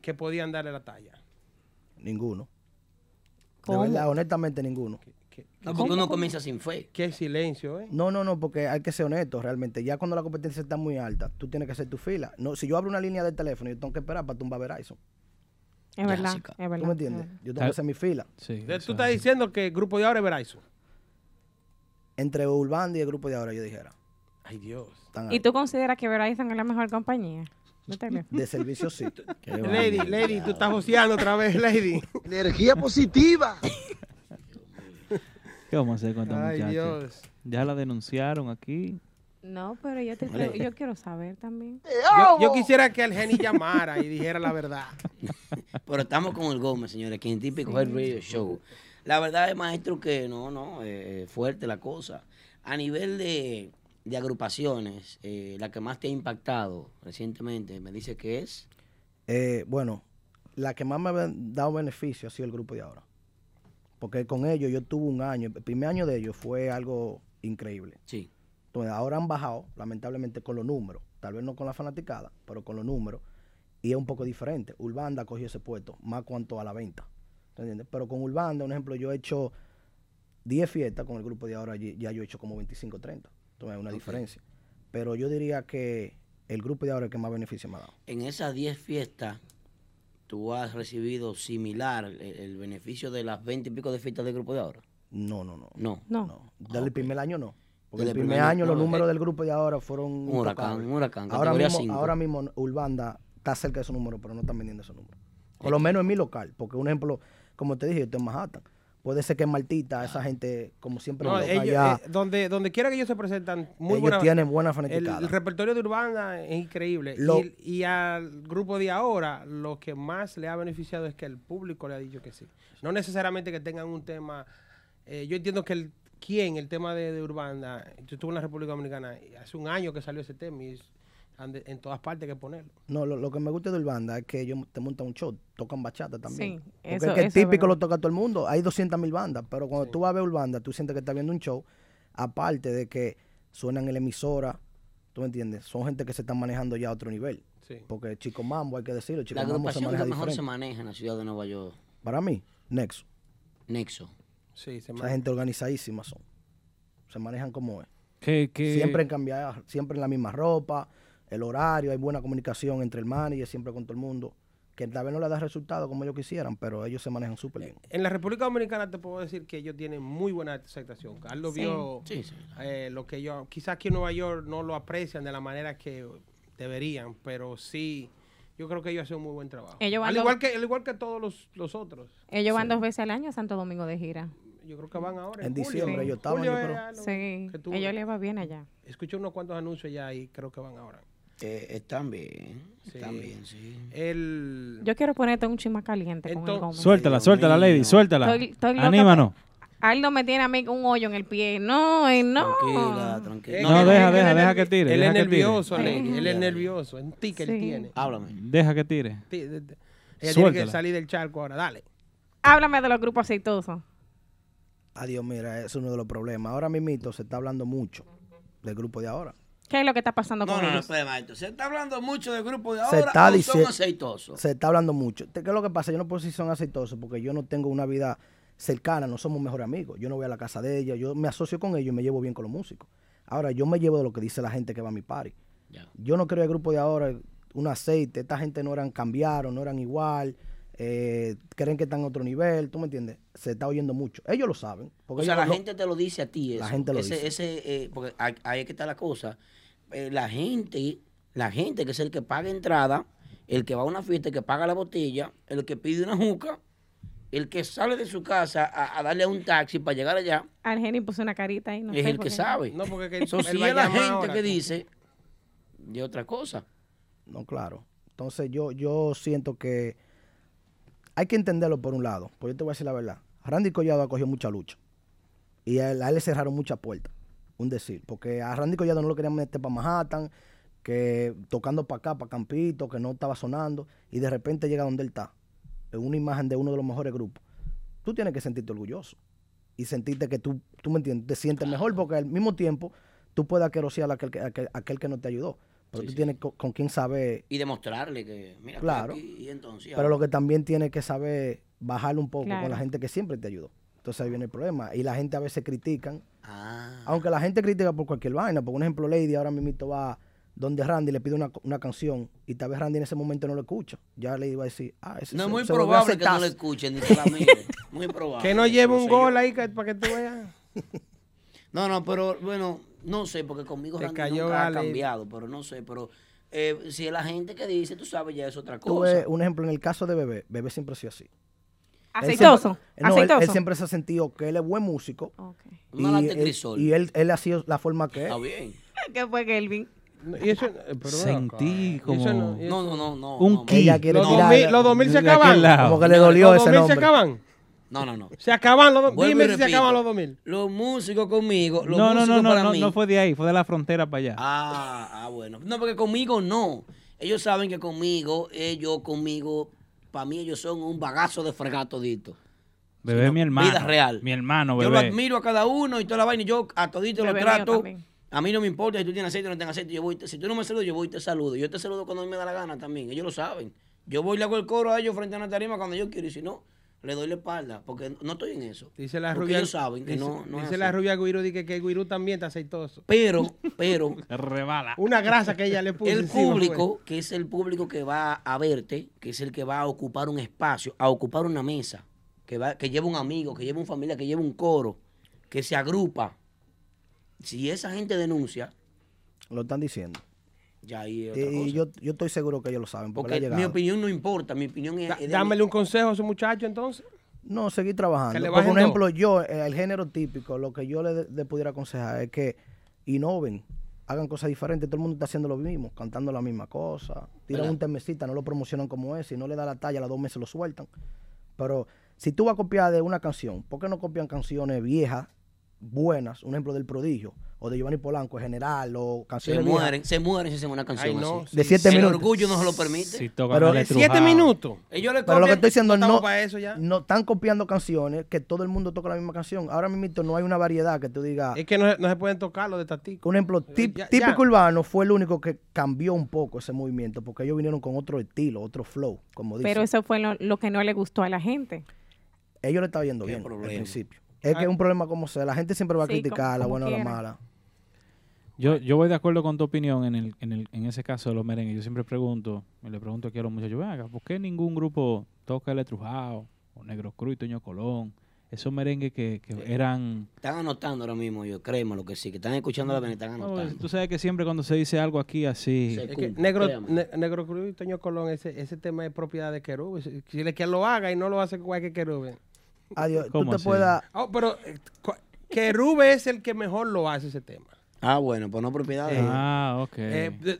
S4: que podían darle la talla?
S9: Ninguno. De
S3: ¿Cómo?
S9: verdad, honestamente ninguno.
S4: Que-
S5: No, porque uno comienza sin fe.
S4: Qué silencio, ¿eh?
S9: No, no, no, porque hay que ser honesto realmente. Ya cuando la competencia está muy alta, tú tienes que hacer tu fila. No, si yo abro una línea de teléfono, yo tengo que esperar para tumbar Verizon.
S3: es verdad,
S5: Jessica.
S3: es verdad.
S9: ¿Tú me entiendes? Yo tengo que hacer mi fila.
S2: Sí,
S4: Tú
S2: eso
S4: estás
S2: es.
S4: diciendo que el grupo de ahora es Verizon.
S9: Entre Urbanda y el grupo de ahora, yo dijera.
S4: Ay, Dios.
S9: Están
S3: ¿Y
S9: ahí.
S3: tú consideras que Verizon es la mejor compañía? de teléfono?
S9: De servicio sí.
S4: Lady, Lady, tú estás joseando otra vez, Lady.
S11: Energía positiva.
S2: ¿Qué vamos a hacer con esta
S4: Ay,
S2: muchacha?
S4: Dios.
S2: Ya la denunciaron aquí.
S3: No, pero yo, te quiero, yo quiero saber también.
S4: Yo, yo quisiera que el Geni llamara y dijera la verdad.
S5: Pero estamos con el Gómez, señores, que en típico es el radio show. La verdad es, maestro, que no, no, eh, fuerte la cosa. A nivel de, de agrupaciones, eh, la que más te ha impactado recientemente, me dice que es
S9: Eh, bueno, la que más me ha ben- dado beneficio ha sido el grupo de ahora. Porque con ellos yo tuve un año. El primer año de ellos fue algo increíble.
S5: Sí.
S9: Entonces, ahora han bajado, lamentablemente, con los números. Tal vez no con la fanaticada, pero con los números. Y es un poco diferente. Urbanda cogió ese puesto, más cuanto a la venta. ¿Tú entiendes? Pero con Urbanda, un ejemplo, yo he hecho 10 fiestas con el grupo de ahora, y- ya yo he hecho como 25 o 30. Entonces, es una diferencia. Pero yo diría que el grupo de ahora es el que más beneficio me ha dado.
S5: en esas 10 fiestas, tú has recibido similar el, el beneficio de las 20 y pico de fiestas del grupo de ahora.
S9: No, no, no.
S5: No. Ah,
S3: No.
S9: Del primer año no. Porque
S5: Del
S9: el primer
S5: primer
S9: año los
S5: no,
S9: números
S5: eh,
S9: del grupo de ahora fueron.
S5: Un huracán,
S9: intocables.
S5: un huracán,
S9: Ahora
S5: categoría
S9: mismo,
S5: cinco.
S9: ahora mismo Urbanda está cerca de esos números, pero no están vendiendo esos números. Por lo menos en mi local. Porque, un ejemplo, como te dije, yo estoy en Manhattan. Puede ser que en Martita, esa gente, como siempre,
S4: No,
S9: en
S4: ellos,
S9: allá,
S4: eh, donde donde quiera que ellos se presentan, muy
S9: Ellos
S4: buena-
S9: tienen buena
S4: el,
S9: fanaticada.
S4: el repertorio de Urbana es increíble.
S9: Lo-
S4: y, y al grupo de ahora, lo que más le ha beneficiado es que el público le ha dicho que sí. No necesariamente que tengan un tema. eh, yo entiendo que el quién, el tema de, de Urbana, yo estuve en la República Dominicana y hace un año que salió ese tema y es- ande- en todas partes hay que ponerlo.
S9: No, lo, lo que me gusta de Urbanda es que ellos te montan un show, tocan bachata también.
S4: Sí,
S9: Porque
S4: eso-
S9: es que el
S4: eso es
S9: típico
S4: verdad.
S9: lo toca todo el mundo. Hay 200 mil bandas, pero cuando tú vas a ver Urbanda, tú sientes que estás viendo un show, aparte de que suenan en la emisora, ¿tú me entiendes? Son gente que se están manejando ya a otro nivel.
S4: Sí.
S9: Porque Chico Mambo, hay que decirlo, Chico
S5: la
S9: Mambo se
S5: agrupación que
S9: maneja
S5: mejor
S9: diferente.
S5: se maneja en la ciudad de Nueva York,
S9: Para mí, Nexo.
S5: Nexo.
S4: Sí, se
S9: Esa gente organizadísima son. Se manejan como es.
S2: Que, que-
S9: Siempre en cambiar, siempre en la misma ropa, el horario, hay buena comunicación entre el manager, siempre con todo el mundo. Que tal vez no le da resultado como ellos quisieran, pero ellos se manejan súper bien.
S4: En la República Dominicana te puedo decir que ellos tienen muy buena aceptación. Carlos
S9: Sí.
S4: vio
S9: Sí, sí.
S4: eh, lo que yo, quizás aquí en Nueva York no lo aprecian de la manera que deberían, pero sí, yo creo que ellos hacen un muy buen trabajo.
S3: Ellos van
S4: al,
S3: dos-
S4: igual que, al igual que todos los, los otros.
S3: Ellos van dos veces al año a Santo Domingo de gira.
S4: Yo creo que van ahora.
S9: En
S4: julio.
S9: diciembre ellos estaban,
S4: Julio
S9: yo
S4: era
S9: creo.
S4: lo
S3: Sí,
S4: que tú-
S3: ellos les va bien allá.
S4: Escuché unos cuantos anuncios ya y creo que van ahora.
S5: Eh, están bien,
S4: Sí.
S5: están bien, sí. eh,
S4: El,
S3: Yo quiero ponerte un chima caliente con el Gómez.
S2: Suéltala, suéltala, lady, suéltala.
S3: Estoy- estoy loca
S2: Anímanos.
S3: Aldo me tiene a mí con un hoyo en el pie. No, eh, no.
S5: Tranquila, tranquila.
S2: No, deja, deja, deja que tire.
S4: Él
S2: deja que
S4: es
S2: tire.
S4: nervioso, Lady, Él es nervioso. En ti que él
S3: Sí.
S4: tiene.
S5: Háblame.
S2: Deja que tire.
S4: Ti- de- de- Ella tiene que
S2: Suéltala.
S4: salir del charco ahora. Dale.
S3: Háblame de los grupos aceitosos.
S9: Adiós, mira, es uno de los problemas. Ahora mismito se está hablando mucho del grupo de ahora.
S3: ¿Qué es lo que está pasando
S5: No,
S3: con
S5: no, no,
S3: ellos?
S5: espera, maestro. Se está hablando mucho del grupo de
S9: Se
S5: ahora.
S9: está
S5: o son
S9: diciendo.
S5: aceitosos.
S9: Se está hablando mucho. ¿Qué es lo que pasa? Yo no puedo decir si son aceitosos porque yo no tengo una vida cercana, no somos mejores amigos. Yo no voy a la casa de ella, yo me asocio con ellos y me llevo bien con los músicos. Ahora, yo me llevo de lo que dice la gente que va a mi party. Yo no creo el grupo de ahora un aceite. Esta gente no eran cambiaron, no eran igual. eh, creen que están en otro nivel, ¿tú me entiendes? Se está oyendo mucho. Ellos lo saben. porque
S5: o sea,
S9: ellos
S5: la
S9: lo-
S5: gente te lo dice a ti.
S9: La
S5: eso.
S9: gente lo
S5: Ese-
S9: dice.
S5: ese, eh, porque ahí- ahí es que está la cosa. Eh, la gente, la gente que es el que paga entrada, el que va a una fiesta, el que paga la botella, el que pide una juca, el que sale de su casa a, a darle a un taxi para llegar allá,
S3: Argeni puso una carita ahí. No
S5: es
S3: sé
S5: el
S3: por
S5: que
S3: qué.
S5: sabe.
S4: No, porque que
S5: So,
S4: él
S5: si
S4: va a
S5: es la
S4: llamar
S5: gente
S4: ahora.
S5: que dice de otra cosa.
S9: No, claro. Entonces yo, yo siento que hay que entenderlo por un lado, porque yo te voy a decir la verdad. Randy Collado ha cogido mucha lucha y a él, a él le cerraron muchas puertas, un decir, porque a Randy Collado no lo querían meter para Manhattan, que tocando para acá, para Campito, que no estaba sonando, y de repente llega donde él está, en una imagen de uno de los mejores grupos. Tú tienes que sentirte orgulloso y sentirte que tú, tú me entiendes, te sientes mejor, porque al mismo tiempo tú puedes aquerosear a aquel, que- a aquel, a aquel que no te ayudó, pero
S5: Sí,
S9: tú
S5: sí.
S9: tienes co- con quién saber
S5: Y demostrarle que, mira, estoy
S9: Claro.
S5: aquí, y entonces.
S9: pero lo que también tiene que saber bajarle un poco
S5: Claro.
S9: con la gente que siempre te ayudó. Entonces ahí viene el problema. Y la gente a veces critican.
S5: Ah.
S9: Aunque la gente critica por cualquier vaina. Por un ejemplo, Lady ahora mismo va donde Randy le pide una, una canción y tal vez Randy en ese momento no lo escucha. Ya Lady va a decir, ah, ese
S5: No
S9: se-
S5: es muy
S9: se volvió a
S5: probable que no lo
S9: aceptar.
S5: escuchen ni se la miren. Muy probable.
S4: Que no lleve
S5: No
S4: un
S5: sé
S4: gol ahí que- para que tú veas.
S5: No, no, pero bueno, no sé, porque conmigo
S4: Te
S5: Randy
S4: cayó
S5: nunca
S4: Gale.
S5: ha cambiado, pero no sé, pero eh, si es la gente que dice, tú sabes, ya es otra
S9: Tú
S5: cosa.
S9: ves un ejemplo en el caso de Bebé. Bebé siempre ha sido así. Él
S3: Aceitoso,
S9: siempre- eh, no, él- Él,
S3: aceitoso.
S9: siempre se ha sentido que él es buen músico. Y,
S5: Mal ante
S9: él,
S5: crisol.
S9: y él, él ha sido la forma que es.
S5: Está bien.
S3: ¿Qué fue, Kelvin?
S4: Y eso, eh, pero
S2: Sentí
S4: Y eso no-
S2: como
S4: y eso-
S5: No, no, no, no.
S2: un ki.
S9: Ella quiere
S4: Los dos
S9: tirar.
S4: mil- los dos mil se
S2: de aquel
S4: acaban.
S2: lado.
S9: Como que le dolió
S4: Los
S9: ese
S4: 2000 se
S9: nombre.
S4: acaban.
S5: No, no, no.
S4: Se acaban los dos.
S5: Vuelvo y
S4: Dime si se
S5: repito.
S4: acaban los 2000.
S5: Los músicos conmigo, los
S2: No, no,
S5: músicos
S2: no, no,
S5: para
S2: no,
S5: mí.
S2: no fue de ahí, fue de la frontera para allá.
S5: Ah, ah, bueno. No, porque conmigo no. Ellos saben que conmigo, ellos conmigo, para mí ellos son un bagazo de fregatodito.
S2: Bebé es mi hermano.
S5: vida real.
S2: Mi hermano,
S5: Yo lo
S2: bebé.
S5: admiro a cada uno y toda la vaina. Y yo a todito lo
S3: Bebé mío
S5: trato.
S3: también.
S5: A mí no me importa si tú tienes aceite o no tienes aceite. Yo voy, y te- si tú no me saludas, yo voy y te saludo. Yo te saludo cuando a mí me da la gana también. Ellos lo saben. Yo voy y le hago el coro a ellos frente a una tarima cuando yo quiero. Y si no, le doy la espalda, porque no estoy en eso.
S4: Dice la
S5: Porque
S4: rubia.
S5: ellos saben que
S4: dice,
S5: no, no es
S4: dice la
S5: así. Pues,
S4: rubia Guiru di que, que Guiru también está aceitoso.
S5: Pero, pero.
S2: Rebala.
S4: Una grasa que ella le puso.
S5: El
S4: encima, pues.
S5: público, que es el público que va a verte, que es el que va a ocupar un espacio, a ocupar una mesa, que, va, que lleva un amigo, que lleva un familia, que lleva un coro, que se agrupa. Si esa gente denuncia,
S9: Lo están diciendo.
S5: ya ahí es otra cosa.
S9: Y yo, yo estoy seguro que ellos lo saben. Porque,
S5: Porque
S9: le ha
S5: mi
S9: llegado.
S5: opinión no importa, mi opinión es...
S4: Da-
S5: es de-
S4: dámele un consejo a su muchacho entonces.
S9: No, seguir trabajando.
S4: Que le
S9: Por
S4: bajen
S9: ejemplo, yo, eh, el género típico, lo que yo le, le pudiera aconsejar es que innoven, hagan cosas diferentes. Todo el mundo está haciendo lo mismo, cantando la misma cosa. Tiran
S5: ¿Verdad?
S9: un temecita, no lo promocionan como es. Si no le da la talla, a las dos meses lo sueltan. Pero si tú vas a copiar de una canción, ¿por qué no copian canciones viejas, buenas? Un ejemplo del Prodigio, o de Giovanni Polanco en general, o
S5: se
S9: canciones viejas.
S5: mueren, se mueren si hacen una canción
S4: Ay, no,
S5: así.
S9: De siete
S5: el
S9: minutos.
S5: orgullo no se lo permite.
S2: Si tocan
S9: Pero-
S2: el
S9: De
S4: Siete
S2: estrujado.
S4: minutos.
S5: Ellos le
S9: Pero lo que
S5: copian-
S9: estoy diciendo,
S4: estamos
S9: no,
S4: para eso ya.
S9: no están copiando canciones que todo el mundo toca la misma canción. Ahora mismo no hay una variedad que tú digas.
S4: Es que no, no se pueden tocar los de Tatico.
S9: Un ejemplo,
S5: Eh,
S9: tip-
S4: ya-
S9: típico
S4: ya.
S9: urbano fue el único que cambió un poco ese movimiento, porque ellos vinieron con otro estilo, otro flow, como dicen.
S3: Pero eso fue lo, lo que no le gustó a la gente.
S9: ellos le estaban yendo
S5: Qué
S9: bien al
S5: problema. Ah.
S9: principio. Es que es un problema como sea, la gente siempre va a
S3: Sí, como-
S9: criticar la
S3: como
S9: buena o la
S3: quiera.
S9: mala.
S2: Yo, yo voy de acuerdo con tu opinión en, el, en, el, en ese caso de los merengues. Yo siempre pregunto, y le pregunto aquí a los muchachos, ven acá, ¿por qué ningún grupo toca el estrujado, o Negro Cruz y Toño Colón? Esos merengues que, que
S4: Eh.
S2: eran...
S5: Están anotando ahora mismo, yo créeme lo que sí, que están escuchando la pena, están
S2: Mm. No,
S5: anotando.
S2: tú sabes que siempre cuando se dice algo aquí así...
S5: Se
S4: Es que
S5: cumple,
S4: Negro,
S5: créame.
S4: Ne- Negro Cruz y Toño Colón, ese, ese tema es propiedad de Querube. Si si le que lo haga y no lo hace igual que Querube.
S9: Adiós, tú
S2: ¿Cómo
S9: te
S2: así?
S9: puedas...
S4: Oh, pero eh, cu- Querube es el que mejor lo hace ese tema.
S5: Ah, bueno, pues no propiedad de
S2: Ah, ok.
S4: Eh, de-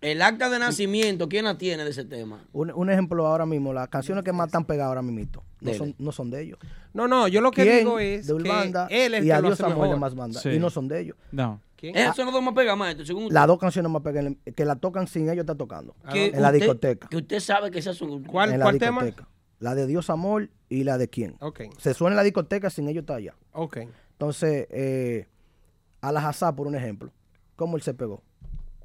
S5: El acta de nacimiento, ¿quién la tiene de ese tema?
S9: Un, un ejemplo ahora mismo, las canciones que más están pegadas ahora mismo no
S5: Dele.
S9: son, no son de ellos.
S4: no, no, yo lo que
S9: ¿Quién?
S4: digo es
S9: de
S4: que
S9: Urbanda
S4: él es el
S9: y
S4: que lo
S9: Adiós
S4: hace
S9: Samuel de
S4: mejor. Ah.
S9: más banda,
S2: Sí.
S9: y no son de ellos. Ah,
S2: No.
S4: ¿Quién?
S5: Esos son los dos más pegamaestros, según usted.
S9: Las dos canciones más pegadas, que la tocan sin ellos, está tocando.
S4: Ah,
S5: Que
S9: En la
S5: usted-
S9: discoteca.
S5: Que usted sabe que esa es su...
S4: ¿Cuál-
S9: en la
S4: cuál tema?
S9: discoteca. La de Dios Amor y la de quién.
S4: Ok,
S9: Se suena en la discoteca sin ellos estar allá.
S4: ok.
S9: Entonces, eh, Alajazá, por un ejemplo, ¿cómo él se pegó?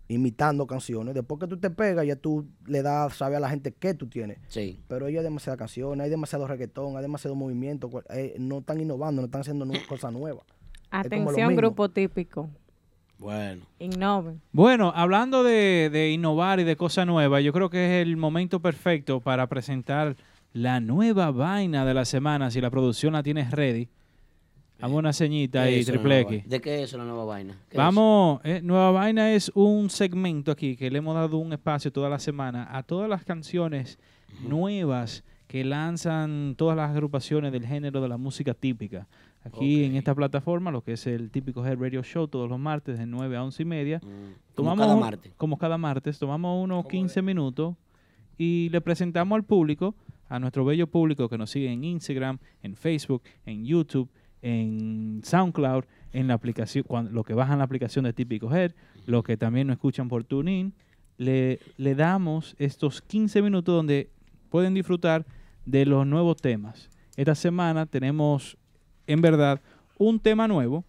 S9: Imitando canciones. Después que tú te pegas, ya tú le das, sabe a la gente qué tú tienes.
S5: Sí.
S9: Pero hay demasiadas canciones, hay demasiado reggaetón, hay demasiado movimiento. cual- eh, no están innovando, no están haciendo nu- cosas nuevas. Es como lo
S3: Atención,
S9: mismo.
S3: grupo típico.
S5: Bueno.
S3: Innoven.
S2: Bueno, hablando de, de innovar y de cosas nuevas, yo creo que es el momento perfecto para presentar la nueva vaina de la semana, si la producción la tienes ready. Vamos una ceñita
S5: ¿Qué
S2: y
S5: es Eh, eso, la
S2: triple
S5: nueva
S2: X.
S5: vaina? ¿De qué es eso, la nueva vaina? ¿Qué es
S2: Vamos, eh, Nueva Vaina es un segmento aquí que le hemos dado un espacio toda la semana a todas las canciones nuevas que lanzan todas las agrupaciones del género de la música típica. Aquí en esta plataforma, lo que es el típico Head Radio Show, todos los martes de 9 a 11 y media.
S5: eso? Mm, como
S2: Tomamos
S5: cada
S2: un-
S5: martes.
S2: Como cada martes, tomamos unos 15 minutos y le presentamos al público, a nuestro bello público que nos sigue en Instagram, en Facebook, en YouTube, en SoundCloud, en la aplicación, cuan- lo que bajan la aplicación de Típico Head, los que también nos escuchan por TuneIn, le, le damos estos 15 minutos donde pueden disfrutar de los nuevos temas. Esta semana tenemos, en verdad, un tema nuevo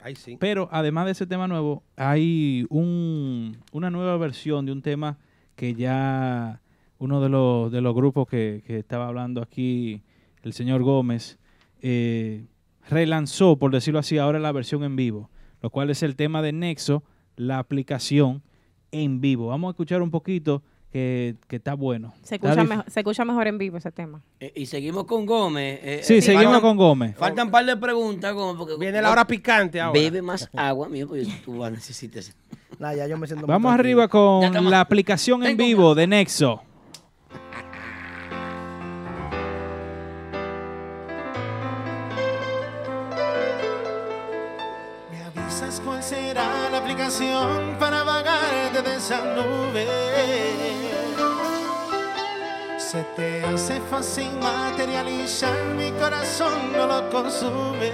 S4: Ahí sí.
S2: pero además de ese tema nuevo, hay un- una nueva versión de un tema que ya uno de los, de los grupos que, que estaba hablando aquí, el señor Gómez, eh, relanzó, por decirlo así, ahora la versión en vivo, lo cual es el tema de Nexo, la aplicación en vivo. Vamos a escuchar un poquito que, que está bueno.
S3: Se
S2: Está
S3: escucha,
S2: dif-
S3: mejor, se escucha mejor en vivo ese tema.
S5: Eh, y seguimos con Gómez. eh,
S2: Sí,
S5: eh,
S2: seguimos
S5: faltan-
S2: con Gómez.
S5: Faltan un par de preguntas, Gómez, porque...
S4: Viene la hora picante ahora.
S5: Bebe más agua, mío, porque tú vas a necesitar... esa-
S9: Nah, ya yo me siento muy
S2: Vamos
S9: tranquilo.
S2: arriba
S5: Ya
S2: con
S5: estamos.
S2: la aplicación en
S5: Tengo
S2: vivo de Nexo.
S12: Me avisas cuál será la aplicación para vagarte de esa nube. Se te hace fácil materializar, mi corazón no lo consume.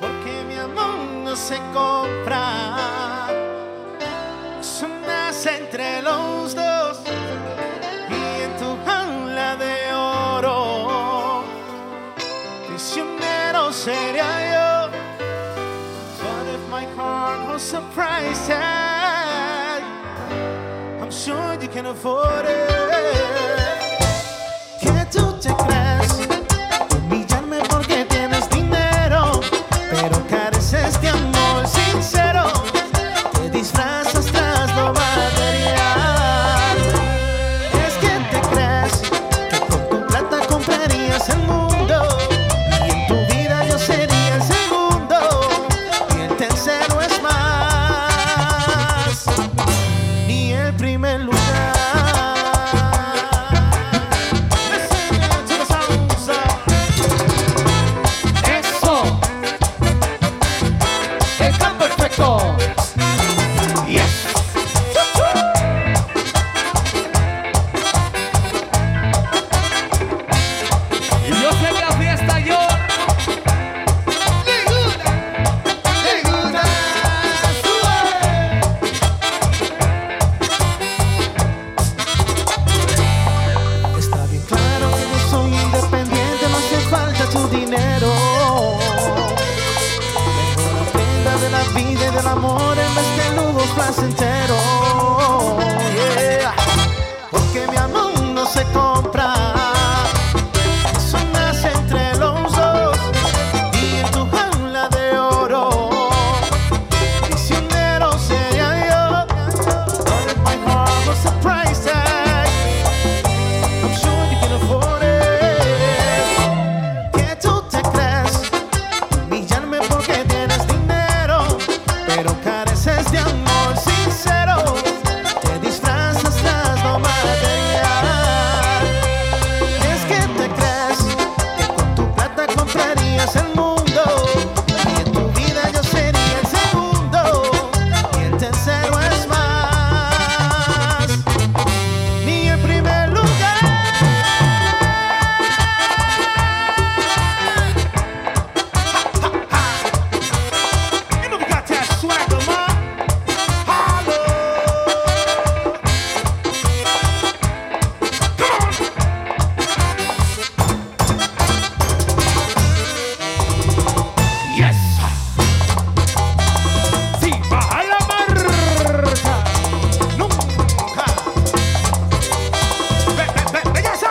S12: Porque mi amor no se compra, eso nace entre los dos. Y en tu jaula de oro prisionero sería yo. But if my heart was surprised, I'm sure you can afford it. entero. yeah. Porque mi amor no se compra. Eso nace entre los dos y en tu jaula de oro. Prisionero sería yo. But if my heart was a price tag, I'm sure you can afford it. Que tú te crees humillarme porque tienes dinero, pero careces de amor sincero. Te disfrazas tras lo material. Es que te crees que con tu plata comprarías el mundo. Y en tu vida yo sería el segundo. Y el tercero es más. Ni el primer lugar. You know we got that swagger, man. Holla. Yes. Sí, baja la marcha. Nunca. Be, be, be, belleza.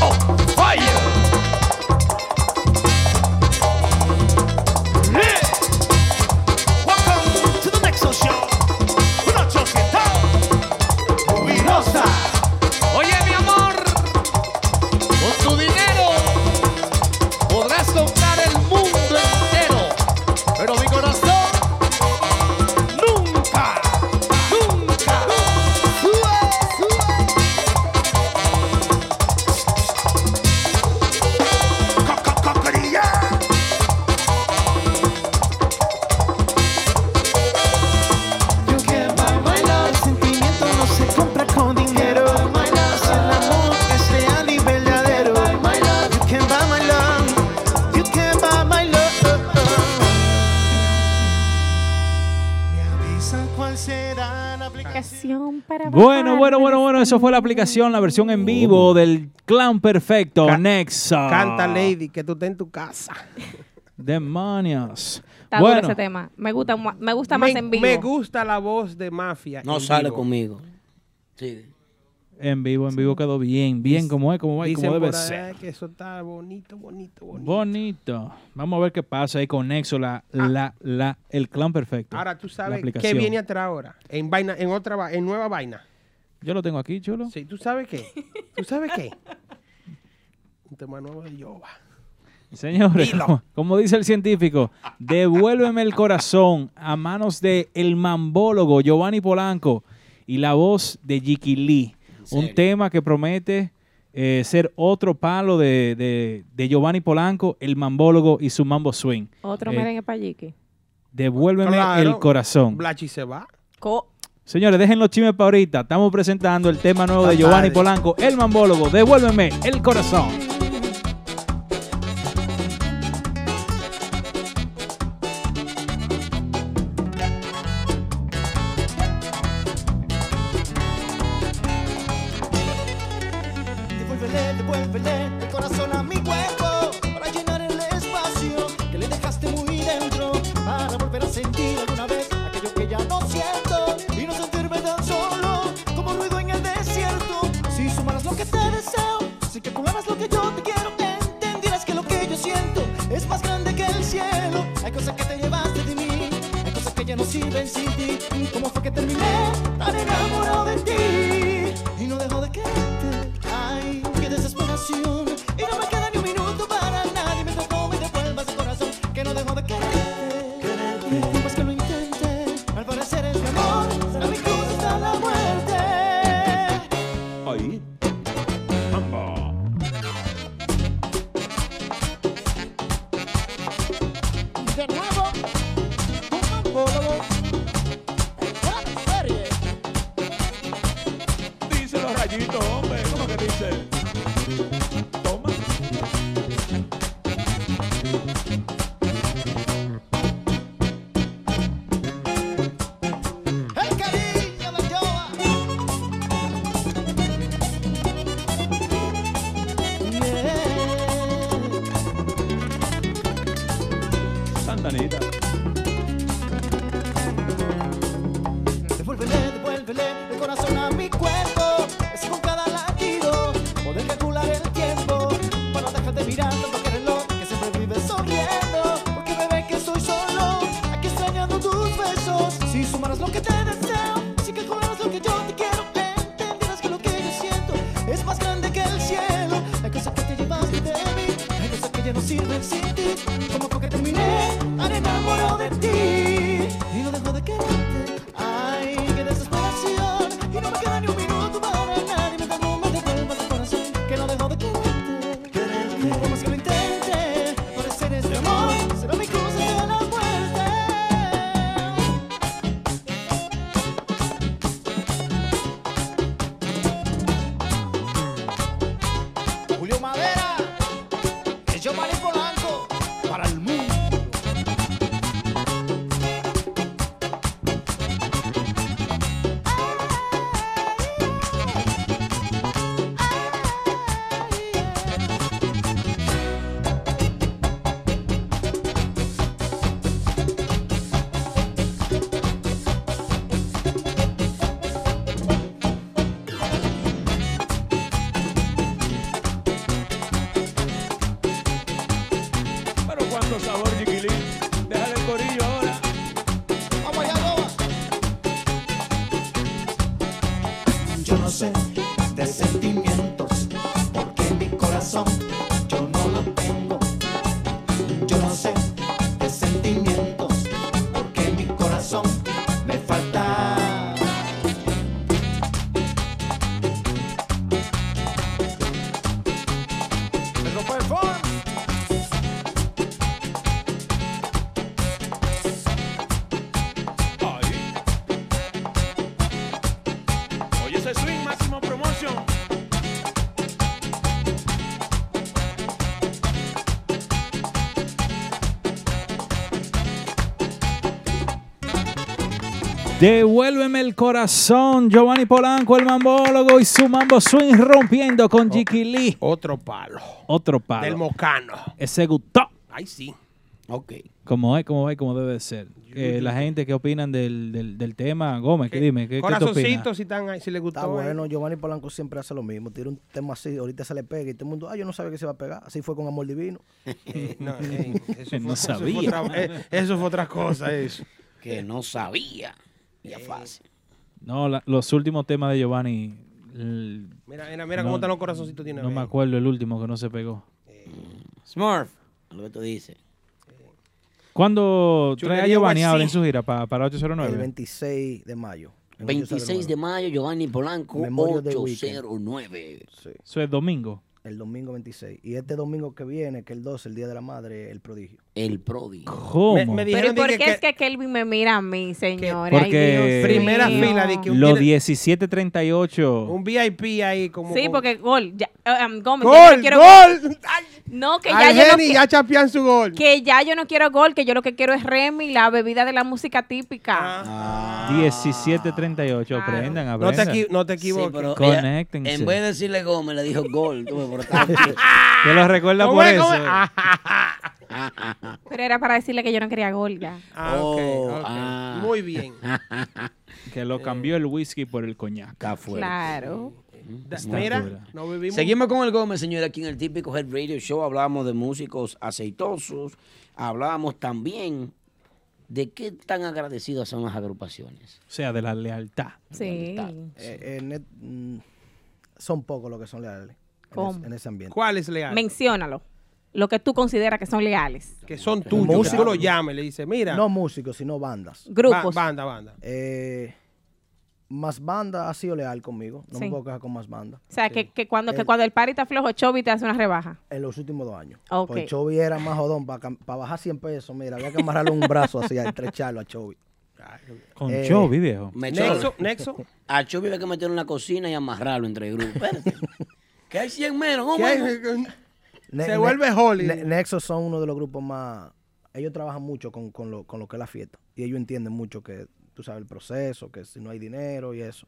S12: Oh, fire. Yeah. Welcome to the Nexo Show. We're not joking, though. We don't stop. Oye, mi amor, con tu dinero podrás comprar el mundo entero, pero mi corazón nunca, nunca. Cocorilla. You give my my love, sentimiento no se compra con dinero. My love, el amor que sea y verdadero. My love, you can buy my love, you can buy my love. Me avisan cuál será la aplicación para.
S2: Bueno, bueno, bueno, bueno, eso fue la aplicación, la versión en vivo del Clan Perfecto, Nexa.
S4: Oh. Canta Lady, que tú estés en tu casa.
S2: Demonios.
S3: Está duro
S2: Bueno,
S3: ese tema. Me gusta, mu- me gusta más
S4: me,
S3: en vivo.
S4: me gusta la voz de Mafia.
S5: No
S4: en
S5: sale
S4: vivo.
S5: conmigo. Sí.
S2: en vivo, en vivo quedó bien, bien como es, como va y
S4: Dicen
S2: como debe
S4: por
S2: ser.
S4: allá que eso está bonito, bonito, bonito.
S2: Bonito. Vamos a ver qué pasa ahí con Nexo, la,
S4: Ah.
S2: la, la, el clan perfecto.
S4: Ahora tú
S2: La
S4: sabes qué
S2: Pues, aplicación.
S4: viene atrás ahora. En vaina, en otra va- en nueva vaina.
S2: Yo lo tengo aquí, chulo.
S4: Sí, tú sabes qué. ¿Tú sabes qué? Un tema nuevo de Yoba.
S2: Señores, como, como dice el científico, devuélveme el corazón a manos de el mambólogo Giovanni Polanco y la voz de Jiki Lee. Un tema que promete eh, ser otro palo de, de- de Giovanni Polanco, el mambólogo y su mambo swing.
S3: Otro
S2: Eh,
S3: merengue payiqui.
S2: Devuélveme
S4: Claro.
S2: el corazón.
S4: Blachi se va.
S2: Señores, dejen los chimes para ahorita. Estamos presentando el tema nuevo de
S4: Papá,
S2: Giovanni
S4: de-
S2: Polanco, el mambólogo. Devuélveme el corazón.
S12: Devuélvele, devuélvele el corazón a mi cuerpo para llenar el espacio que le dejaste muy dentro para volver a sentir alguna vez aquello que ya no siento y no sentirme tan solo como ruido en el desierto. Si sumaras lo que te deseo, si calcularas lo que yo te quiero, entendieras que lo que yo siento es más grande que el cielo. Hay cosas que te llevaste de mí, hay cosas que ya no sirven sin ti. ¿Cómo fue que terminé tan enamorado de ti? Y no dejo de quererte. Ay, qué desesperación. Y no me queda ni un minuto para nadie. Me tocó, me devuelvas el corazón. Que no dejo de quererte. Por más que lo intente, al parecer es mi amor. A mi cruz está la muerte.
S13: Ahí.
S12: De nuevo, un mambólogo. Buena serie.
S13: Dice los rayitos, hombre. ¿Cómo que dice?
S12: El cariño de Yoba.
S13: Santanita.
S12: de sentimientos, porque mi corazón yo no lo tengo. Yo no sé de sentimientos, porque mi corazón me falta. Pedro Perform.
S13: Oye, ese swing máximo promotion.
S2: Devuélveme el corazón, Giovanni Polanco, el mambólogo y su mambo swing rompiendo con Jiki Lee.
S4: Otro palo.
S2: Otro palo.
S4: Del mocano.
S2: Ese gustó.
S4: Ahí sí.
S5: Ok.
S2: Como es, como es, como debe de ser. Eh, la gente que opinan del, del, del tema, Gómez,
S4: Eh,
S2: que dime, ¿qué, qué te opinas?
S4: si están ahí, si les gustó. eh.
S9: Está bueno, Giovanni Polanco siempre hace lo mismo. Tira un tema así, ahorita se le pega y todo el mundo, ah, yo no sabía que se iba a pegar. Así fue con Amor Divino.
S4: no, eh, eso fue-
S9: No
S4: eso fue
S9: sabía.
S4: otra- eh, eso fue otra cosa, eso. Eh,
S5: Que no sabía. Ya fácil.
S2: No, la- los últimos temas de Giovanni. el-
S4: Mira, mira, mira cómo están los corazoncitos de una
S2: No
S4: vez.
S2: me acuerdo el último que no se pegó.
S5: Smurf. Lo que tú dices.
S2: ¿Cuándo trae a
S5: Chulería
S2: Giovanni
S5: Guací.
S2: ahora en su gira para, para
S9: El
S2: 809?
S9: 26 de mayo. en
S5: 26 de mayo, Giovanni Polanco,
S9: Memorial del
S5: 809.
S2: Eso es domingo.
S9: El domingo 26. Y este domingo que viene, que el 12, el Día de la Madre, el prodigio.
S5: El prodigio.
S2: ¿Cómo?
S3: Pero ¿y por qué es que Kelvin me mira a mí, señores? Ay,
S2: Porque
S3: Dios mío.
S2: los 1738.
S4: Un VIP ahí como.
S3: Sí, porque gol. Ya, eh, um, Gómez,
S4: Gol,
S3: yo no quiero
S4: gol.
S3: No, que
S4: Que
S3: ya, yo no qui-
S4: ya chapean su gol.
S3: que ya yo no quiero gol, que yo lo que quiero es Remy, la bebida de la música típica.
S4: Ah.
S2: 1738. Aprendan,
S4: No te
S2: aprendan.
S4: equi- no te
S5: Sí, pero ella-
S2: Ah, Conéctense.
S5: en vez de decirle Gómez, le dijo Gol. Tú me portaste.
S2: Que los recuerda
S5: ¿Cómo
S2: por
S5: es,
S2: eso.
S5: cómo es? Ah,
S3: Pero era para decirle que yo no quería gol ya.
S5: Oh, ah.
S4: Muy bien.
S2: que lo cambió el whisky por el coñac.
S5: Está fuerte.
S3: Claro.
S5: Mira,
S4: no vivimos-
S5: Seguimos con el Gómez, señora. Aquí en el típico Head Radio Show hablábamos de músicos aceitosos. Hablábamos también de qué tan agradecidas son las agrupaciones.
S2: O sea, de la lealtad.
S3: Sí.
S9: Eh, eh, net- mm, son pocos los que son leales. en
S3: ¿Cómo?
S9: ese- En, ese ambiente.
S4: ¿Cuáles leales?
S3: Menciónalo. Lo que tú consideras que son leales.
S4: Que son tuyos. Tú lo llames, le dices, mira.
S9: No músicos, sino bandas.
S4: Grupos. Ba- banda, banda.
S9: Eh, más banda ha sido leal conmigo. No
S3: Sí.
S9: me puedo quejar con más banda.
S3: O sea, que, que cuando, que
S9: El-
S3: cuando el party está flojo, Chobi te hace una rebaja.
S9: En los últimos dos años.
S3: Ok.
S9: Pues Chovy era más jodón. Para bajar 100 pesos, mira, había que amarrarle un brazo así, a estrecharlo a Chovy.
S2: Con
S9: Eh,
S2: Chovy, viejo.
S9: Nexo, Nexo.
S5: A Chobi hay que meterlo en la cocina y amarrarlo entre grupos. Espérate. que hay 100 menos. ¿cómo
S4: ¿Qué hay?
S5: es?
S9: Ne-
S4: Se
S9: ne-
S4: vuelve Holly.
S9: Ne- Nexo son uno de los grupos más. Ellos trabajan mucho con, con lo, con lo que es la fiesta. Y ellos entienden mucho que, tú sabes, el proceso, que si no hay dinero y eso.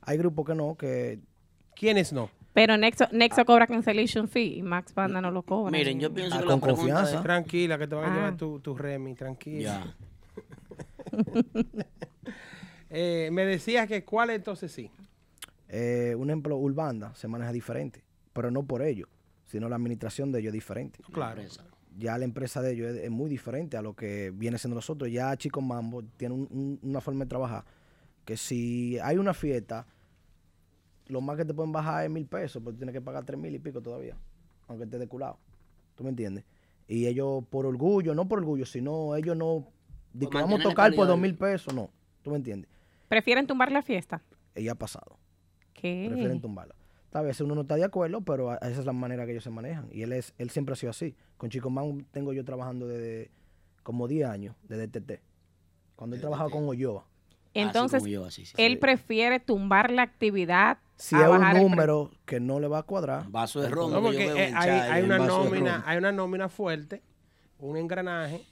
S9: Hay grupos que no, que.
S4: ¿Quiénes no?
S3: Pero Nexo, Nexo cobra cancellation fee y Max Banda no lo cobra.
S5: Miren, yo pienso que
S9: Ah, con
S5: la pregunta
S9: confianza.
S5: es-
S4: Tranquila, que te van a
S3: Ah.
S4: llevar tu, tu Remy, tranquila. Eh, me decías que cuál entonces sí.
S9: eh, un ejemplo, Urbanda se maneja diferente. Pero no por ellos, sino la administración de ellos es diferente.
S4: Claro.
S9: Ya la empresa de ellos es, es muy diferente a lo que viene siendo nosotros. Ya Chico Mambo tiene un- un- una forma de trabajar. Que si hay una fiesta, lo más que te pueden bajar es mil pesos, pero tienes que pagar tres mil y pico todavía, aunque esté de culado. ¿Tú me entiendes? Y ellos, por orgullo, no por orgullo, sino ellos no. de que vamos
S3: mantener la
S9: a tocar por
S3: calidad
S9: dos
S3: del-
S9: mil pesos, no. ¿Tú me entiendes?
S3: Prefieren tumbar la fiesta.
S9: Y ya ha pasado.
S3: ¿Qué?
S9: Prefieren Ah, tumbarla. Tal vez uno no está de acuerdo, pero a- esa es la manera que ellos se manejan. Y él es él siempre ha sido así. Con Chico Man tengo yo trabajando desde como 10 años, desde TT. Cuando he trabajado con Olloa.
S5: Ah,
S3: Entonces,
S9: como yo, así, sí,
S3: él
S9: sí.
S3: prefiere tumbar la actividad.
S9: Si
S3: a
S9: es
S3: bajar el
S9: un
S3: pre-
S9: número que no le va a cuadrar.
S5: Vaso de
S9: él
S5: Pues ron,
S9: pone-
S4: No, porque eh, hay,
S5: chai,
S4: hay
S5: un
S4: una
S5: vaso de
S4: nómina,
S5: ron.
S4: hay una nómina fuerte, un engranaje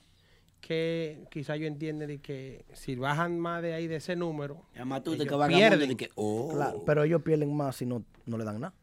S4: que quizás yo entiende de que si bajan más de ahí de ese número,
S5: Llama tú, te
S4: ellos
S5: que vagabundo, de que, oh.
S9: Claro, pero ellos pierden más si no, no le dan nada.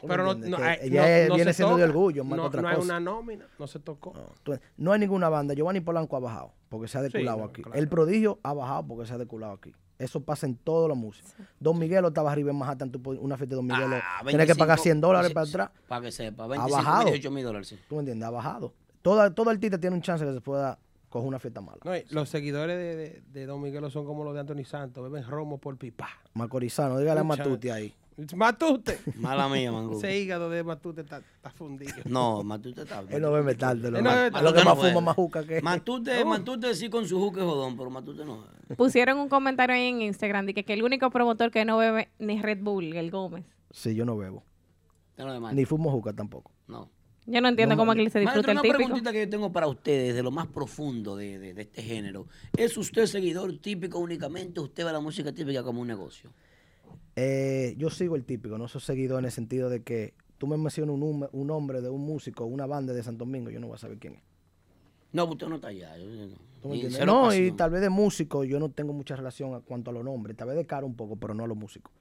S9: ¿Tú me
S4: Pero no,
S9: entiendes?
S4: no,
S9: Que
S4: hay-
S9: ella
S4: no-
S9: es-
S4: no
S9: viene
S4: se
S9: siendo de
S4: toca.
S9: orgullo, más
S4: no,
S9: que otra
S4: no hay
S9: cosa.
S4: una nómina, no se tocó.
S5: Ah.
S9: Tú- No hay ninguna banda. Giovanni Polanco ha bajado porque se ha deculado
S4: no,
S9: aquí.
S4: claro.
S9: El prodigio ha bajado porque se ha deculado aquí. Eso pasa en toda la música. Don Miguelo estaba arriba en Manhattan. Tú, puedes- una fiesta de Don
S4: Ah,
S9: Miguelo.
S5: Ah,
S9: tienes que pagar
S5: 25,
S9: 100 dólares para
S5: dice-
S9: atrás.
S5: Para que sepa,
S9: ha
S5: 25,
S9: bajado.
S5: 18 mil dólares. sí.
S9: ¿Tú me entiendes? Ha bajado. Toda, todo artista tiene un chance que se pueda cojo una fiesta mala.
S4: No, y los seguidores de, de- de Don Miguelo son como los de Anthony Santos, beben romo por pipa.
S9: Macorizano, dígale a
S4: Mucha-
S9: Matute ahí.
S4: Matute.
S5: Mala mía, Mangú.
S4: Ese hígado de Matute está, está fundido.
S5: No, Matute está.
S9: Él no bebe tarde, lo,
S5: Él no bebe
S9: a
S5: tarde.
S9: lo que
S5: Matute
S9: más
S5: no
S9: fuma
S5: bebe.
S9: más juca que.
S5: Matute, Matute sí con su juque jodón, pero Matute no. este
S3: Pusieron un comentario ahí en Instagram de que, que el único promotor que no bebe ni Red Bull, el Gómez.
S9: Sí, yo no bebo.
S5: Está lo demás.
S9: Ni fumo juca tampoco.
S5: No.
S3: Yo no entiendo cómo es que se disfruta
S5: Maestro,
S3: el
S5: una
S3: típico.
S5: preguntita que yo tengo para ustedes, de lo más profundo de, de- de este género. ¿Es usted seguidor típico únicamente? o ¿Usted ve la música típica como un negocio?
S9: Eh, yo sigo el típico, no soy seguidor en el sentido de que tú me mencionas un, hum- un nombre de un músico, una banda de Santo Domingo, yo no voy a saber quién es.
S5: No, usted no está allá. yo- yo no.
S9: ¿Tú me
S5: Ni
S9: entiendes?
S5: cero
S9: No,
S5: pasión.
S9: y tal vez de músico, yo no tengo mucha relación a cuanto a los nombres, tal vez de cara un poco, pero no a los músicos.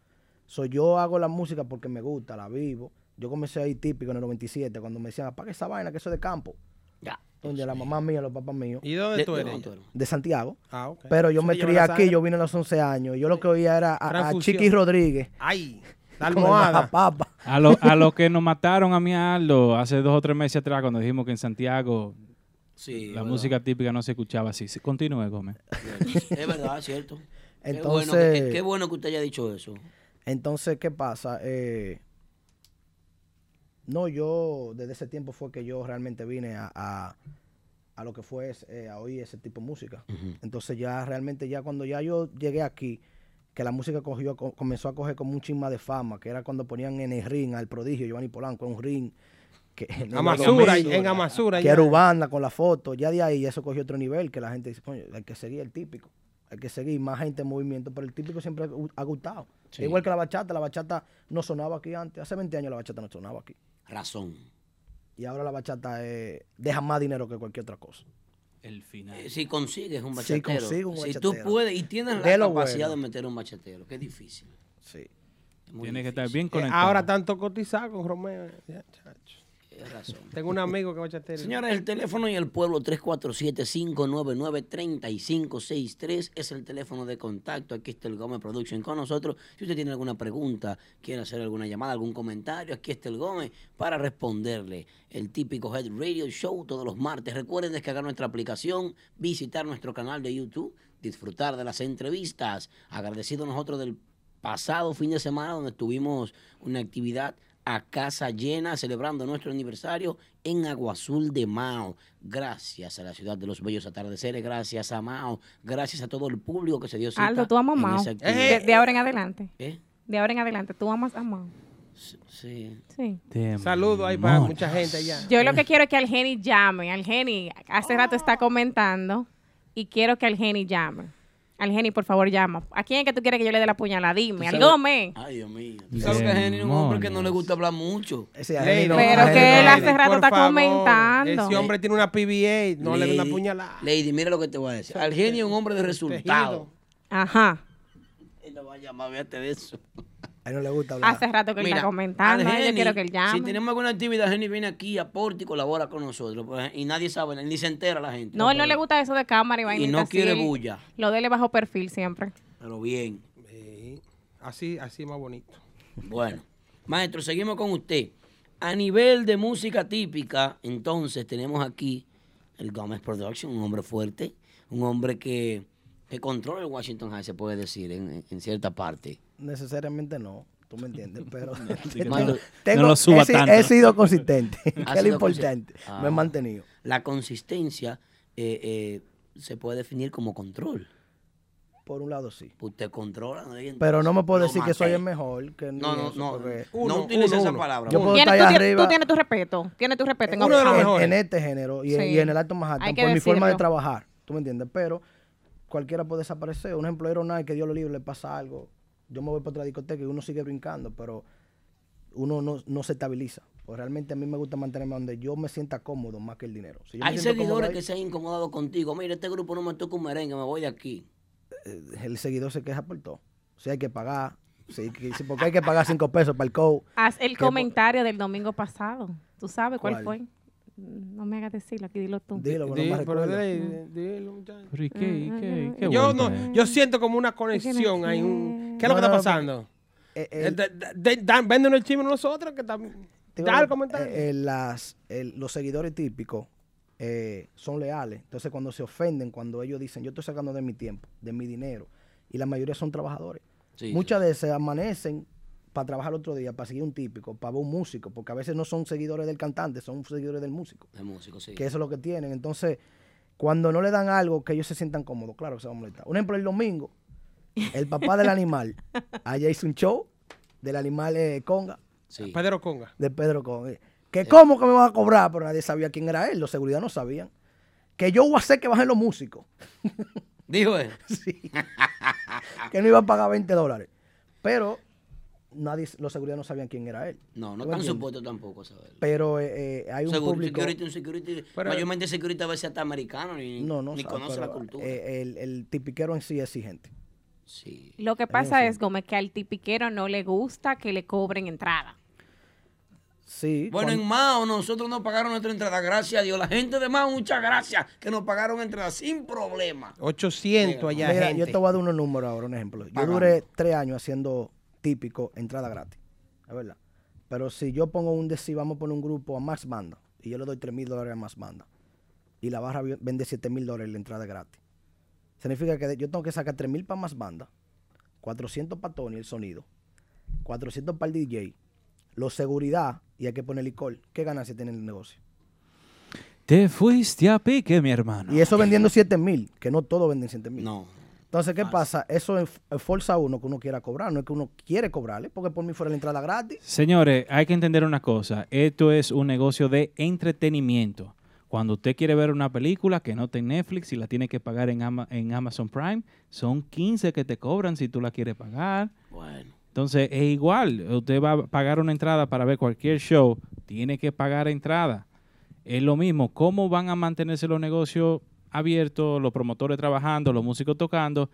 S9: So, yo hago la música porque me gusta, la vivo. Yo comencé ahí típico en el 97, cuando me decían, apaga esa vaina, que eso es de campo.
S5: Ya.
S9: Donde la mamá mía, los papás míos.
S4: ¿Y dónde De- tú de eres? dónde tú
S9: De Santiago.
S4: Ah, ok.
S9: Pero yo
S4: Eso
S9: me
S4: te lleva
S9: crié
S4: la
S9: aquí,
S4: sangre.
S9: yo vine a los 11 años, y yo lo que oía era a, a
S4: Transfusión.
S9: Chiqui Rodríguez.
S4: Ay, la
S9: con el
S4: almohada.
S9: Majapapa.
S2: A lo, a lo que nos mataron a mí a Aldo hace dos o tres meses atrás cuando dijimos que en Santiago
S5: Sí,
S2: la
S5: verdad.
S2: música típica no se escuchaba así. Sí, Continúe, Gómez.
S5: Es verdad, es cierto. qué, bueno,
S9: Entonces-
S5: que- qué, qué bueno que usted haya dicho eso.
S9: Entonces, ¿qué pasa? Eh, no, yo desde ese tiempo fue que yo realmente vine a, a- a lo que fue ese- eh, a oír ese tipo de música.
S14: Ujú.
S9: Entonces ya realmente, ya cuando ya yo llegué aquí, que la música cogió, co- comenzó a coger como un chisma de fama, que era cuando ponían en el ring al prodigio Giovanni Polanco, en un ring. Que,
S4: Amasura, en Amasura,
S9: Que
S4: ya.
S9: era Ubanda con la foto, ya de ahí eso cogió otro nivel, que la gente dice, coño, hay que seguir el típico, hay que seguir más gente en movimiento, pero el típico siempre ha gu- ha gustado.
S5: Sí.
S9: Igual que la bachata, la bachata no sonaba aquí antes, hace 20 años la bachata no sonaba aquí.
S5: Razón.
S9: Y ahora la bachata eh, deja más dinero que cualquier otra cosa.
S2: El final.
S5: Eh, Si consigues un
S9: Si
S5: bachatero.
S9: consigo un
S5: si tú
S9: bachatero.
S5: puedes y tienes la
S9: De lo
S5: capacidad
S9: bueno.
S5: de meter un bachatero, que es difícil.
S9: Sí.
S2: Tiene que estar bien
S4: Eh,
S2: conectado.
S4: ahora tanto cotizado con Romeo. ya, chacho.
S5: Tienes razón.
S4: Tengo un amigo que va a chatear.
S5: Señores, el teléfono y el pueblo 347-599-3563 es el teléfono de contacto. Aquí está el Gómez Production con nosotros. Si usted tiene alguna pregunta, quiere hacer alguna llamada, algún comentario, aquí está el Gómez para responderle. El típico Head Radio Show todos los martes. Recuerden descargar nuestra aplicación, visitar nuestro canal de YouTube, disfrutar de las entrevistas. Agradecido nosotros del pasado fin de semana donde tuvimos una actividad a casa llena celebrando nuestro aniversario en Aguazul de Mao. Gracias a la ciudad de los bellos atardeceres, gracias a Mao, gracias a todo el público que se dio cita.
S3: Aldo, tú amas
S5: en
S3: a Mao. Eh,
S5: esa actividad.
S3: de, de ahora en adelante.
S5: ¿Eh?
S3: De ahora en adelante, tú amas a Mao.
S5: Sí.
S3: Sí.
S4: Saludos ahí para mucha gente allá.
S3: Yo lo que quiero es que al Geni llame. Al Geni, hace rato está comentando y quiero que al Geni llame. Al Geni, por favor, llama. ¿A quién es que tú quieres que yo le dé la puñalada? Dime, al
S5: sabes-
S3: Gómez.
S5: Ay, Dios mío. Tú sabes que Jenny es un hombre que no le gusta hablar mucho.
S4: a Jenny no-
S3: Pero
S4: Ay,
S3: que él
S4: Lady,
S3: hace rato
S4: por
S3: está
S4: favor.
S3: comentando.
S4: Ese hombre tiene una PBA, no le da una
S5: Lady,
S4: puñalada.
S5: Lady, mira lo que te voy a decir. Al genio es un hombre de resultado.
S3: Ajá.
S5: Él no va a llamar, fíjate de eso.
S9: A él no le gusta
S3: hablar. Hace rato que él está comentando,
S5: al
S3: ay, yo
S5: Geni,
S3: quiero que él llame.
S5: Si tenemos alguna actividad, Jenny viene aquí, aporta y colabora con nosotros. pues, y nadie sabe, ni se entera la gente.
S3: No, él no le gusta eso de cámara y vaina.
S5: Y no
S3: así,
S5: quiere
S3: él-
S5: bulla.
S3: Lo dele bajo perfil siempre.
S5: Pero bien.
S4: Así, así más bonito.
S5: Bueno, maestro, seguimos con usted. A nivel de música típica, entonces tenemos aquí el Gómez Production, un hombre fuerte, un hombre que, que controla el Washington High, se puede decir, en, en cierta parte.
S9: Necesariamente no, tú me entiendes, pero
S5: que no lo-
S9: tengo-
S5: no lo suba
S9: he, si-
S5: tanto.
S9: he sido consistente, que
S5: Ha
S9: es lo
S5: sido
S9: importante,
S5: consi- Ah.
S9: me he mantenido.
S5: La consistencia eh, eh, se puede definir como control.
S9: Por un lado sí.
S5: Usted controla. ¿no?
S9: Pero no me puedo
S5: Lo
S9: decir que soy
S5: maté.
S9: el mejor. Que
S5: No,
S9: ni
S5: no,
S9: eso,
S5: no.
S9: porque-
S5: No Uno, utilice uno, esa uno. palabra.
S9: Yo puedo
S3: Tienes-
S9: estar
S3: tú,
S9: ahí
S3: tienes- tú
S9: arriba
S3: tienes tu respeto. Tienes tu respeto. en
S9: en-
S3: Aguafuerte.
S9: en, este género y, en-
S3: Sí.
S9: y en el alto
S3: Hay
S9: Manhattan
S3: que
S9: por mi forma de
S3: decirlo.
S9: trabajar. ¿Tú me entiendes? Pero cualquiera puede desaparecer. Un ejemplo, Aeronave, que Dios lo libre, le pasa algo. Yo me voy para otra discoteca y uno sigue brincando, pero uno no, no se estabiliza. Pues realmente a mí me gusta mantenerme donde yo me sienta cómodo más que el dinero. Si yo me
S5: Hay
S9: siento cómodo
S5: seguidores
S9: ahí,
S5: que se han incomodado contigo. Mira, este grupo no me toca un merengue, me voy de aquí.
S9: eh, el seguidor se queja por todo. Si hay que pagar, si, que- si- porque hay que pagar cinco pesos para el coach.
S3: Haz el
S9: Que-
S3: comentario del domingo pasado. ¿Tú sabes cuál,
S9: ¿Cuál?
S3: fue? No me hagas decirlo, aquí dilo tú.
S9: Dilo,
S4: Di- pero
S3: Mm.
S4: dile- dile, muchacho.
S2: Pero ¿y qué? ¿Y
S9: Mm,
S2: qué? ¿Y qué
S4: yo,
S2: bueno
S4: no, yo siento como una conexión. Hay un, ¿Qué es
S9: No,
S4: lo que
S9: no,
S4: está
S9: no,
S4: pasando?
S9: Eh,
S4: Eh, da- da- de- dan- Véndenos el chisme a nosotros que también.
S9: Te
S4: Da
S9: digo,
S4: el comentario.
S9: eh, eh, las, el- los seguidores típicos eh, son leales. Entonces cuando se ofenden, cuando ellos dicen, yo estoy sacando de mi tiempo, de mi dinero, y la mayoría son trabajadores.
S5: Sí,
S9: Muchas veces amanecen para trabajar otro día, para seguir un típico, para ver un músico, porque a veces no son seguidores del cantante, son seguidores del músico,
S5: De músico, sí.
S9: que eso es lo que tienen. Entonces, cuando no le dan algo que ellos se sientan cómodos, claro que se van a molestar. Un ejemplo, el domingo, el papá del animal, allá hizo un show del animal eh, Conga,
S4: Pedro Conga.
S9: de Pedro Conga. Que cómo que me vas a cobrar, pero nadie sabía quién era él, los seguridad no sabían. Que yo voy a hacer que bajen los músicos,
S5: Dijo él.
S9: que no iba a pagar 20 dólares. Pero nadie, los seguridad no sabían quién era él.
S5: No, no
S9: ¿Tú me
S5: están
S9: entiendes?
S5: supuestos tampoco a saberlo.
S9: Pero eh, eh, hay un
S5: Seguro,
S9: público...
S5: security, un security.
S9: Pero-
S5: mayormente security a veces hasta americano, ni,
S9: No, no
S5: ni
S9: sabe,
S5: conoce
S9: pero,
S5: la cultura.
S9: eh, el, el tipiquero en sí es exigente.
S5: Sí.
S3: Lo que pasa es, Gómez, que al tipiquero no le gusta que le cobren entrada.
S9: Sí.
S5: Bueno,
S9: cuan-
S5: en Mao nosotros nos pagaron nuestra entrada, gracias a Dios. La gente de Mao, muchas gracias, que nos pagaron entrada sin problema.
S4: 800 allá
S9: Mira,
S4: gente.
S9: yo te voy a dar unos números ahora, un ejemplo. Yo
S4: Pagando.
S9: duré tres años haciendo típico entrada gratis. Es verdad. Pero si yo pongo un decir, vamos a poner un grupo a Max Banda y yo le doy tres mil dólares a Max Banda y la barra vi- vende siete mil dólares la entrada gratis. Significa que de- yo tengo que sacar tres mil para Max Banda, 400 para Tony el sonido, 400 para el DJ, los seguridad y hay que poner licor. ¿Qué ganancia tiene el negocio?
S2: Te fuiste a pique, mi hermano.
S9: Y eso vendiendo 7 mil, que no todos venden 7 mil.
S5: No.
S9: Entonces, ¿qué pasa? Eso enf- esforza a uno que uno quiera cobrar, no es que uno quiere cobrarle, porque por mí fuera la entrada gratis.
S2: Señores, hay que entender una cosa. Esto es un negocio de entretenimiento. Cuando usted quiere ver una película que no está en Netflix y la tiene que pagar en, Ama- en Amazon Prime, son 15 que te cobran si tú la quieres pagar.
S5: Bueno.
S2: Entonces, es igual. Usted va a pagar una entrada para ver cualquier show, tiene que pagar entrada. Es lo mismo. ¿Cómo van a mantenerse los negocios abiertos, los promotores trabajando, los músicos tocando?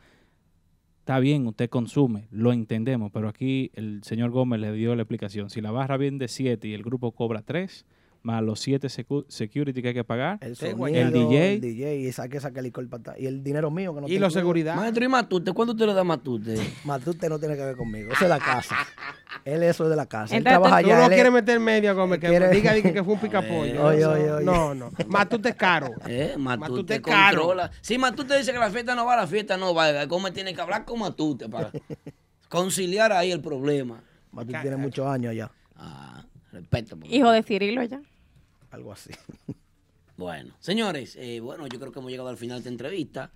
S2: Está bien, usted consume, lo entendemos, pero aquí el señor Gómez le dio la explicación. Si la barra vende 7 y el grupo cobra 3, más los 7 security que hay que pagar,
S9: El,
S2: el,
S9: sonido,
S2: DJ,
S9: el DJ, y hay que sacar licor para atrás. Y el dinero mío que no
S2: Y los seguridad.
S5: Maestro, ¿y Matute? ¿Cuándo usted le da Matute?
S9: Matute no tiene que ver conmigo, eso es la casa. Él eso es de la casa. Él
S4: Entonces,
S9: trabaja
S4: tú
S9: allá.
S4: no
S9: él es-
S4: quieres meter media, Gómez, que
S9: Quiere-
S4: diga, diga que fue un picapollo.
S9: Oye,
S4: No,
S9: oye, oye.
S4: No, no. Matute es caro.
S5: Eh, Matute,
S4: Matute es caro.
S5: controla. Si Matute dice que la fiesta no va, la fiesta no va. Gómez tiene que hablar con Matute para conciliar ahí el problema. Ah,
S9: Matute tiene muchos años allá.
S5: Respeto. por-
S3: Hijo de Cirilo ya.
S9: Algo así.
S5: Bueno, señores, eh, bueno, yo creo que hemos llegado al final de esta entrevista.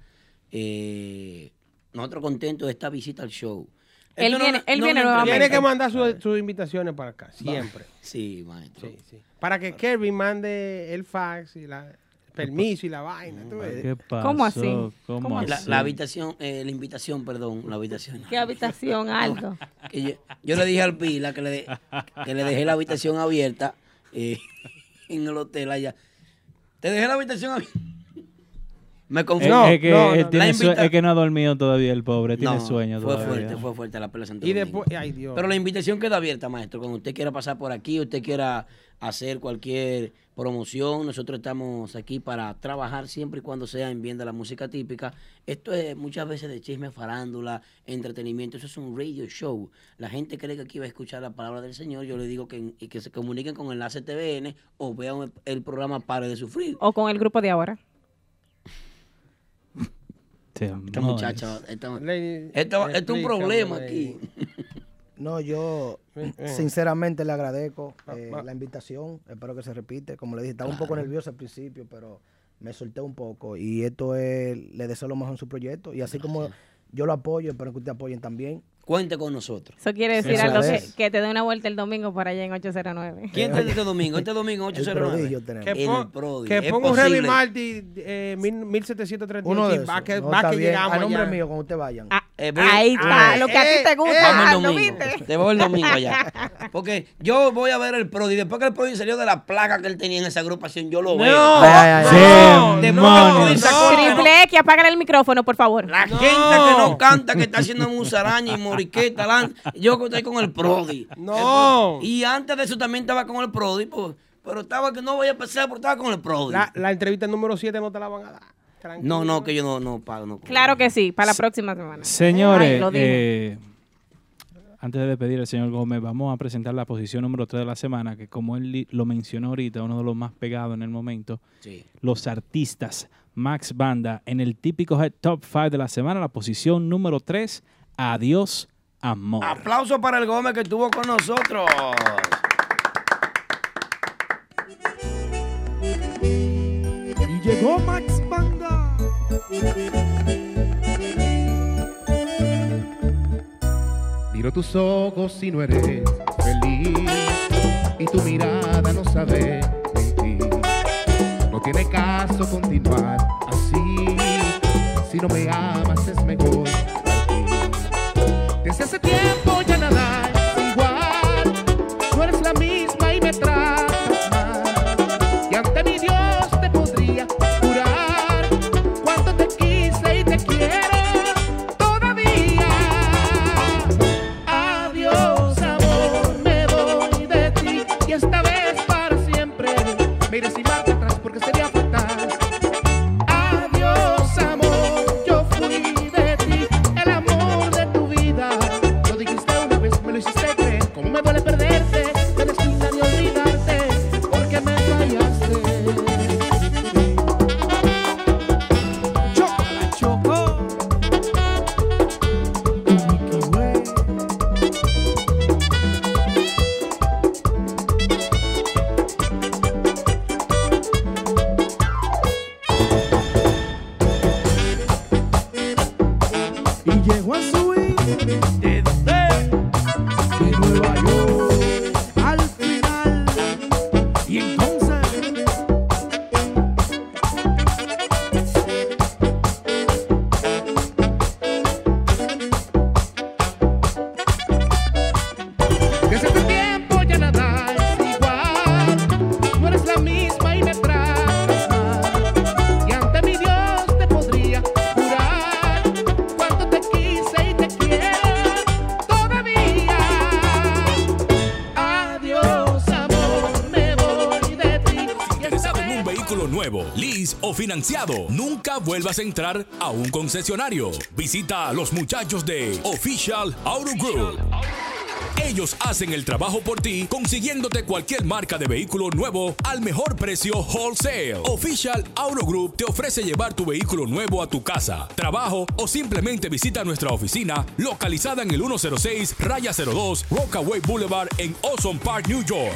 S5: Eh, nosotros contentos de esta visita al show. Esto no- no una
S4: Tiene
S5: entrevista.
S4: que mandar sus sus invitaciones para acá, siempre.
S5: Sí, maestro. Sí,
S4: sí. Para que Kelvin mande el fax y la, el permiso y la vaina. ¿tú ves?
S2: ¿Qué pasó?
S3: ¿Cómo así? ¿Cómo
S5: La,
S3: así?
S5: la habitación, eh, la invitación, perdón, la habitación.
S3: ¿Qué habitación, Aldo?
S5: Que yo, yo le dije al Pila que le, de- que le dejé la habitación abierta eh, en el hotel allá. Te dejé la habitación abierta. Me
S2: Es-
S5: confundí.
S2: es, que él
S5: La
S2: tiene sue-
S5: invita-
S2: es que no ha dormido todavía el pobre, tiene
S5: No,
S2: sueño
S5: Fue
S2: todavía.
S5: fuerte, fue fuerte la pelea de Santo
S4: Y
S5: Domingo.
S4: después, ay Dios.
S5: Pero la invitación queda abierta, maestro. Cuando usted quiera pasar por aquí, usted quiera hacer cualquier promoción, nosotros estamos aquí para trabajar siempre y cuando sea en bien de la música típica. Esto es muchas veces de chisme, farándula, entretenimiento. Eso es un radio show. La gente cree que aquí va a escuchar la palabra del Señor. Yo le digo que, y que se comuniquen con Enlace TVN o vean el, el programa Pare de Sufrir.
S3: O con el grupo de ahora.
S2: Este
S5: Esta
S2: No,
S5: muchacha,
S2: es-
S5: esta-
S4: Le-
S5: esta- esto es un
S4: eh, explícame,
S5: problema
S4: le-
S5: aquí.
S9: No, yo
S4: eh.
S9: sinceramente le agradezco eh,
S4: va.
S9: la invitación. Espero que se repite. Como le dije, estaba un poco
S4: Claro.
S9: nervioso al principio, pero me solté un poco. Y esto es, le deseo lo mejor en su proyecto. Y así como yo lo apoyo, espero que ustedes apoyen también.
S5: Cuente con nosotros.
S3: Eso quiere decir
S9: Eso
S3: algo que,
S9: es.
S3: que te dé una vuelta el domingo por allá en 809.
S5: ¿Quién está este domingo? Este domingo
S9: Eh, El
S5: 809.
S9: prodigio tenemos.
S4: Que,
S5: El
S4: pon-
S5: prodigio.
S4: que
S5: Es
S4: ponga un Remy
S5: posible.
S4: Marty eh, mil- 1738.
S9: Uno de
S4: Va
S9: esos.
S4: que,
S9: No,
S4: va
S9: está
S4: que
S9: bien.
S4: llegamos
S5: Ah,
S9: A nombre
S4: allá.
S9: mío, cuando usted vayan.
S5: Eh, voy-
S3: Ahí está,
S5: Ah,
S3: lo que a ti
S4: eh,
S3: te gusta,
S5: Vamos el
S3: Aldo,
S5: domingo.
S3: ¿viste?
S5: Te voy el domingo allá. Porque yo voy a ver el Prodi. Después que el Prodi salió de la placa que él tenía en esa agrupación, yo lo veo.
S2: ay, ay.
S5: De pronto el Prodi
S2: Demonios.
S5: sacó que no-
S3: Triple X, apaga el micrófono, por favor.
S5: La gente que no canta, que está haciendo musaraña y moriqueta, lan- yo que estoy con el Prodi.
S4: No.
S5: Y antes de eso también estaba con el Prodi, pues, pero estaba que no voy a pasar, pero estaba con el Prodi.
S4: La, la entrevista número 7 no te la van a dar. Tranquilo.
S5: No, no, que yo no, no pago. No.
S3: Claro que sí, para la próxima semana.
S5: eh,
S2: Señores,
S3: Ay, lo dije.
S2: eh, Antes de despedir al señor Gómez, vamos a presentar la posición número 3 de la semana, que como él li- lo mencionó ahorita, uno de los más pegados en el momento.
S5: Sí.
S2: Los artistas Max Banda en el típico Head Top 5 de la semana, la posición número 3, Adiós Amor.
S5: Aplauso para el Gómez que estuvo con nosotros.
S15: Y llegó Max Banda.
S16: Miro tus ojos y no eres feliz y tu mirada no sabe mentir. No tiene caso continuar así. Si no me amas es mejor partir. Desde hace tiempo ya nada es igual. No eres la misma y me tratas mal. Y ante mi Dios te podría curar cuánto te quise y te quiero todavía. Adiós, amor, me voy de ti y esta vez para siempre me iré sin marcha atrás porque sería fatal. Adiós, amor, yo fui de ti, el amor de tu vida. Lo dijiste una vez, me lo hiciste creer. Cómo me duele perderte, me desquita de olvidarte porque me fallaste. Chócala, chocó.
S15: Y llegó a subir desde de Nueva York al final. Y entonces
S16: Desde este tiempo ya nada es igual, no eres la misma y me tratas mal. Y ante mi Dios te podría jurar cuánto te quise y te quiero todavía. Adiós amor, me voy de ti y esta
S1: interesado en un vehículo nuevo, lease o financiado, nunca vuelvas a entrar a un concesionario. Visita a los muchachos de Official Auto Group. Ellos hacen el trabajo por ti, consiguiéndote cualquier marca de vehículo nuevo al mejor precio wholesale. Official Auto Group te ofrece llevar tu vehículo nuevo a tu casa, trabajo o simplemente visita nuestra oficina localizada en el 106 Raya 02 Rockaway Boulevard en Ozone Park, New York.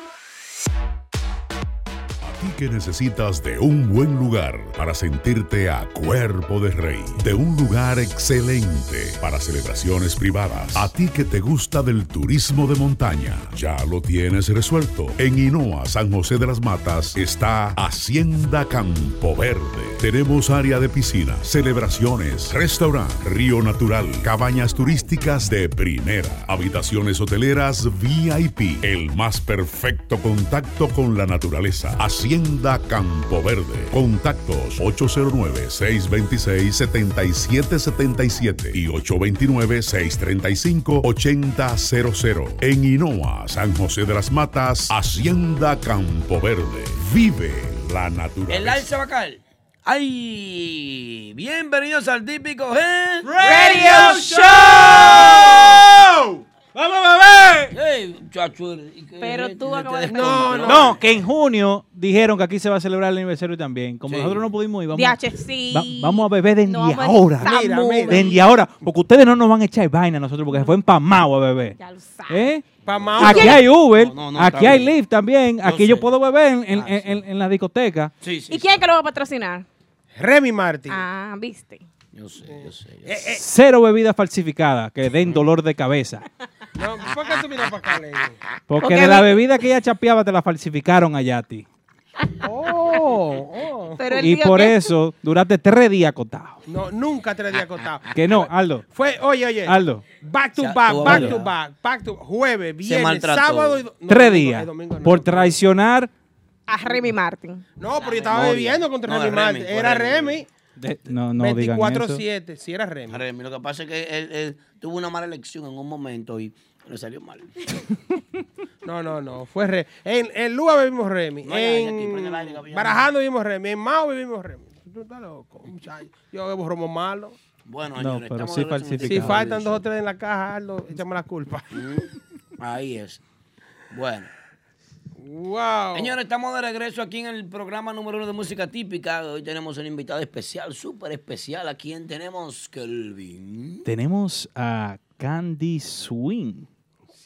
S17: ti que necesitas de un buen lugar para sentirte a cuerpo de rey, de un lugar excelente para celebraciones privadas, a ti que te gusta del turismo de montaña, ya lo tienes resuelto. En Hinoa, San José de las Matas, está Hacienda Campo Verde. Tenemos área de piscina, celebraciones, restaurante, río natural, cabañas turísticas de primera, habitaciones hoteleras VIP, el más perfecto contacto con la naturaleza. Hacienda Campo Verde. Contactos 809-626-7777 y 829-635-8000. En Inoa, San José de las Matas, Hacienda Campo Verde. Vive la naturaleza.
S5: El alza bacal. ¡Ay! Bienvenidos al típico ¿eh?
S15: Radio
S5: Show. ¡Vamos, bebé!
S3: Pero
S5: este
S3: tú acabas de
S2: No, no, que en junio dijeron que aquí se va a celebrar el aniversario también. Como
S3: Sí.
S2: nosotros no pudimos ir, vamos,
S3: DH, sí.
S2: va- vamos a beber desde
S3: No, vamos a
S2: ahora.
S3: estar Mira, moving. mira.
S2: Desde ahora. Porque ustedes no nos van a echar vaina a nosotros, porque fue empamado a beber. ¿Eh?
S4: Pamao.
S2: Aquí hay Uber,
S4: No, no, no,
S2: aquí
S4: está
S2: hay
S4: bien.
S2: Lyft también, aquí yo puedo beber en, en- en- en la discoteca.
S3: ¿Y quién es que lo va a patrocinar?
S4: Remy Martin.
S3: Ah, viste.
S5: Yo sé, yo sé.
S4: Eh,
S2: Cero bebidas falsificadas que den dolor de cabeza.
S4: No, ¿Por qué tú miras para acá, Leo?
S2: Porque
S4: Porque
S2: de la
S4: vi-
S2: bebida que ella chapeaba te la falsificaron allá a ti.
S4: Oh, oh.
S2: Y por eso duraste tres días acotado.
S4: No, nunca te la di acostado.
S2: Que no, Aldo.
S4: Fue, oye, oye.
S2: Aldo.
S4: Back to
S2: Ya,
S4: back,
S2: tú
S4: back
S2: vas
S4: to
S2: a-
S4: back, back to jueves, viernes,
S2: maltrató.
S4: sábado y do- no,
S2: tres
S4: domingo,
S2: días.
S4: el domingo no.
S2: por traicionar
S3: A Remy Martin.
S4: No, pero yo estaba
S2: memoria.
S4: bebiendo contra
S2: No,
S4: Remy
S2: de
S4: Martin.
S2: Remy,
S4: Era
S2: correcto.
S4: Remy.
S2: No, no digan eso.
S4: 24-7, si era Remy.
S5: Remy, lo que pasa es que él, él tuvo una mala elección en un momento y le salió mal.
S4: No, no, no. Fue Remy. En, en Luga vivimos Remy.
S5: No hay aire aquí, prende el aire,
S4: en
S5: Gabriel.
S4: Barajando vivimos Remy. En Mao vivimos Remy. Tú estás loco, muchacho. Yo bebo romo malo.
S5: Bueno,
S2: No, señores, pero estamos sí de regreso en el
S4: Si
S2: falsificado.
S4: faltan dos o tres en la caja, Aldo, échame la culpa.
S5: Mm, Ahí es. Bueno.
S4: Wow.
S5: Señores, estamos de regreso aquí en el programa número uno de música típica. Hoy tenemos un invitado especial, súper especial. ¿A quién tenemos, Kelvin?
S2: Tenemos a Candy Swing.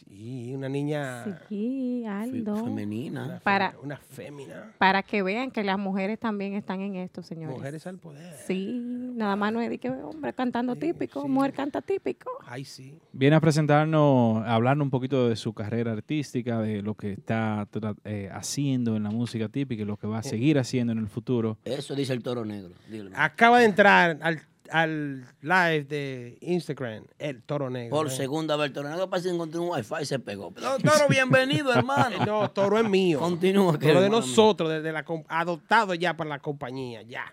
S4: Sí, una niña
S3: Sí, Aldo.
S5: femenina.
S3: Para,
S4: Una fémina.
S3: para que vean que las mujeres también están en esto, señores.
S4: Mujeres al poder.
S3: Sí, nada más no es de que hombre cantando típico, mujer canta típico.
S4: Ay, sí.
S2: Viene a presentarnos, a hablarnos un poquito de su carrera artística, de lo que está tra- eh, haciendo en la música típica y lo que va a
S5: Eh.
S2: seguir haciendo en el futuro.
S5: Eso dice el toro negro. Dile.
S4: Acaba de entrar al, al live de Instagram, el toro negro. Eh.
S5: Por
S4: ¿no?
S5: segunda vez, el toro negro parece que encontró un wifi y se pegó. Pero, toro, bienvenido, hermano.
S4: No, toro es mío.
S5: Continúa, que
S4: Toro de
S5: hermano mío.
S4: nosotros, desde la com- adoptado ya por la compañía, ya.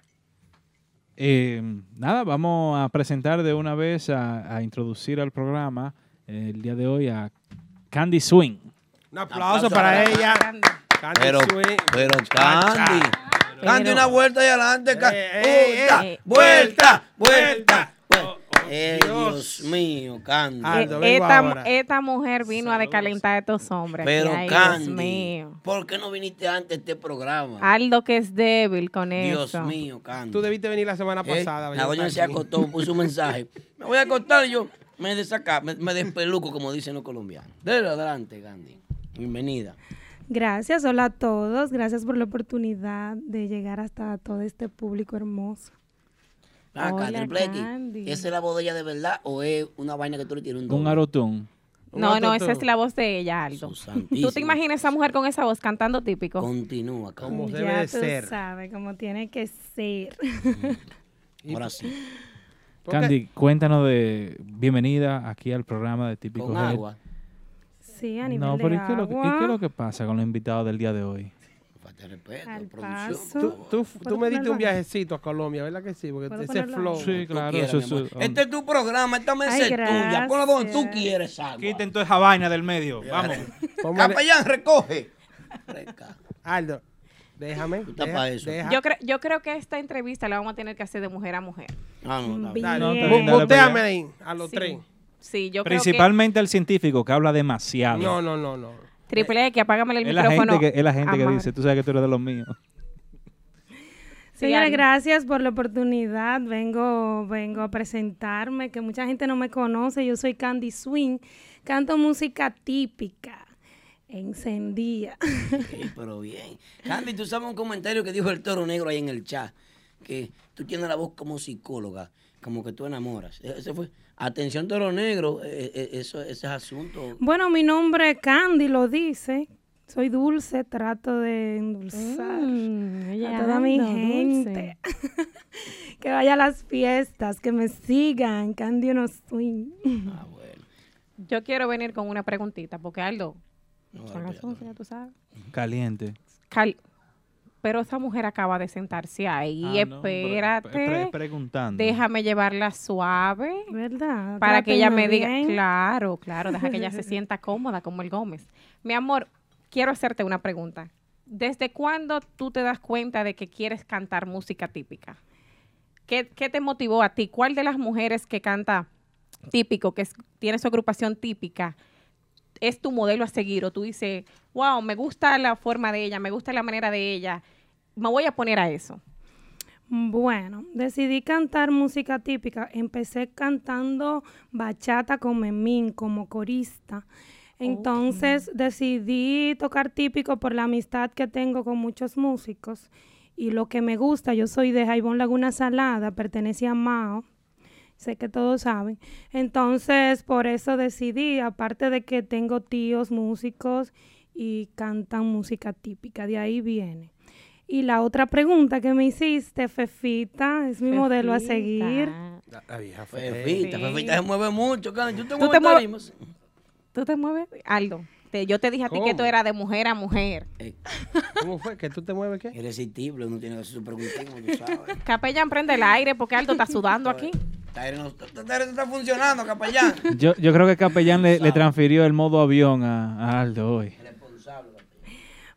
S2: Eh, nada, vamos a presentar de una vez a, a introducir al programa eh, el día de hoy a Candy Swing.
S4: Un aplauso, para ella. Candy
S5: Pero,
S4: Swing.
S5: pero Candy. Candy, una vuelta y adelante. Ca- vuelta,
S4: eh, Oh,
S5: vuelta, vuelta, vuelta. Eh, Dios mío, Candy.
S3: Eh, esta, esta mujer vino a decalentar a estos hombres. aquí,
S5: Pero
S3: ay, Dios
S5: Candy,
S3: mío.
S5: ¿por qué no viniste antes de este programa?
S3: Aldo que es débil con
S5: Dios
S3: eso.
S5: mío, Candy.
S4: Tú debiste venir la semana
S5: Eh,
S4: pasada.
S5: La doña se acostó, puso un mensaje. Me voy a acostar y yo me desaca, me, me despeluco, como dicen los colombianos. Dele adelante, Candy. Bienvenida.
S18: Gracias, hola a todos. Gracias por la oportunidad de llegar hasta todo este público hermoso.
S5: Ah,
S18: Hola,
S5: Candy Blackie,
S18: Candy.
S5: ¿esa es la bodella de verdad o es una vaina que tú le tienes un
S2: Un
S5: don?
S2: arotón.
S3: No, no, esa es la voz de ella, Aldo. ¿Tú te imaginas esa mujer con esa voz cantando típico?
S5: Continúa, Candy.
S4: Como
S18: ya tú sabes cómo tiene que ser.
S5: Ahora sí.
S2: Candy, cuéntanos de bienvenida aquí al programa de Típico
S5: Con
S2: Head.
S5: agua.
S18: sí, a nivel
S2: No, pero
S18: de
S2: ¿y qué, es lo que, y
S18: agua.
S2: qué es lo que pasa con los invitados del día de hoy?
S18: al
S4: Tú,
S18: paso.
S4: tú, tú
S18: ¿Puedo
S4: me diste
S18: ponerlo
S4: un
S18: ahí?
S4: viajecito a Colombia, ¿verdad que sí? Porque
S18: ¿Puedo
S4: ese
S18: ponerlo
S4: flow.
S18: ahí?
S2: Sí,
S4: Tú
S2: claro,
S4: quieras,
S2: eso
S4: mi amor.
S2: es-
S4: Este-
S5: Este es tu programa, esta mesa
S4: Ay,
S5: es tuya. Ponla donde tú
S4: gracias.
S5: quieres, agua.
S2: Quiten toda esa vaina del medio. Vamos.
S5: Capellán, recoge.
S4: Aldo, déjame.
S5: estás
S4: deja-
S5: pa' eso.
S4: deja-
S3: Yo, creo, yo creo que esta entrevista la vamos a tener que hacer de mujer a mujer.
S5: Ah, no,
S4: Dale,
S2: No, está
S4: bu-
S2: bien, dale
S4: botéame
S2: para allá.
S4: ahí, a los
S3: Sí.
S4: tres.
S3: Sí, yo
S2: Principalmente al científico que habla
S5: Ah,
S2: demasiado.
S4: No, no, no, no.
S3: creo que... Triple X, apágame el
S2: es la gente
S3: micrófono.
S2: que, es la gente que
S3: Amar.
S2: dice, tú sabes que tú eres de los míos.
S3: Ah,
S18: Señora,
S3: Aldo.
S18: gracias por la oportunidad. Vengo, vengo a presentarme, que mucha gente no me conoce. Yo soy Candy Swing. Canto música típica, encendida.
S5: Sí, pero bien. Candy, tú sabes un comentario que dijo el toro negro ahí en el chat. Que tú tienes la voz como psicóloga, como que tú enamoras. E- Ese fue. Atención, toro negro, eh, eh, eso, ese es asunto.
S18: Bueno, mi nombre es Candy, lo dice. Soy dulce, trato de endulzar
S3: Mm, ella
S18: a toda mi
S3: anda dulce.
S18: gente. que vaya a las fiestas, que me sigan, Candy Uno Swing.
S3: Yo quiero venir con una preguntita, porque Aldo,
S5: No,
S3: son las 11, ya tú sabes.
S2: Caliente.
S3: Cal- Pero esa mujer acaba de sentarse ahí,
S2: Ah, no, pre-
S3: espérate.
S2: pre- preguntando.
S3: Déjame llevarla suave.
S18: ¿Verdad?
S3: Para que ella me diga,
S18: Trátenme bien.
S3: claro, claro, deja que ella se sienta cómoda como el Gómez. Mi amor, quiero hacerte una pregunta. ¿Desde cuándo tú te das cuenta de que quieres cantar música típica? ¿Qué, qué te motivó a ti? ¿Cuál de las mujeres que canta típico, que es- tiene su agrupación típica, es tu modelo a seguir? O tú dices, wow, me gusta la forma de ella, me gusta la manera de ella, me voy a poner a eso.
S18: Bueno, decidí cantar música típica. Empecé cantando bachata con Memín como corista. Entonces decidí tocar típico por la amistad que tengo con muchos músicos y lo que me gusta. Yo soy de Jaibón Laguna Salada, pertenecía a Mao. Sé que todos saben. Entonces, por eso decidí, aparte de que tengo tíos músicos y cantan música típica, de ahí viene. Y la otra pregunta que me hiciste, Fefita, es mi modelo a
S3: Fefita.
S18: seguir.
S4: La, la vieja fue.
S5: Fefita,
S3: Sí.
S5: Fefita se mueve mucho, Candy. Tú te
S3: ¿Tú
S5: mueves
S3: te mueves?
S5: tarimas.
S3: ¿Tú te mueves, Aldo? dijiste, yo te dije a ti que esto
S5: ¿Cómo?
S3: era de mujer a mujer.
S5: ¿Cómo fue? ¿Que tú te mueves qué? Irresistible, uno tiene que hacer su preguntismo, tú sabes.
S3: Capellán, prende el aire porque Aldo está sudando aquí.
S5: Esta aire no esta- esta aire no está funcionando, capellán.
S2: Yo, yo creo que Capellán le, le transfirió el modo avión a, a Aldo hoy.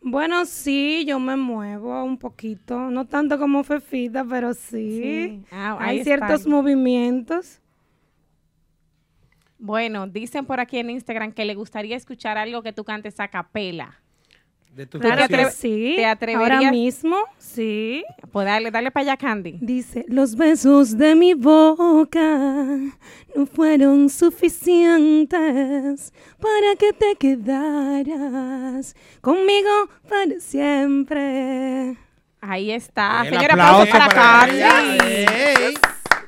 S18: Bueno, sí, yo me muevo un poquito, no tanto como Fefita, pero sí.
S3: Sí. Ah, ahí
S18: Hay
S3: está.
S18: ciertos movimientos.
S3: Bueno, dicen por aquí en Instagram que le gustaría escuchar algo que tú cantes a capela.
S4: De
S3: ¿Tú
S4: tus
S3: te,
S4: canciones.
S3: atre- te atreverías?
S18: Ahora mismo, sí.
S3: Pues dale, dale para allá, Candy.
S18: Dice, los besos de mi boca no fueron suficientes para que te quedaras conmigo para siempre.
S3: Ahí está.
S18: El
S3: Señora,
S18: aplauso
S3: aplauso Ah, para
S18: para
S3: Candy.
S18: ella.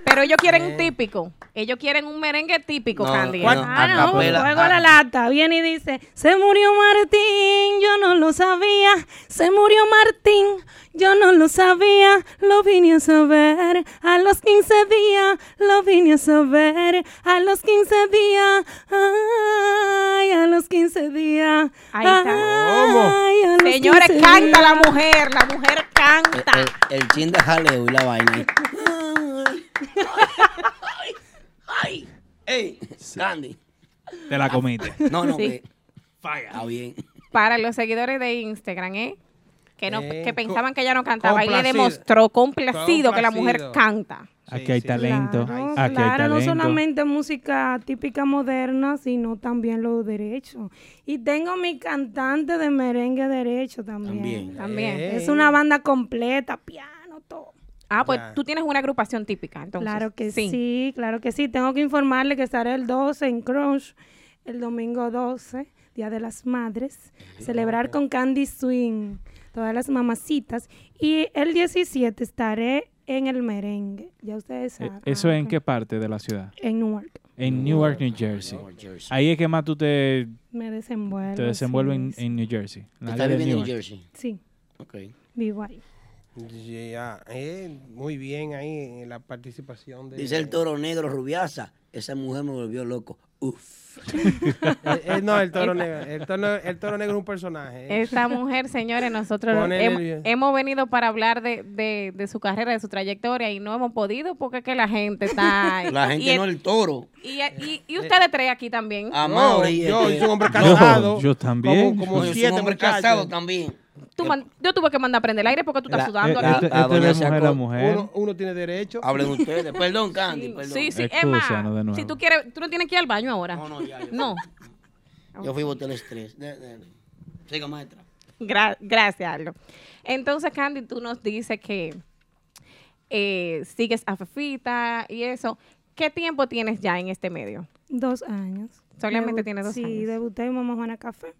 S3: Pero ellos quieren un típico. Ellos quieren un merengue típico,
S18: No,
S3: Candy.
S18: ¿cuál? Ah, no,
S3: capela.
S18: juego a la lata. Viene y dice, se murió Martín, yo no lo sabía. Se murió Martín, yo no lo sabía. Lo vine a saber a los 15 días. Lo vine a saber a los 15 días. Ay, a los 15 días.
S3: Ahí está.
S18: Ay, a los
S3: Señores,
S18: 15
S3: canta la
S18: días.
S3: mujer. La mujer
S18: eh,
S3: canta.
S5: El, el chin de jaleo y la vaina. ¡Ay! ¡Ey! Candy.
S2: Te la comiste.
S5: No, no,
S3: Sí.
S5: que. Está bien.
S3: Para los seguidores de Instagram, ¿eh? Que, no,
S5: Eh,
S3: que
S5: co-
S3: pensaban que ella no cantaba. Y le
S5: complacido.
S3: demostró complacido que la
S5: Complacido.
S3: mujer canta.
S2: Aquí hay talento.
S18: Claro,
S2: Aquí hay
S18: claro, no
S2: talento.
S18: solamente música típica moderna, sino también los derechos. Y tengo mi cantante de merengue derecho también.
S3: También. También.
S18: Es una banda completa, piano, todo.
S3: Ah, pues
S18: Ya.
S3: tú tienes una agrupación típica, entonces.
S18: Claro que sí. claro que sí. Tengo que informarle que estaré el 12 en Crunch, el domingo 12, Día de las Madres, celebrar con Candy Swing, todas las mamacitas. Y el 17 estaré en el merengue, ya ustedes
S3: E
S2: Eh,
S18: saben,
S2: ¿Eso en qué parte de la ciudad?
S18: en Newark.
S2: En Newark, New Jersey. Ahí es que más tú te,
S18: Me desenvuelvo.
S2: te
S18: sí.
S2: desenvuelves en, en New Jersey. en la
S5: Está
S2: área de
S5: viviendo en New
S2: Newark.
S5: Jersey.
S18: Sí,
S5: Ok.
S18: vivo ahí.
S4: Ya, eh, muy bien ahí en la participación de.
S5: Dice el toro negro rubiaza. Esa mujer me volvió loco. Uf.
S4: Eh, eh, no, el toro negro. El toro, el toro negro es un personaje. eh.
S3: Esta mujer, señores, nosotros
S4: Ponele
S3: hem-
S4: bien.
S3: hemos, venido para hablar de, de- de su carrera, de su trayectoria y no hemos podido porque es que la gente está... ahí.
S5: La
S3: Y
S5: gente no el toro.
S3: Y, y- y ustedes tres aquí también.
S5: A
S4: No,
S5: Mauri,
S4: yo
S5: este-
S4: soy un hombre casado.
S2: Yo también.
S4: Como,
S5: No,
S4: como
S5: yo soy un
S4: siete
S5: hombre
S4: muchachos.
S5: casado también.
S3: Tú man- yo tuve que mandar a prender el aire porque tú estás
S5: La-
S3: sudando.
S2: Eh,
S3: aquí.
S2: esto- esto es de mujer a mujer.
S4: Uno, uno tiene derecho.
S5: Hablen ustedes. Perdón, Candy, perdón.
S3: sí,
S2: eh,
S3: sí, Emma,
S2: Excúsanos de nuevo.
S3: si tú quieres, tú no tienes que ir al baño ahora. No, no, ya. No,
S5: Yo fui a botar el estrés. De- de- de. Siga, maestra.
S3: Gra- gracias, Arlo. Entonces, Candy, tú nos dices que eh, sigues a Fefita y eso. ¿Qué tiempo tienes ya en este medio?
S18: Dos años.
S3: Solamente
S18: Debu-
S3: tiene dos
S18: Sí,
S3: años.
S18: debuté en Mamá Juana Café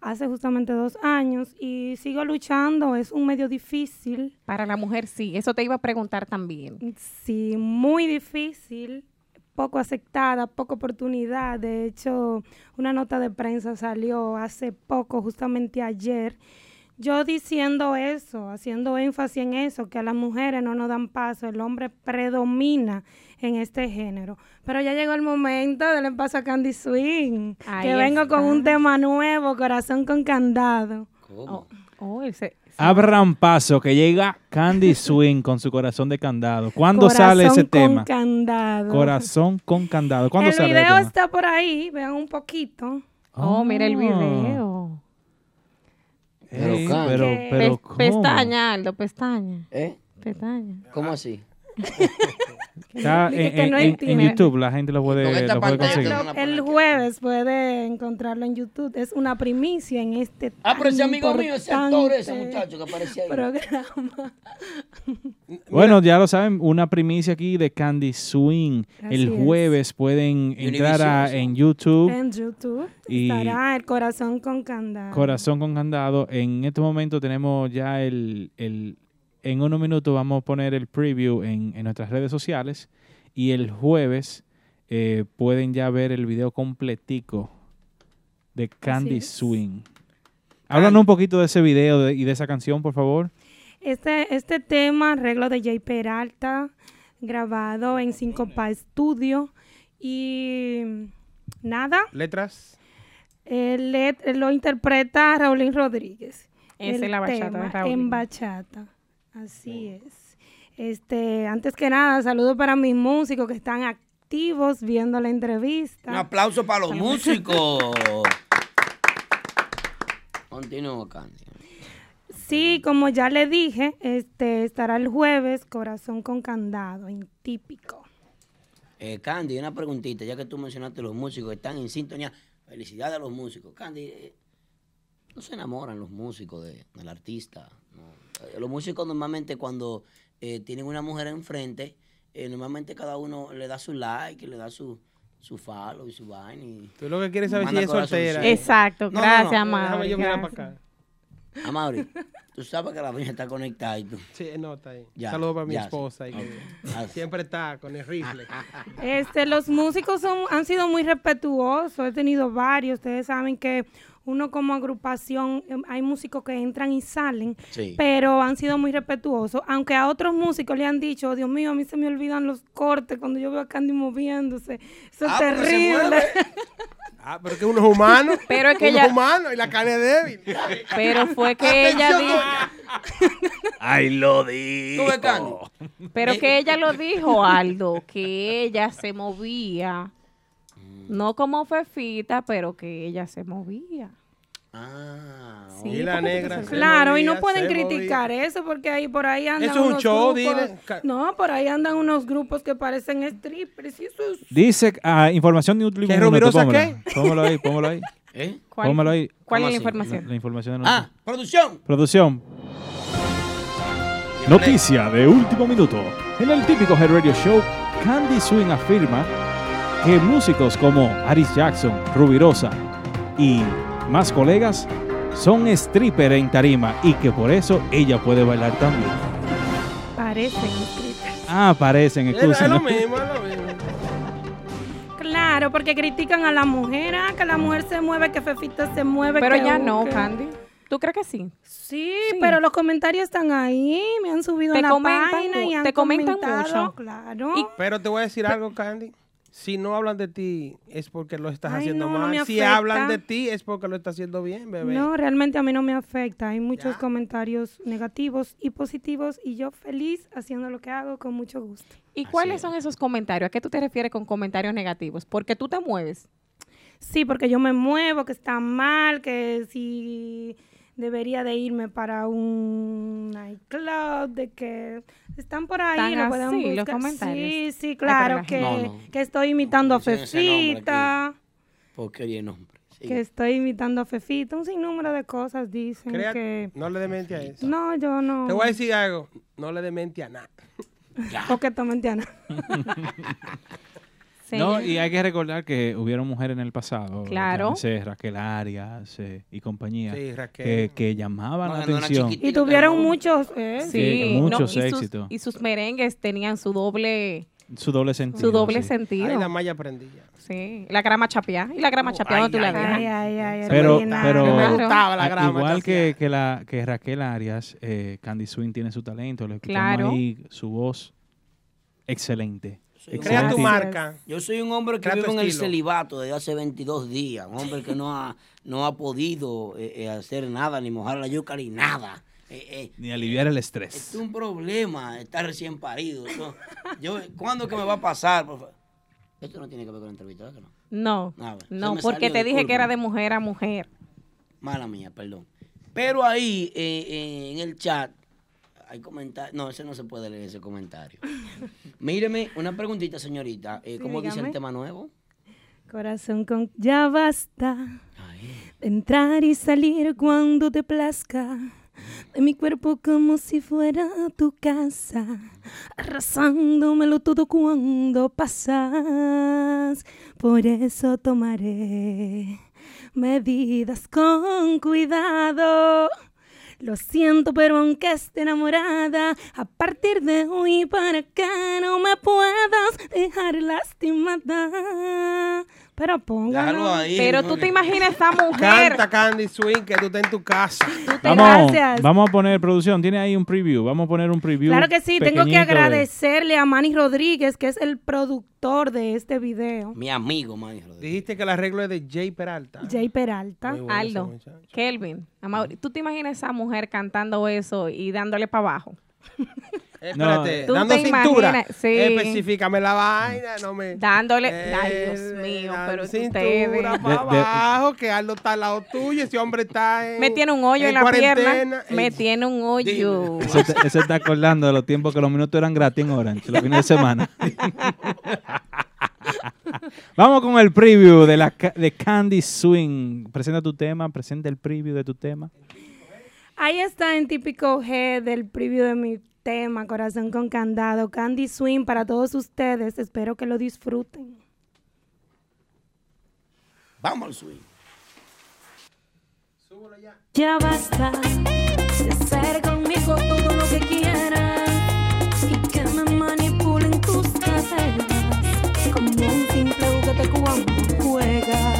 S18: hace justamente dos años y sigo luchando. Es un medio difícil.
S3: Para la mujer, sí. Eso te iba a preguntar también.
S18: Sí, muy difícil, poco aceptada, poca oportunidad. De hecho, una nota de prensa salió hace poco, justamente ayer, yo diciendo eso, haciendo énfasis en eso, que a las mujeres no nos dan paso, el hombre predomina en este género. Pero ya llegó el momento del paso a Candy Swing,
S3: Ahí
S18: que vengo con
S3: está.
S18: un tema nuevo, corazón con candado.
S3: Oh, ese-
S2: Abran paso, que llega Candy Swing con su corazón de candado. ¿Cuándo sale
S18: Corazón
S2: ese
S18: con
S2: tema?
S18: candado.
S2: Corazón con candado. ¿Cuándo
S18: el
S2: sale ese
S18: video
S2: tema?
S18: está por ahí, vean un poquito.
S3: Oh, mira el
S2: Ah.
S3: video.
S2: Pero,
S5: Ey,
S2: Candy. pero,
S5: ¿Qué?
S2: pero,
S5: Pe-
S2: ¿cómo?
S3: Pestaña, Aldo, pestaña.
S5: ¿Eh?
S3: Pestaña.
S5: ¿Cómo así?
S2: Está
S18: Dije
S2: en,
S18: que
S2: en-
S18: no
S2: en- en
S18: entiende.
S2: YouTube, la gente lo puede, lo puede conseguir.
S18: Lo- el jueves puede encontrarlo en YouTube. Es una primicia en este.
S5: Ah, pero
S18: tan
S5: ese amigo mío, ese actor, ese
S18: importante
S5: muchacho que aparecía ahí.
S18: Programa.
S2: Bueno, ya lo saben, una primicia aquí de Candy Swing.
S18: Así
S2: el
S18: es.
S2: jueves pueden entrar a-
S18: Univision, sí.
S2: en YouTube.
S18: En YouTube
S2: Y-
S18: estará el corazón con candado.
S2: Corazón con candado. En este momento tenemos ya el, el- en unos minutos vamos a poner el preview en, en nuestras redes sociales y el jueves eh, pueden ya ver el video completico de Candy
S18: es.
S2: Swing. Háblanos un poquito de ese video de- y de esa canción, por favor.
S18: Este, este tema, arreglo de Jay Peralta, grabado en Cinco Pa Studio. Y nada,
S4: Letras.
S18: Él le- lo interpreta Raulín Rodríguez.
S3: Esa
S18: El
S3: es la bachata de
S18: tema
S3: Raulín.
S18: En bachata. Así es. Este, antes que nada, saludo para mis músicos que están activos viendo la entrevista.
S5: Un aplauso para los músicos. Continúo, Candy.
S18: Sí, como ya le dije, este estará el jueves Corazón con Candado, en típico.
S5: Eh, Candy, una preguntita, ya que tú mencionaste los músicos que están en sintonía. Felicidades a los músicos. Candy, eh, no se enamoran los músicos de- del artista. no. Eh, Los músicos normalmente cuando eh, tienen una mujer enfrente, eh, normalmente cada uno le da su like, le da su, su follow y su vaina. y-
S4: Tú lo que quieres saber si
S5: Manda
S4: ella es soltera.
S5: corazoncito.
S3: Exacto, gracias,
S4: no,
S3: Amaury,
S4: Déjame yo mirar
S3: gracias.
S4: para acá.
S5: Amaury, tú sabes que la vaina está conectada y tú.
S4: Sí, eh, no, está ahí.
S5: Ya,
S4: Saludos para mi
S5: ya, sí.
S4: esposa. y que
S5: Ah, sí.
S4: siempre está con el rifle.
S18: Este, los músicos son, han sido muy respetuosos, he tenido varios, ustedes saben que uno como agrupación, em, hay músicos que entran y salen,
S5: Sí.
S18: pero han sido muy respetuosos, aunque a otros músicos le han dicho, Dios mío, a mí se me olvidan los cortes cuando yo veo a Candy moviéndose, eso es
S4: Ah, porque se
S18: terrible.
S4: mueve. Ah, pero que uno es humano.
S18: Pero es que
S4: uno
S18: ella-
S4: es humano y la carne es débil.
S3: Pero fue que ella
S4: Atención,
S3: dijo-
S13: Ay, lo dijo.
S3: ves, Candy? Pero que ella lo dijo, Aldo, que ella se movía. No como Fefita, pero que ella se movía.
S5: Ah,
S3: Sí,
S4: y la
S3: porque
S4: negra.
S3: entonces-
S4: se
S18: Claro, y no
S4: movía,
S18: pueden
S4: se movía.
S18: criticar eso porque ahí por ahí andan
S4: Eso es un
S18: unos
S4: show,
S18: grupos-
S4: dile. Ca-
S18: No, por ahí andan unos grupos que parecen strippers y eso es
S2: Dice ah, información de un
S4: ¿Que
S2: minuto,
S4: Rubirosa
S2: pónmela.
S4: qué?
S2: Pónmelo ahí, pónmelo ahí.
S5: ¿Eh?
S3: ¿Cuál-
S2: Pónmelo ahí.
S3: cuál es la información?
S2: La, la información de
S5: Ah, producción.
S2: Producción. Noticia de último minuto. En el típico Head Radio Show, Candy Swing afirma que músicos como Aris Jackson, Rubirosa y más colegas son stripper en tarima y que por eso ella puede bailar también.
S18: parecen strippers.
S2: Ah, aparecen,
S4: Es- Es lo
S2: excusen.
S4: mismo, es lo mismo.
S18: Claro, porque critican a la mujer, ah, que la mujer se mueve, que Fefita se mueve.
S3: Pero
S18: que
S3: ya
S18: uh,
S3: no,
S18: que-
S3: Candy. ¿Tú crees que sí?
S18: Sí, pero los comentarios están ahí, me han subido
S3: Te
S18: a la
S3: comentan
S18: página
S3: mu-
S18: y han
S3: te comentan
S18: comentado,
S3: mucho.
S18: Claro.
S4: Pero te voy a decir algo, Candy. Si no hablan de ti, es porque lo estás
S18: Ay,
S4: haciendo
S18: no, no
S4: mal.
S18: me
S4: si
S18: afecta.
S4: hablan de ti, es porque lo estás haciendo bien, bebé.
S18: No, realmente a mí no me afecta. Hay muchos comentarios negativos y positivos y yo feliz haciendo lo que hago con mucho gusto.
S3: ¿Y cuáles son esos comentarios? ¿A qué tú te refieres con comentarios negativos? Porque tú te mueves.
S18: Sí, porque yo me muevo, que está mal, que si debería de irme para un nightclub, de que están por ahí,
S3: Están
S18: lo pueden
S3: así los
S18: buscar.
S3: comentarios.
S18: Sí, sí,
S3: Ay,
S18: claro,
S3: pero
S18: que,
S5: la gente- No,
S18: que estoy imitando a
S5: Dicen ese nombre
S18: Fefita,
S5: Porque oye, no, hombre. Sí.
S18: que estoy imitando a Fefita, un sinnúmero de cosas dicen
S4: Crea-
S18: que...
S4: no le demente a eso.
S18: No, yo no.
S4: Te voy a decir algo. No le demente a nada.
S18: Porque tú me entiendes.
S2: No, y hay que recordar que hubieron mujeres en el pasado.
S18: Claro.
S2: llámese Raquel Arias eh, y compañía.
S4: Sí, Raquel.
S2: Que, que llamaban la
S5: Cuando era
S2: atención.
S5: chiquitita.
S18: Y tuvieron muchos... eh,
S2: Sí, muchos
S3: y sus-
S2: éxitos.
S3: Y sus merengues tenían su doble,
S2: Su doble sentido.
S3: su doble
S2: sí.
S3: sentido.
S4: Ahí la malla prendía.
S3: Sí, la grama chapeada. ¿Y la grama chapeada
S4: ay,
S3: donde tú la
S4: ay,
S3: dejas?
S18: Ay, ay, ay, el
S2: Pero,
S18: vallenato.
S2: pero
S4: Me gustaba la
S5: Ah,
S2: a-
S4: grama,
S2: igual
S4: te
S2: que, que, la, que Raquel Arias, eh, Candy Swing tiene su talento. Le escuchamos
S3: Claro.
S2: ahí su voz excelente.
S5: un
S2: Excelente.
S4: Crea tu marca.
S5: Yo soy un hombre que
S4: Crea tu
S5: vivo en el
S4: estilo.
S5: celibato desde hace 22 días, un hombre que no ha, no ha podido eh, eh, hacer nada, ni mojar la yuca, ni nada. Eh, eh,
S2: Ni aliviar el estrés.
S5: es un problema estar recién parido. Eso- yo, ¿Cuándo que me va a pasar? por fa- Esto no tiene que ver con la entrevista, ¿verdad que no?
S3: No,
S5: Ah, bueno,
S3: no,
S5: se me
S3: porque
S5: salió,
S3: te dije que era
S5: discúlpame.
S3: de mujer a mujer.
S5: Mala mía, perdón. Pero ahí, eh, eh, en el chat, hay comentarios. No, ese no se puede leer ese comentario. Míreme, una preguntita, señorita. Eh,
S18: Sí,
S5: ¿Cómo dice el
S18: dígame.
S5: tema nuevo?
S18: Corazón con ya basta de entrar y salir cuando te plazca de mi cuerpo como si fuera tu casa, arrasándomelo todo cuando pasas. Por eso tomaré medidas con cuidado. Lo siento, pero aunque esté enamorada, a partir de hoy para que no me puedas dejar lastimada. Pero póngalo.
S3: Pero tú te imaginas esa mujer.
S4: Canta Candy Swing que tú estás en tu casa.
S2: Vamos, vamos a poner producción. Tiene ahí un preview. Vamos a poner un preview.
S18: Claro que sí, tengo que
S2: pequeñito de-
S18: agradecerle a Manny Rodríguez, que es el productor de este video.
S5: Mi amigo, man.
S4: Dijiste que el arreglo es de Jay Peralta.
S18: Jay Peralta.
S4: Muy bueno ese
S3: Aldo, Kelvin, Amaury, ¿tú te imaginas esa mujer cantando eso y dándole para abajo?
S4: Espérate,
S3: ¿Tú
S4: dando
S3: te
S4: cintura.
S3: imaginas? Sí.
S4: Específicame la vaina, no me.
S3: Dándole,
S4: Eh,
S3: ay Dios mío,
S4: dando
S3: pero ustedes.
S4: cintura
S2: De-
S4: para
S2: de-
S4: abajo, que Aldo está al lado tuyo, ese hombre está en.
S3: Me tiene un hoyo en, la pierna,
S4: cuarentena.
S3: me tiene un hoyo.
S2: Ese te- ese está acordando de los tiempos que los minutos eran gratis en Orange, los fines de semana. Vamos con el preview de, la, ca- de Candy Swing. Presenta tu tema, presenta el preview de tu tema.
S18: Ahí está en típico G del preview de mi tema, Corazón con Candado, Candy Swing para todos ustedes. Espero que lo disfruten.
S5: Vamos al swing.
S19: Ya basta de hacer conmigo todo lo que quieran y que me manipulen tus cadenas como un simple juguete cuando juegas.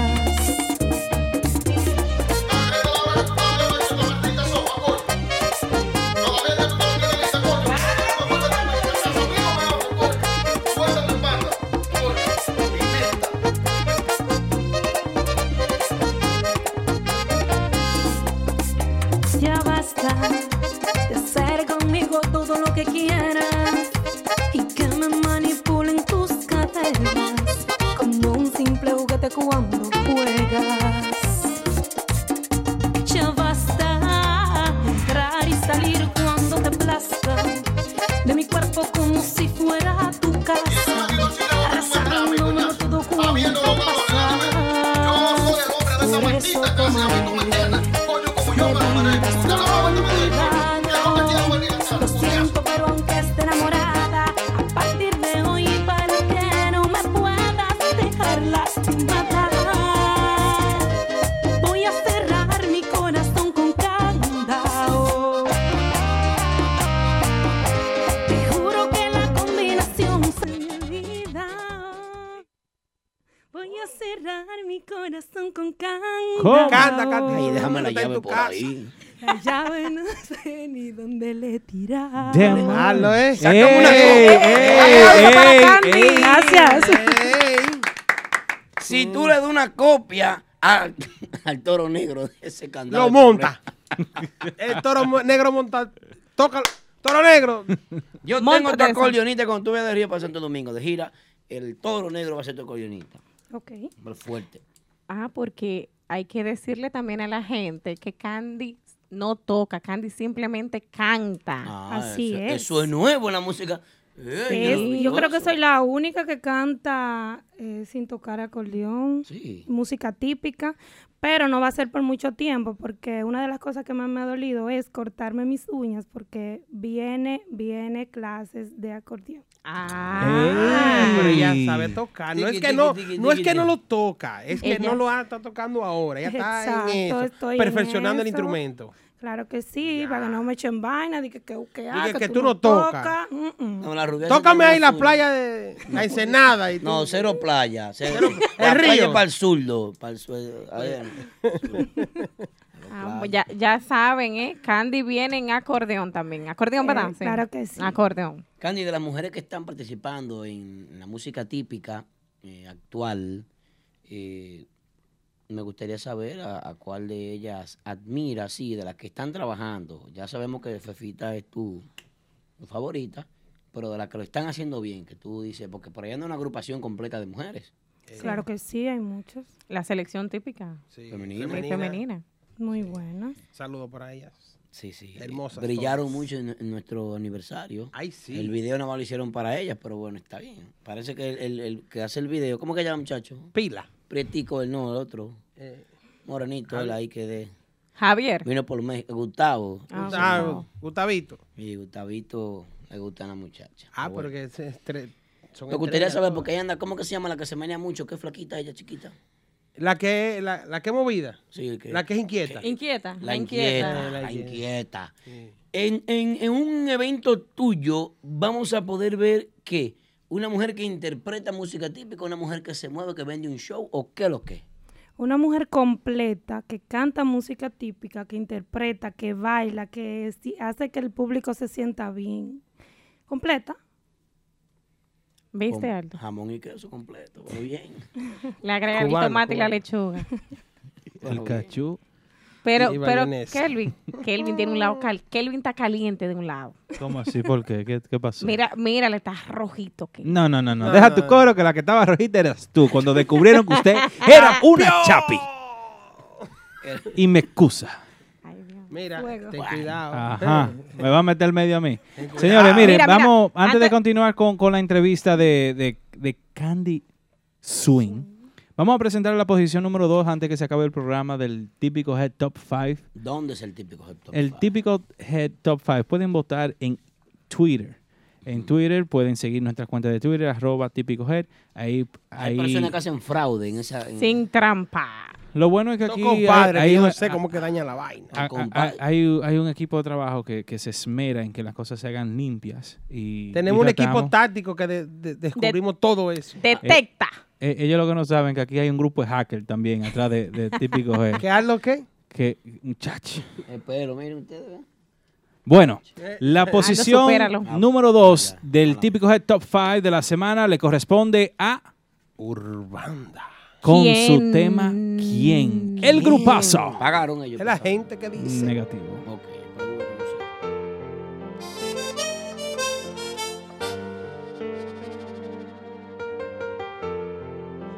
S19: Ya basta de hacer conmigo todo lo que quieran y que me manipulen tus cadenas como un simple juguete cuando juegas. Ya basta de entrar y salir cuando te plazca de mi cuerpo como si fuera tu casa, arrasándome todo cuando pasa. Por eso toma lo siento, pero aunque esté enamorada, a partir de hoy para que no me puedas dejar lastimada. Voy a cerrar mi corazón con candado. Te juro que la combinación se me olvida.
S18: Voy a cerrar mi corazón con candado.
S19: ¿Cómo?
S4: Canta, canta.
S5: Ay, déjame la
S4: Está en
S5: llave
S4: tu
S5: por
S4: casa.
S5: ahí.
S18: La llave no sé ni dónde le tirar.
S4: Déjalo, eh. Saca
S2: Ey,
S4: una
S2: ey,
S5: Aplauso para
S2: ey,
S5: Candy.
S2: ey.
S5: Gracias.
S4: Mm.
S5: Si tú le das una copia al, al toro negro de ese candado.
S4: Lo monta. El toro mo- negro monta. Tócalo. Toro negro.
S5: Yo tengo tu acordeonista cuando tú vienes de Río para Santo Domingo de gira. El toro negro va a ser tu acordeonista.
S18: Ok.
S5: Hombre fuerte.
S3: Ah, porque hay que decirle también a la gente que Candy no toca, Candy simplemente canta.
S5: Ah, eso, Eso es nuevo en la música. Eh,
S18: Es-
S5: yo-
S18: yo creo que soy la única que canta eh, sin tocar acordeón, música típica, pero no va a ser por mucho tiempo, porque una de las cosas que más me ha dolido es cortarme mis uñas, porque viene, viene clases de acordeón. Eh,
S4: Ah, pero ella sabe tocar. No es
S18: Tiki,
S4: que
S18: tiki,
S4: no,
S18: tiki,
S4: no es
S18: tiki,
S4: que no
S18: tiki.
S4: lo toca, es que
S18: Ella-
S4: no lo ha- está tocando ahora. Ella está
S18: Exacto,
S4: en eso,
S18: estoy en
S4: perfeccionando el
S18: eso.
S4: instrumento.
S18: Claro que sí, para que no me echen vaina, de que, que, que, ah,
S4: que tú no tocas.
S18: mm, mm.
S5: No, la rubia
S4: Tócame
S5: se-
S4: ahí la playa de la Ensenada. Y tú-
S5: No, cero playa. Cero,
S4: el
S5: la playa
S4: río. Pues,
S5: es para el surdo. Para el sur- a ver.
S3: Ah, pues ya, ya saben, ¿eh? Candy viene en acordeón también. Acordeón,
S18: Eh,
S3: ¿verdad? Sí.
S18: claro que sí.
S3: Acordeón.
S5: Candy, de las mujeres que están participando en la música típica eh, actual, eh, me gustaría saber a, a cuál de ellas admira, sí, de las que están trabajando. Ya sabemos que Fefita es tu, tu favorita, pero de las que lo están haciendo bien, que tú dices, porque por allá no hay una agrupación completa de mujeres.
S18: Claro que sí, hay muchos.
S3: La selección típica.
S5: Femenina.
S3: Sí, femenina.
S18: Muy buenas.
S4: Saludos para ellas.
S5: Sí, sí. eh,
S4: Hermosas.
S5: Brillaron
S4: todas.
S5: mucho en, en nuestro aniversario.
S4: Ay, sí.
S5: El video nada más lo hicieron para ellas, pero bueno, está bien. Parece que el, el- el que hace el video, ¿cómo que llama muchacho?
S4: Pila.
S5: Prietico, el no, el otro.
S4: Eh,
S5: Morenito, el ahí que de.
S3: Javier.
S5: Vino por México. Gustavo.
S4: Ah, Gustavo. Gustavo. Gustavito.
S5: Y Gustavito le gustan las muchachas.
S4: Ah,
S5: bueno.
S4: pero que se estre- son
S5: Me gustaría
S4: estrellas
S5: saber,
S4: todas.
S5: porque ella anda, ¿cómo que se llama la que se menea mucho? ¿Qué flaquita ella, chiquita?
S4: La que, la, la que es movida.
S5: que-
S4: la que es inquieta.
S3: Inquieta.
S5: La inquieta,
S4: La
S5: la inquieta. En, en- en un evento tuyo vamos a poder ver que una mujer que interpreta música típica, una mujer que se mueve, que vende un show o qué lo que.
S18: Una mujer completa que canta música típica, que interpreta, que baila, que si- hace que el público se sienta bien. Completa.
S5: Con
S3: ¿Viste, Aldo?
S5: Jamón y queso completo, pero bien.
S3: Le agrega
S5: Cubano,
S3: el tomate y la
S5: cubano.
S3: lechuga.
S2: El cachú.
S3: Pero,
S2: Y
S3: pero
S2: mayonesa.
S3: Kelvin, Kelvin tiene un
S18: Ah.
S3: lado cal- Kelvin está caliente de un lado.
S2: ¿Cómo así? ¿Por qué? ¿Qué, qué pasó?
S3: Mira, mira, le está rojito. Kelvin.
S2: No, no, no, no.
S3: No,
S2: Deja
S3: no,
S2: tu coro que la que estaba rojita eras tú cuando descubrieron que usted era una chapi. Y me excusa.
S4: Mira, ten cuidado.
S2: Ajá. Me va a meter medio a mí.
S4: cuidado.
S2: Señores, miren,
S4: Mira, mira,
S2: vamos, antes, de
S4: antes-
S2: continuar con, con la entrevista de, de- de Candy Swing, vamos a presentar la posición número 2 antes que se acabe el programa del típico Head Top 5.
S5: ¿Dónde es el típico hot dog?
S2: El típico Head Top 5. Pueden votar en Twitter. En Twitter pueden seguir nuestras cuentas de Twitter, arroba típico head. Ahí,
S5: Hay
S2: ahí
S5: personas que hacen fraude en esa. en-
S3: Sin trampa.
S2: Lo bueno es que aquí
S4: Son
S2: hay-
S4: compadres,
S2: hay
S4: que yo
S2: una-
S4: no sé cómo que daña la vaina.
S2: a- a- a- hay, u- hay un equipo de trabajo que, que se esmera en que las cosas se hagan limpias. Y,
S4: Tenemos
S2: y
S4: un equipo
S2: tratamos-
S4: táctico que de- de- descubrimos todo eso.
S3: Detecta.
S2: Eh, ellos lo que no saben que aquí hay un grupo de hackers también atrás de, de típico G.
S4: ¿Qué Aldo qué?
S2: Que, muchacho.
S5: Eh, Pero miren ustedes, ¿verdad?
S2: Bueno,
S5: Ah,
S2: la
S5: no,
S2: posición Ah,
S5: supéralo.
S2: número 2 del típico Head Top 5 de la semana le corresponde a Urbanda. Con su
S4: ¿Quién?
S2: tema ¿Quién? El grupazo.
S5: Pagaron ellos.
S4: Es la gente que dice.
S2: Negativo.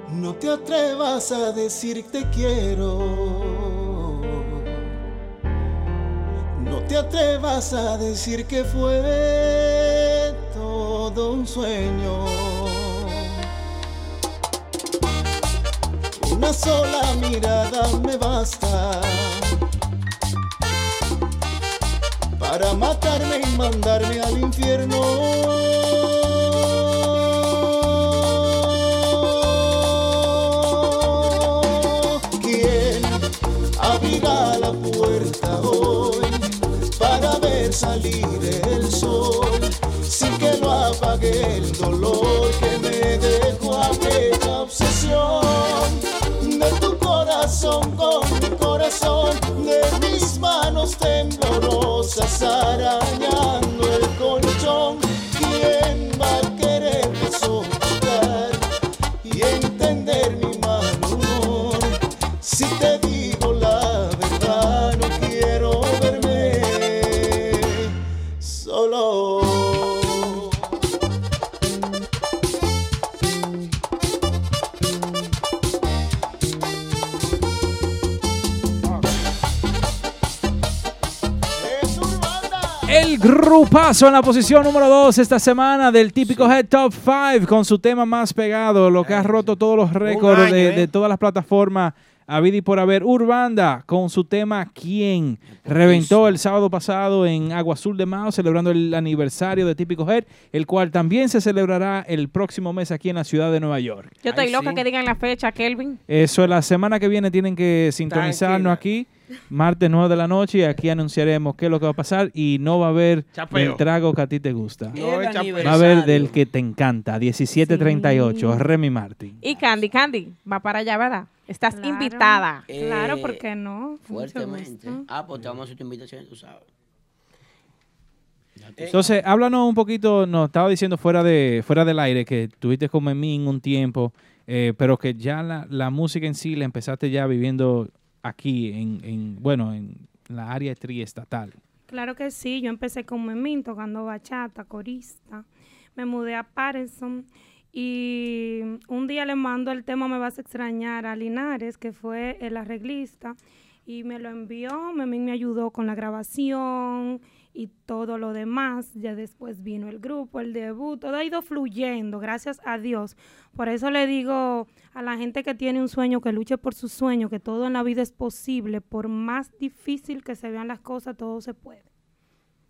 S20: No te atrevas a decir te quiero. No te atrevas a decir que fue todo un sueño. Una sola mirada me basta para matarme y mandarme al infierno. ¿Quién abrirá la puerta hoy para ver salir el sol sin que lo apague el dolor que me dejó aquella obsesión de tu corazón con mi corazón de mis manos temblorosas arañando el colchón quién va a querer soportar y entender mi mal humor si te digo la verdad, no quiero verme solo.
S2: El grupazo en la posición número 2 esta semana del típico Head Top 5 con su tema más pegado, lo que ha roto todos los récords
S4: año,
S2: de,
S4: ¿eh?
S2: de todas las plataformas. Habido y por haber, Urbanda con su tema ¿Quién? Reventó el sábado pasado en Agua Azul de Mao, celebrando el aniversario de Típico Head, el cual también se celebrará el próximo mes aquí en la ciudad de Nueva York.
S3: Yo estoy loca que digan la fecha, Kelvin.
S2: Eso es Eh, la semana que viene. Tienen que sintonizarnos aquí. Martes 9 de la noche. Y aquí anunciaremos qué es lo que va a pasar. Y no va a haber
S4: Chapeo.
S2: el trago que a ti te gusta.
S3: No, es chapeo.
S2: va a haber del que te encanta. 1738. Remy Martin.
S3: Y Candy, Candy, va para allá, ¿verdad? Estás invitada.
S18: Claro,
S5: Eh,
S18: ¿por qué no? Con mucho
S5: Fuertemente.
S18: gusto.
S5: Ah, pues te vamos a hacer tu invitación, tú sabes.
S3: Eh.
S2: Entonces, háblanos un poquito. Nos estaba diciendo fuera, de, fuera del aire que tuviste con Memín un tiempo. eh, pero que ya la, la música en sí la empezaste ya viviendo aquí. En, en, bueno, en la área triestatal.
S18: Claro que sí, yo empecé con Memín tocando bachata, corista. Me mudé a Patterson y un día le mando el tema Me vas a extrañar a Linares, que fue el arreglista, y me lo envió, Memín me ayudó con la grabación y todo lo demás. Ya después vino el grupo, el debut, todo ha ido fluyendo, gracias a Dios. Por eso le digo a la gente que tiene un sueño, que luche por su sueño, que todo en la vida es posible, por más difícil que se vean las cosas, todo se puede.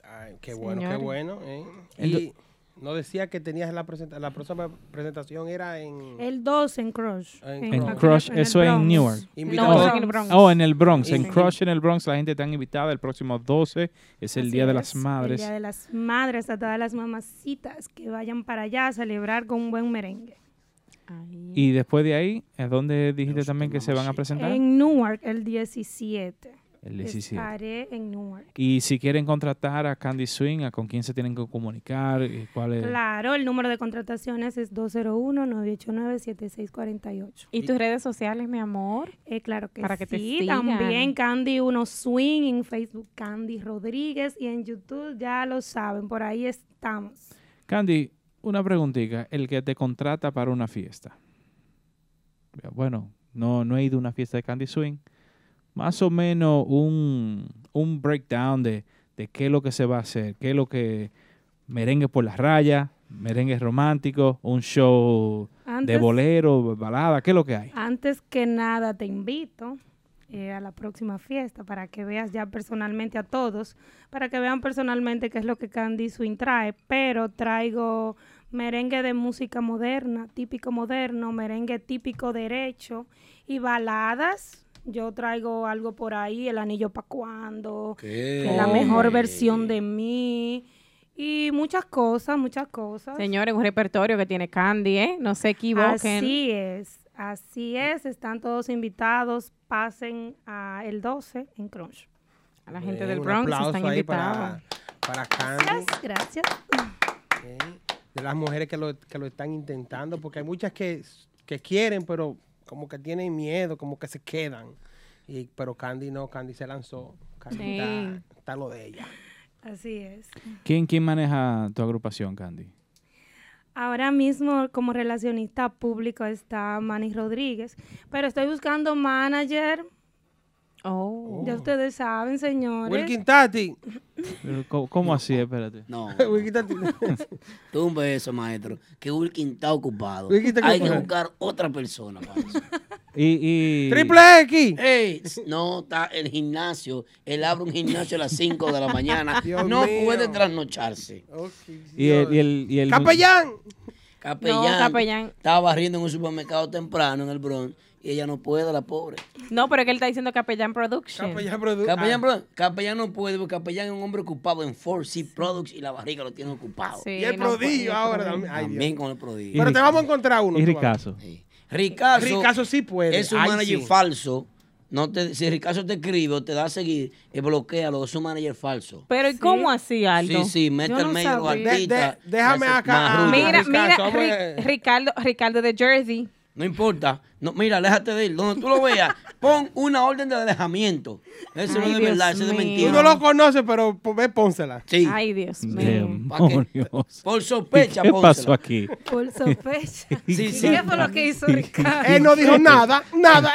S4: Ay, qué bueno,
S18: Señores.
S4: qué bueno. ¿eh?
S2: Ento-
S4: Y No decía que tenías la presenta- la próxima presentación era en
S3: Eh,
S18: El 2 en Crush.
S2: En Crush, eso es en Newark.
S4: Invitado.
S2: Oh,
S4: en el Bronx.
S2: Oh, en el Bronx. En
S4: En-
S2: Crush, en el Bronx, la gente está invitada. El próximo 12 es el Día de las
S18: El
S2: Madres.
S18: Día de las Madres, a todas las mamacitas que vayan para allá a celebrar con un buen merengue.
S2: Y después de ahí, ¿a dónde dijiste también que se van a presentar?
S18: En Newark, el 17.
S2: El 17.
S18: Estaré en Newark.
S2: Y si quieren contratar a Candy Swing, ¿a con quién se tienen que comunicar? ¿Y ¿Cuál es?
S18: Claro, el número de contrataciones es 201-989-7648.
S3: ¿Y tus redes sociales, mi amor?
S18: Eh, claro que
S3: Para que te
S18: sí,
S3: sigan.
S18: también Candy Uno Swing en Facebook, Candy Rodríguez y en YouTube, ya lo saben, por ahí estamos.
S2: Candy, una preguntita. El que te contrata para una fiesta. Bueno, no, no he ido a una fiesta de Candy Swing. Más o menos un, un breakdown de, de qué es lo que se va a hacer, qué es lo que merengue por las rayas, merengue romántico, un show de
S18: Antes-
S2: bolero, balada, qué es lo que hay.
S18: Antes que nada, te invito eh, a la próxima fiesta para que veas ya personalmente a todos, para que vean personalmente qué es lo que Candy Swing trae, pero traigo merengue de música moderna, típico moderno, merengue típico derecho y baladas. Yo traigo algo por ahí, el anillo pa' cuando,
S3: ¿Qué?
S18: que la mejor
S3: Hombre.
S18: versión de mí y muchas cosas, muchas cosas.
S3: Señores, un repertorio que tiene Candy, ¿eh? No se equivoquen.
S18: Así es, así es. Están todos invitados. Pasen a el 12 en Crunch.
S3: A la gente
S4: Bien,
S3: del
S4: eh, un
S3: Bronx
S4: aplauso
S3: están
S4: ahí para,
S3: invitados.
S4: para Candy, eh,
S18: Gracias.
S4: de las mujeres que lo, que lo están intentando, porque hay muchas que, que quieren, pero como que tienen miedo, como que se quedan. Y, pero Candy no, Candy se lanzó. Candy
S18: Sí.
S4: está, está lo de ella.
S18: Así es.
S2: ¿Quién, quién maneja tu agrupación, Candy?
S18: Ahora mismo como relacionista público está Manny Rodríguez, pero estoy buscando manager.
S3: Oh.
S18: Ya ustedes saben, señores.
S4: Wilkin Tati.
S2: Pero, ¿Cómo, cómo así? Espérate.
S5: No.
S4: Wilkin Tati.
S5: Tumba eso, maestro. Que Wilkin está ocupado.
S2: Wilkin está
S5: Hay que
S2: ocupado.
S5: buscar otra persona para eso.
S2: Y, y-
S4: X!
S5: no, está el gimnasio. Él abre un gimnasio a las 5 de la mañana.
S4: Dios
S5: no
S4: mío.
S5: puede trasnocharse.
S2: Y el, y el, y el-
S4: ¡Capellán!
S5: Capellán.
S3: No, capellán.
S5: Estaba barriendo en un supermercado temprano en el Bronx y ella no puede, la pobre.
S3: No, pero es que él está diciendo Capellán Production.
S4: Capellán Ah. Production.
S5: Capellán, bro, capellán no puede porque Capellán es un hombre ocupado en 4C Products y la barriga lo tiene ocupado.
S4: Sí, Y el no prodigio puede, el ahora prodigio. también. Ay, Dios.
S5: También con el prodigio.
S4: Pero te vamos a encontrar uno.
S2: y
S4: tú vas.
S2: Ricazo.
S5: Ricazo,
S4: Ricazo sí puede.
S5: Es un
S4: Ay,
S5: manager
S4: sí.
S5: falso. No te, si Ricazo te escribe o te da a seguir, eh, bloquealo. Es un manager falso.
S3: Pero ¿y ¿cómo así, Aldo?
S5: Sí, sí, mete el medio los artistas.
S4: déjame
S5: las-
S4: acá
S5: más rudas.
S3: Mira, mira, Ri- Ricardo, Ricardo de Jersey.
S5: No importa. No, mira, aléjate de él. Donde tú lo veas, pon una orden de alejamiento. Eso no
S4: Ay,
S5: es de
S4: Dios
S5: verdad, eso es de
S4: mío.
S5: mentira.
S4: Tú no lo conoces, pero po- ve, pónsela.
S5: Sí.
S3: Ay, Dios
S2: Demonios.
S5: Por sospecha,
S2: ¿Y ¿Qué
S5: pónsela.
S2: pasó aquí?
S18: Por sospecha.
S5: Sí, sí.
S18: ¿Qué fue lo que hizo Ricardo?
S4: Él no dijo nada, nada.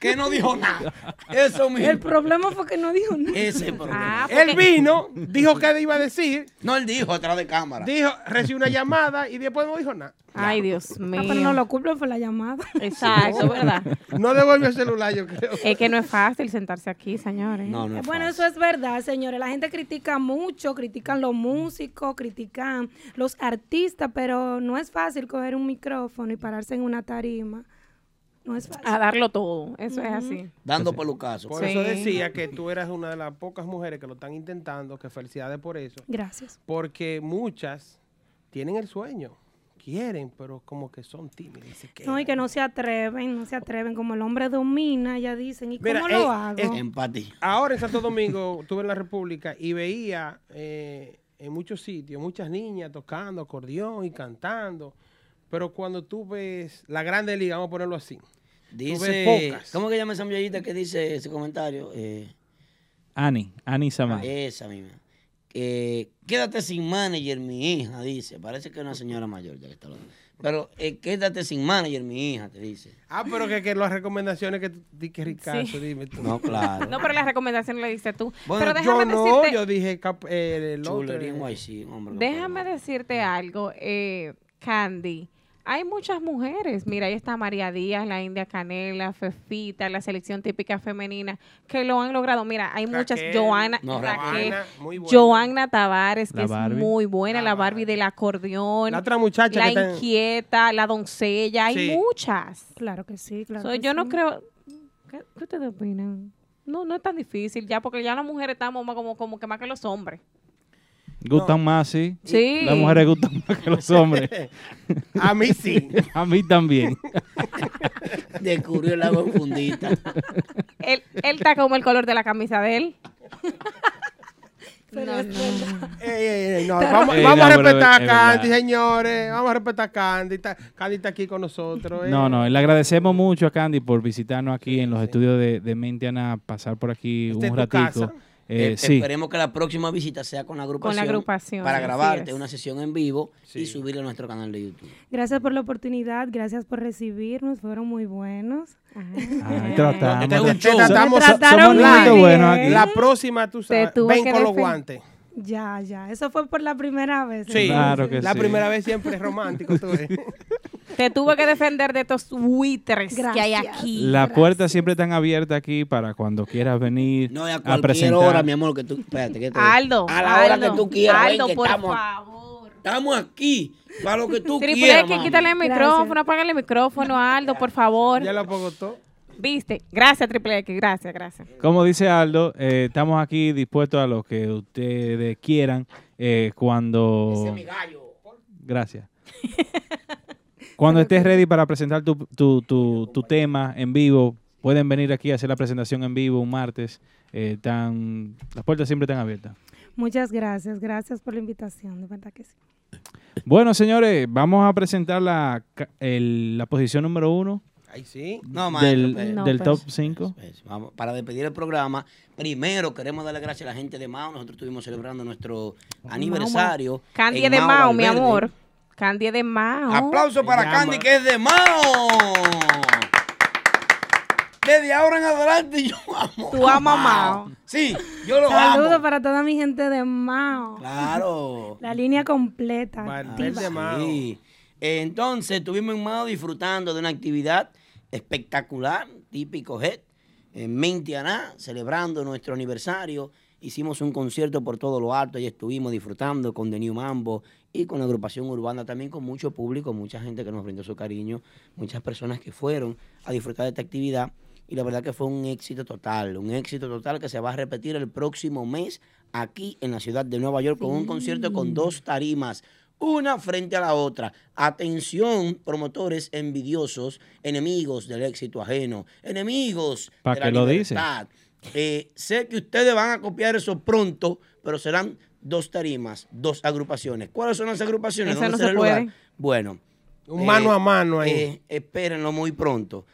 S5: que no dijo nada. Eso mismo.
S18: El problema fue que no dijo nada.
S5: Ese problema.
S4: Él vino, dijo que iba a decir,
S5: No, él dijo atrás de cámara.
S4: dijo, recibió una llamada y después no dijo nada.
S3: Ay, Dios mío.
S18: Ah, pero no lo culpo, fue la llamada.
S3: Exacto, ¿verdad?
S4: No devolvió el celular, yo creo.
S3: Es que no es fácil sentarse aquí, señores.
S5: No, no es
S18: Bueno, eso es verdad, señores. La gente critica mucho, critican los músicos, critican los artistas, pero no es fácil coger un micrófono y pararse en una tarima. No es fácil.
S3: A darlo todo, eso es
S18: Ujú.
S3: así.
S5: Dando pelucazo.
S4: Por eso decía que tú eras una de las pocas mujeres que lo están intentando, que felicidades por eso.
S18: Gracias.
S4: Porque muchas tienen el sueño, quieren, pero como que son tímidas. y se quedan.
S18: No, y que no se atreven, no se atreven. Como el hombre domina, ya dicen, ¿y
S4: Mira,
S18: cómo
S4: eh,
S18: lo hago?
S4: eh,
S5: Empatía.
S4: Ahora en Santo Domingo estuve en la República y veía eh, en muchos sitios muchas niñas tocando acordeón y cantando. Pero cuando tú ves la grande liga, vamos a ponerlo así. Tú ves
S5: Dice,
S4: pocas.
S5: ¿cómo que llama esa muchachita que dice ese comentario? Eh,
S2: Ani, Ani Samán.
S5: esa misma. Que quédate sin manager, mi hija, dice. Parece que es una señora mayor ya que está hablando. Pero eh, quédate sin manager, mi hija, te dice.
S4: Ah, pero que, que las recomendaciones que di que Ricardo,
S3: Sí.
S4: dime tú.
S5: No, claro.
S3: No, pero las recomendaciones le diste tú.
S4: Bueno,
S3: pero déjame
S4: yo no,
S3: decirte,
S4: yo dije cap- eh, el otro.
S5: Chulería en YC, hombre.
S3: déjame decirte algo, eh, Candy. Hay muchas mujeres. Mira, ahí está María Díaz, la India Canela, Fefita, la selección típica femenina, que lo han logrado. Mira, hay muchas.
S4: Raquel,
S3: Joana,
S4: no,
S3: Raquel,
S4: Raquel, muy buena.
S3: Joana Tavares, que
S4: La
S3: es
S4: Barbie.
S3: muy buena, la Barbie del acordeón.
S4: La otra muchacha
S3: La
S4: que está en-
S3: inquieta, la doncella. Hay
S4: Sí.
S3: muchas.
S18: Claro que sí, claro.
S3: So,
S18: que
S3: yo no
S18: sí.
S3: creo. ¿Qué, qué ustedes opinan? No, no es tan difícil ya, porque ya las mujeres estamos más como, como que más que los hombres.
S2: Gustan más, sí.
S3: Sí.
S2: Las mujeres gustan más que los hombres.
S4: A mí sí.
S2: A mí también.
S5: Descubrió el agua en fundita.
S3: Él, él está como el color de la camisa de él.
S18: No, no.
S4: Ey, ey, ey, no,
S18: Pero-
S4: vamos,
S2: Ey,
S4: vamos
S2: no,
S4: a
S2: pero
S4: respetar a
S2: Eh, es verdad.
S4: Candy, señores. Vamos a respetar a Candy. Está- Candy está aquí con nosotros. eh.
S2: No, no, le agradecemos mucho a Candy por visitarnos aquí en los estudios de, de Mente Ana, pasar por aquí
S5: es
S2: un
S5: tu casa.
S2: ratico. Eh,
S5: Eh,
S2: sí,
S5: Esperemos que la próxima visita sea con la agrupación.
S3: Con la agrupación,
S5: Para
S3: así
S5: grabarte
S3: es.
S5: una sesión en vivo y subirla a nuestro canal de YouTube.
S18: Gracias por la oportunidad, gracias por recibirnos, fueron muy buenos.
S2: Ay, tratamos.
S4: Te- te- te
S2: Somos-
S4: tratamos-
S2: somos
S4: somos
S2: muy
S4: light.
S2: buenos aquí.
S4: La próxima, tú sabes,
S18: Te tuve
S4: ven
S18: que
S4: con los
S18: defend-
S4: guantes.
S18: Ya, ya, eso fue por la primera vez.
S4: Sí,
S2: Claro que
S4: la
S2: sí.
S4: primera vez siempre es romántico. Tú
S5: eh.
S4: ves.
S3: Te tuve que defender de estos buitres que hay aquí.
S2: la puerta siempre está abierta aquí para cuando quieras venir
S5: No, y a
S2: a,
S5: cualquier
S2: presentar.
S5: hora, mi amor, que tú. Espérate, que te-
S3: Aldo,
S5: A la hora
S3: Aldo,
S5: que tú quieras. ven,
S3: Aldo,
S5: que
S3: por
S5: estamos, favor. Estamos aquí. Para lo que tú
S3: Triple
S5: quieras.
S3: X,
S5: mami.
S3: pues, quítale el micrófono, apágale el micrófono, Aldo, por favor. Ya
S4: lo apagó todo.
S3: ¿Viste? Gracias, Triple X, gracias, gracias.
S2: Como dice Aldo, eh, estamos aquí dispuestos a lo que ustedes quieran eh, cuando... Gracias. Cuando estés
S5: pues.
S2: ready para presentar tu, tu- tu- tu tema en vivo, pueden venir aquí a hacer la presentación en vivo un martes. Eh, están- las puertas siempre están abiertas.
S18: Muchas gracias, gracias por la invitación, de verdad que sí.
S2: Bueno, señores, vamos a presentar la, ca- el- la posición número uno
S4: Ahí sí.
S5: No, maestro,
S2: del,
S5: pues.
S2: del top 5.
S5: Vamos, para despedir el programa, primero queremos dar las gracias a la gente de Mao. Nosotros estuvimos celebrando nuestro aniversario.
S3: Candy
S5: en
S3: es de Mao, mi
S5: Valverde.
S3: amor. Candy es de Mao.
S5: Aplauso para Candy, que es de Mao. Desde ahora en adelante yo amo.
S3: Tú amas a Mao.
S5: Sí, yo lo
S18: Saludos
S5: amo.
S18: para toda mi gente de Mao.
S5: Claro.
S18: La línea completa. activa.
S5: Sí. Entonces, estuvimos en Mao disfrutando de una actividad espectacular, típico Head, en Mentianá, celebrando nuestro aniversario. Hicimos un concierto por todo lo alto y estuvimos disfrutando con The New Mambo y con la agrupación urbana también, con mucho público, mucha gente que nos brindó su cariño, muchas personas que fueron a disfrutar de esta actividad. Y la verdad que fue un éxito total, un éxito total que se va a repetir el próximo mes aquí en la ciudad de Nueva York con un concierto con dos tarimas una frente a la otra. Atención, promotores envidiosos, enemigos del éxito ajeno, enemigos
S2: ¿Pa'
S5: de la
S2: qué lo
S5: libertad. Eh, sé que ustedes van a copiar eso pronto, pero serán dos tarimas, dos agrupaciones. ¿Cuáles son las agrupaciones?
S4: Eso
S5: ¿Dónde
S4: no
S5: será
S4: se
S5: el lugar?
S4: puede.
S5: Bueno.
S4: Un mano a mano ahí.
S5: eh, espérenlo muy pronto.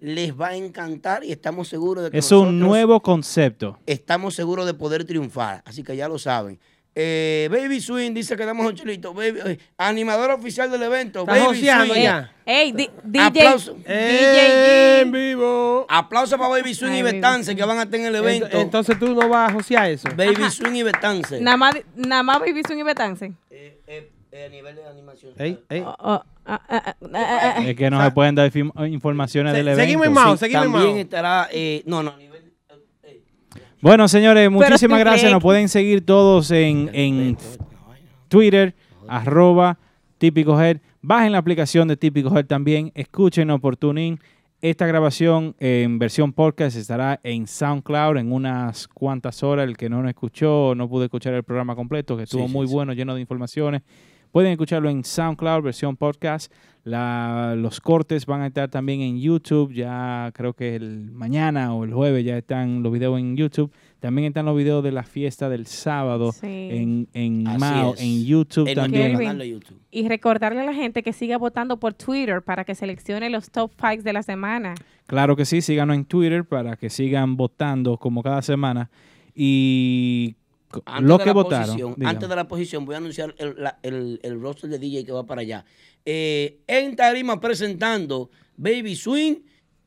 S5: Les va a encantar y estamos seguros de que
S2: Es un
S5: nosotros-
S2: nuevo concepto.
S5: estamos seguros de poder triunfar. Así que ya lo saben. Eh, Baby Swing dice que damos un chilito. Baby, eh, animador oficial del evento.
S4: Está
S5: Baby
S4: joseando
S5: Swing.
S4: ya.
S3: Ey, Eh, di- DJ.
S5: Aplauso.
S3: DJ.
S4: En vivo.
S5: Aplauso para Baby Swing y Betance que van a estar
S4: Eh,
S5: en el evento.
S4: Ent- Entonces tú no vas a josear eso.
S5: Baby Swing y Betance.
S3: Nada más, nada más Baby Swing y Betance.
S4: Ey,
S3: Oh,
S4: ey.
S3: ah,
S2: Es que nos pueden dar infim- informaciones del evento.
S5: Sí, También estará. eh, no, no.
S2: Bueno, señores,
S5: Pero
S2: muchísimas
S5: Triple
S2: gracias. Nos
S5: X.
S2: pueden seguir todos en,
S5: Este
S2: en Twitter, arroba Típico Head. Bajen la aplicación de Típico Head también. Escúchenos por TuneIn. Esta grabación en versión podcast estará en SoundCloud en unas cuantas horas. El que no nos escuchó o no pudo escuchar el programa completo, que estuvo
S5: sí,
S2: muy
S5: sí.
S2: bueno, lleno de informaciones, pueden escucharlo en SoundCloud, versión podcast. La- los cortes van a estar también en YouTube. Ya creo que el mañana o el jueves ya están los videos en YouTube. También están los videos de la fiesta del sábado
S3: Sí.
S2: en, en
S5: Así
S2: Mao,
S5: es.
S2: en YouTube
S5: En nuestro
S2: también.
S5: canal de YouTube.
S3: Y recordarle a la gente que siga votando por Twitter para que seleccione los top 5 de la semana.
S2: Claro que sí, síganos en Twitter para que sigan votando como cada semana. Y co-
S5: Antes
S2: los
S5: de
S2: que
S5: la
S2: votaron.
S5: posición,
S2: dígame.
S5: antes de la posición, voy a anunciar el, la- el- el roster de DJ que va para allá. Eh, en Tarima presentando Baby Swing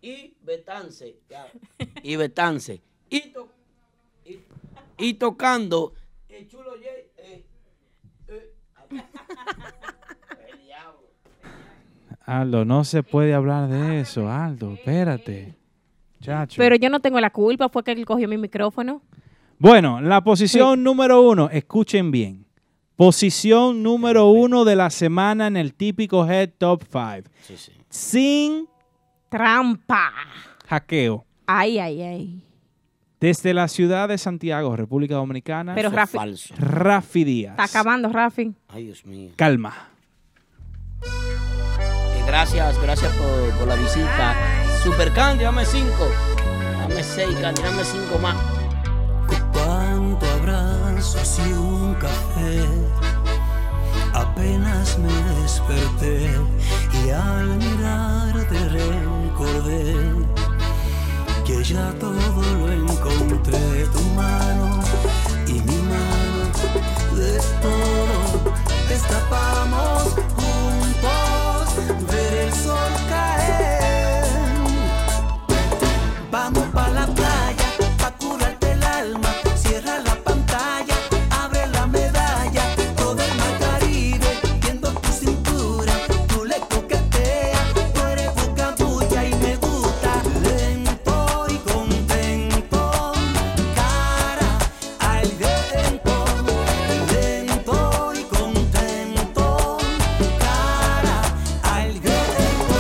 S5: y Betance. Ya. Y Betance. Y, to- y- y tocando el chulo J. eh, eh, El diablo.
S2: Aldo, no se puede hablar de eso, Aldo, espérate. Chacho.
S3: Pero yo no tengo la culpa, fue que él cogió mi micrófono.
S2: Bueno, la posición número uno, escuchen bien. Posición número uno de la semana en el típico Head Top 5. Sin
S3: Trampa.
S2: hackeo.
S3: Ay, ay, ay.
S2: Desde la ciudad de Santiago, República Dominicana.
S3: Pero Eso es Rafi- falso.
S2: Rafi Díaz.
S3: Está acabando, Rafi.
S5: Ay, Dios mío.
S2: Calma.
S5: Eh, Gracias, gracias por, por la visita. Super Candy, dame cinco. Dame seis, Candy, dame cinco más.
S16: Cuánto abrazos y un café. Apenas me desperté y al mirarte recordé que ya todo lo encontré. Tu mano y mi mano de todo destapamos juntos ver el sol caer. Vamos pa' la playa, pa' curarte el alma. Cierra la pantalla, abre la medalla. Todo el mar Caribe, viendo tu cintura. Tú le coqueteas, tú eres boca bulla y me gusta. Lento y contento, cara al viento. Lento y contento, cara al viento.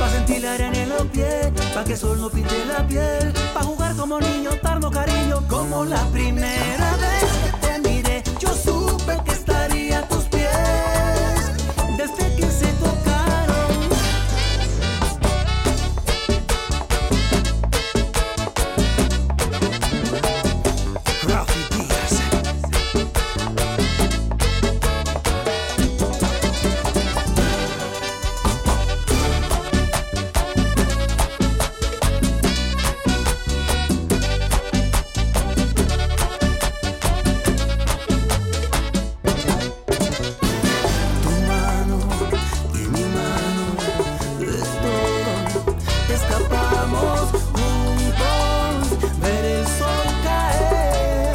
S16: Pa' sentir la arena en los pies, pa' que el sol no pinte la piel, pa' jugar como niño, darnos cariño, como la primera vez que te miré, yo supe que estaría a tus pies, desde que se tocaron. Rafi Díaz. Escapamos juntos, ver el sol caer.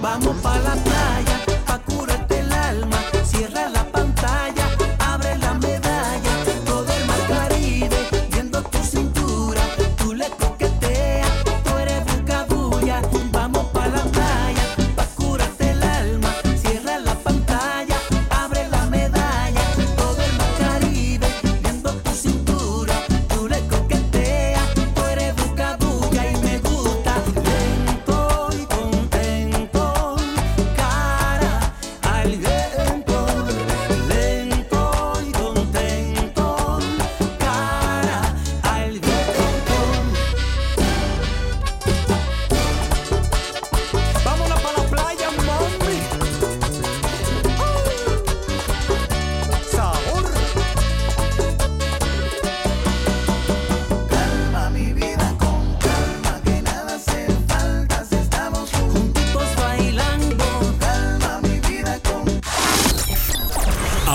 S16: Vamos pa' la playa, pa' curarte el alma. Cierra la pantalla, abre la medalla. Todo el mar Caribe, viendo tu cintura. Tú le coqueteas, tú eres bucabulla. Vamos pa' la playa, pa' curarte el alma. Cierra la pantalla, abre la medalla. Todo el mar Caribe, viendo tu cintura. Tú le coqueteas, tú eres bucabulla y me gusta. Lento y contento, cara al viento. Lento y contento, cara al viento. Vámonos para la playa, mami. Oh. Sabor. Calma mi vida con calma, que nada hace falta si estamos juntitos bailando. Calma mi vida con
S1: A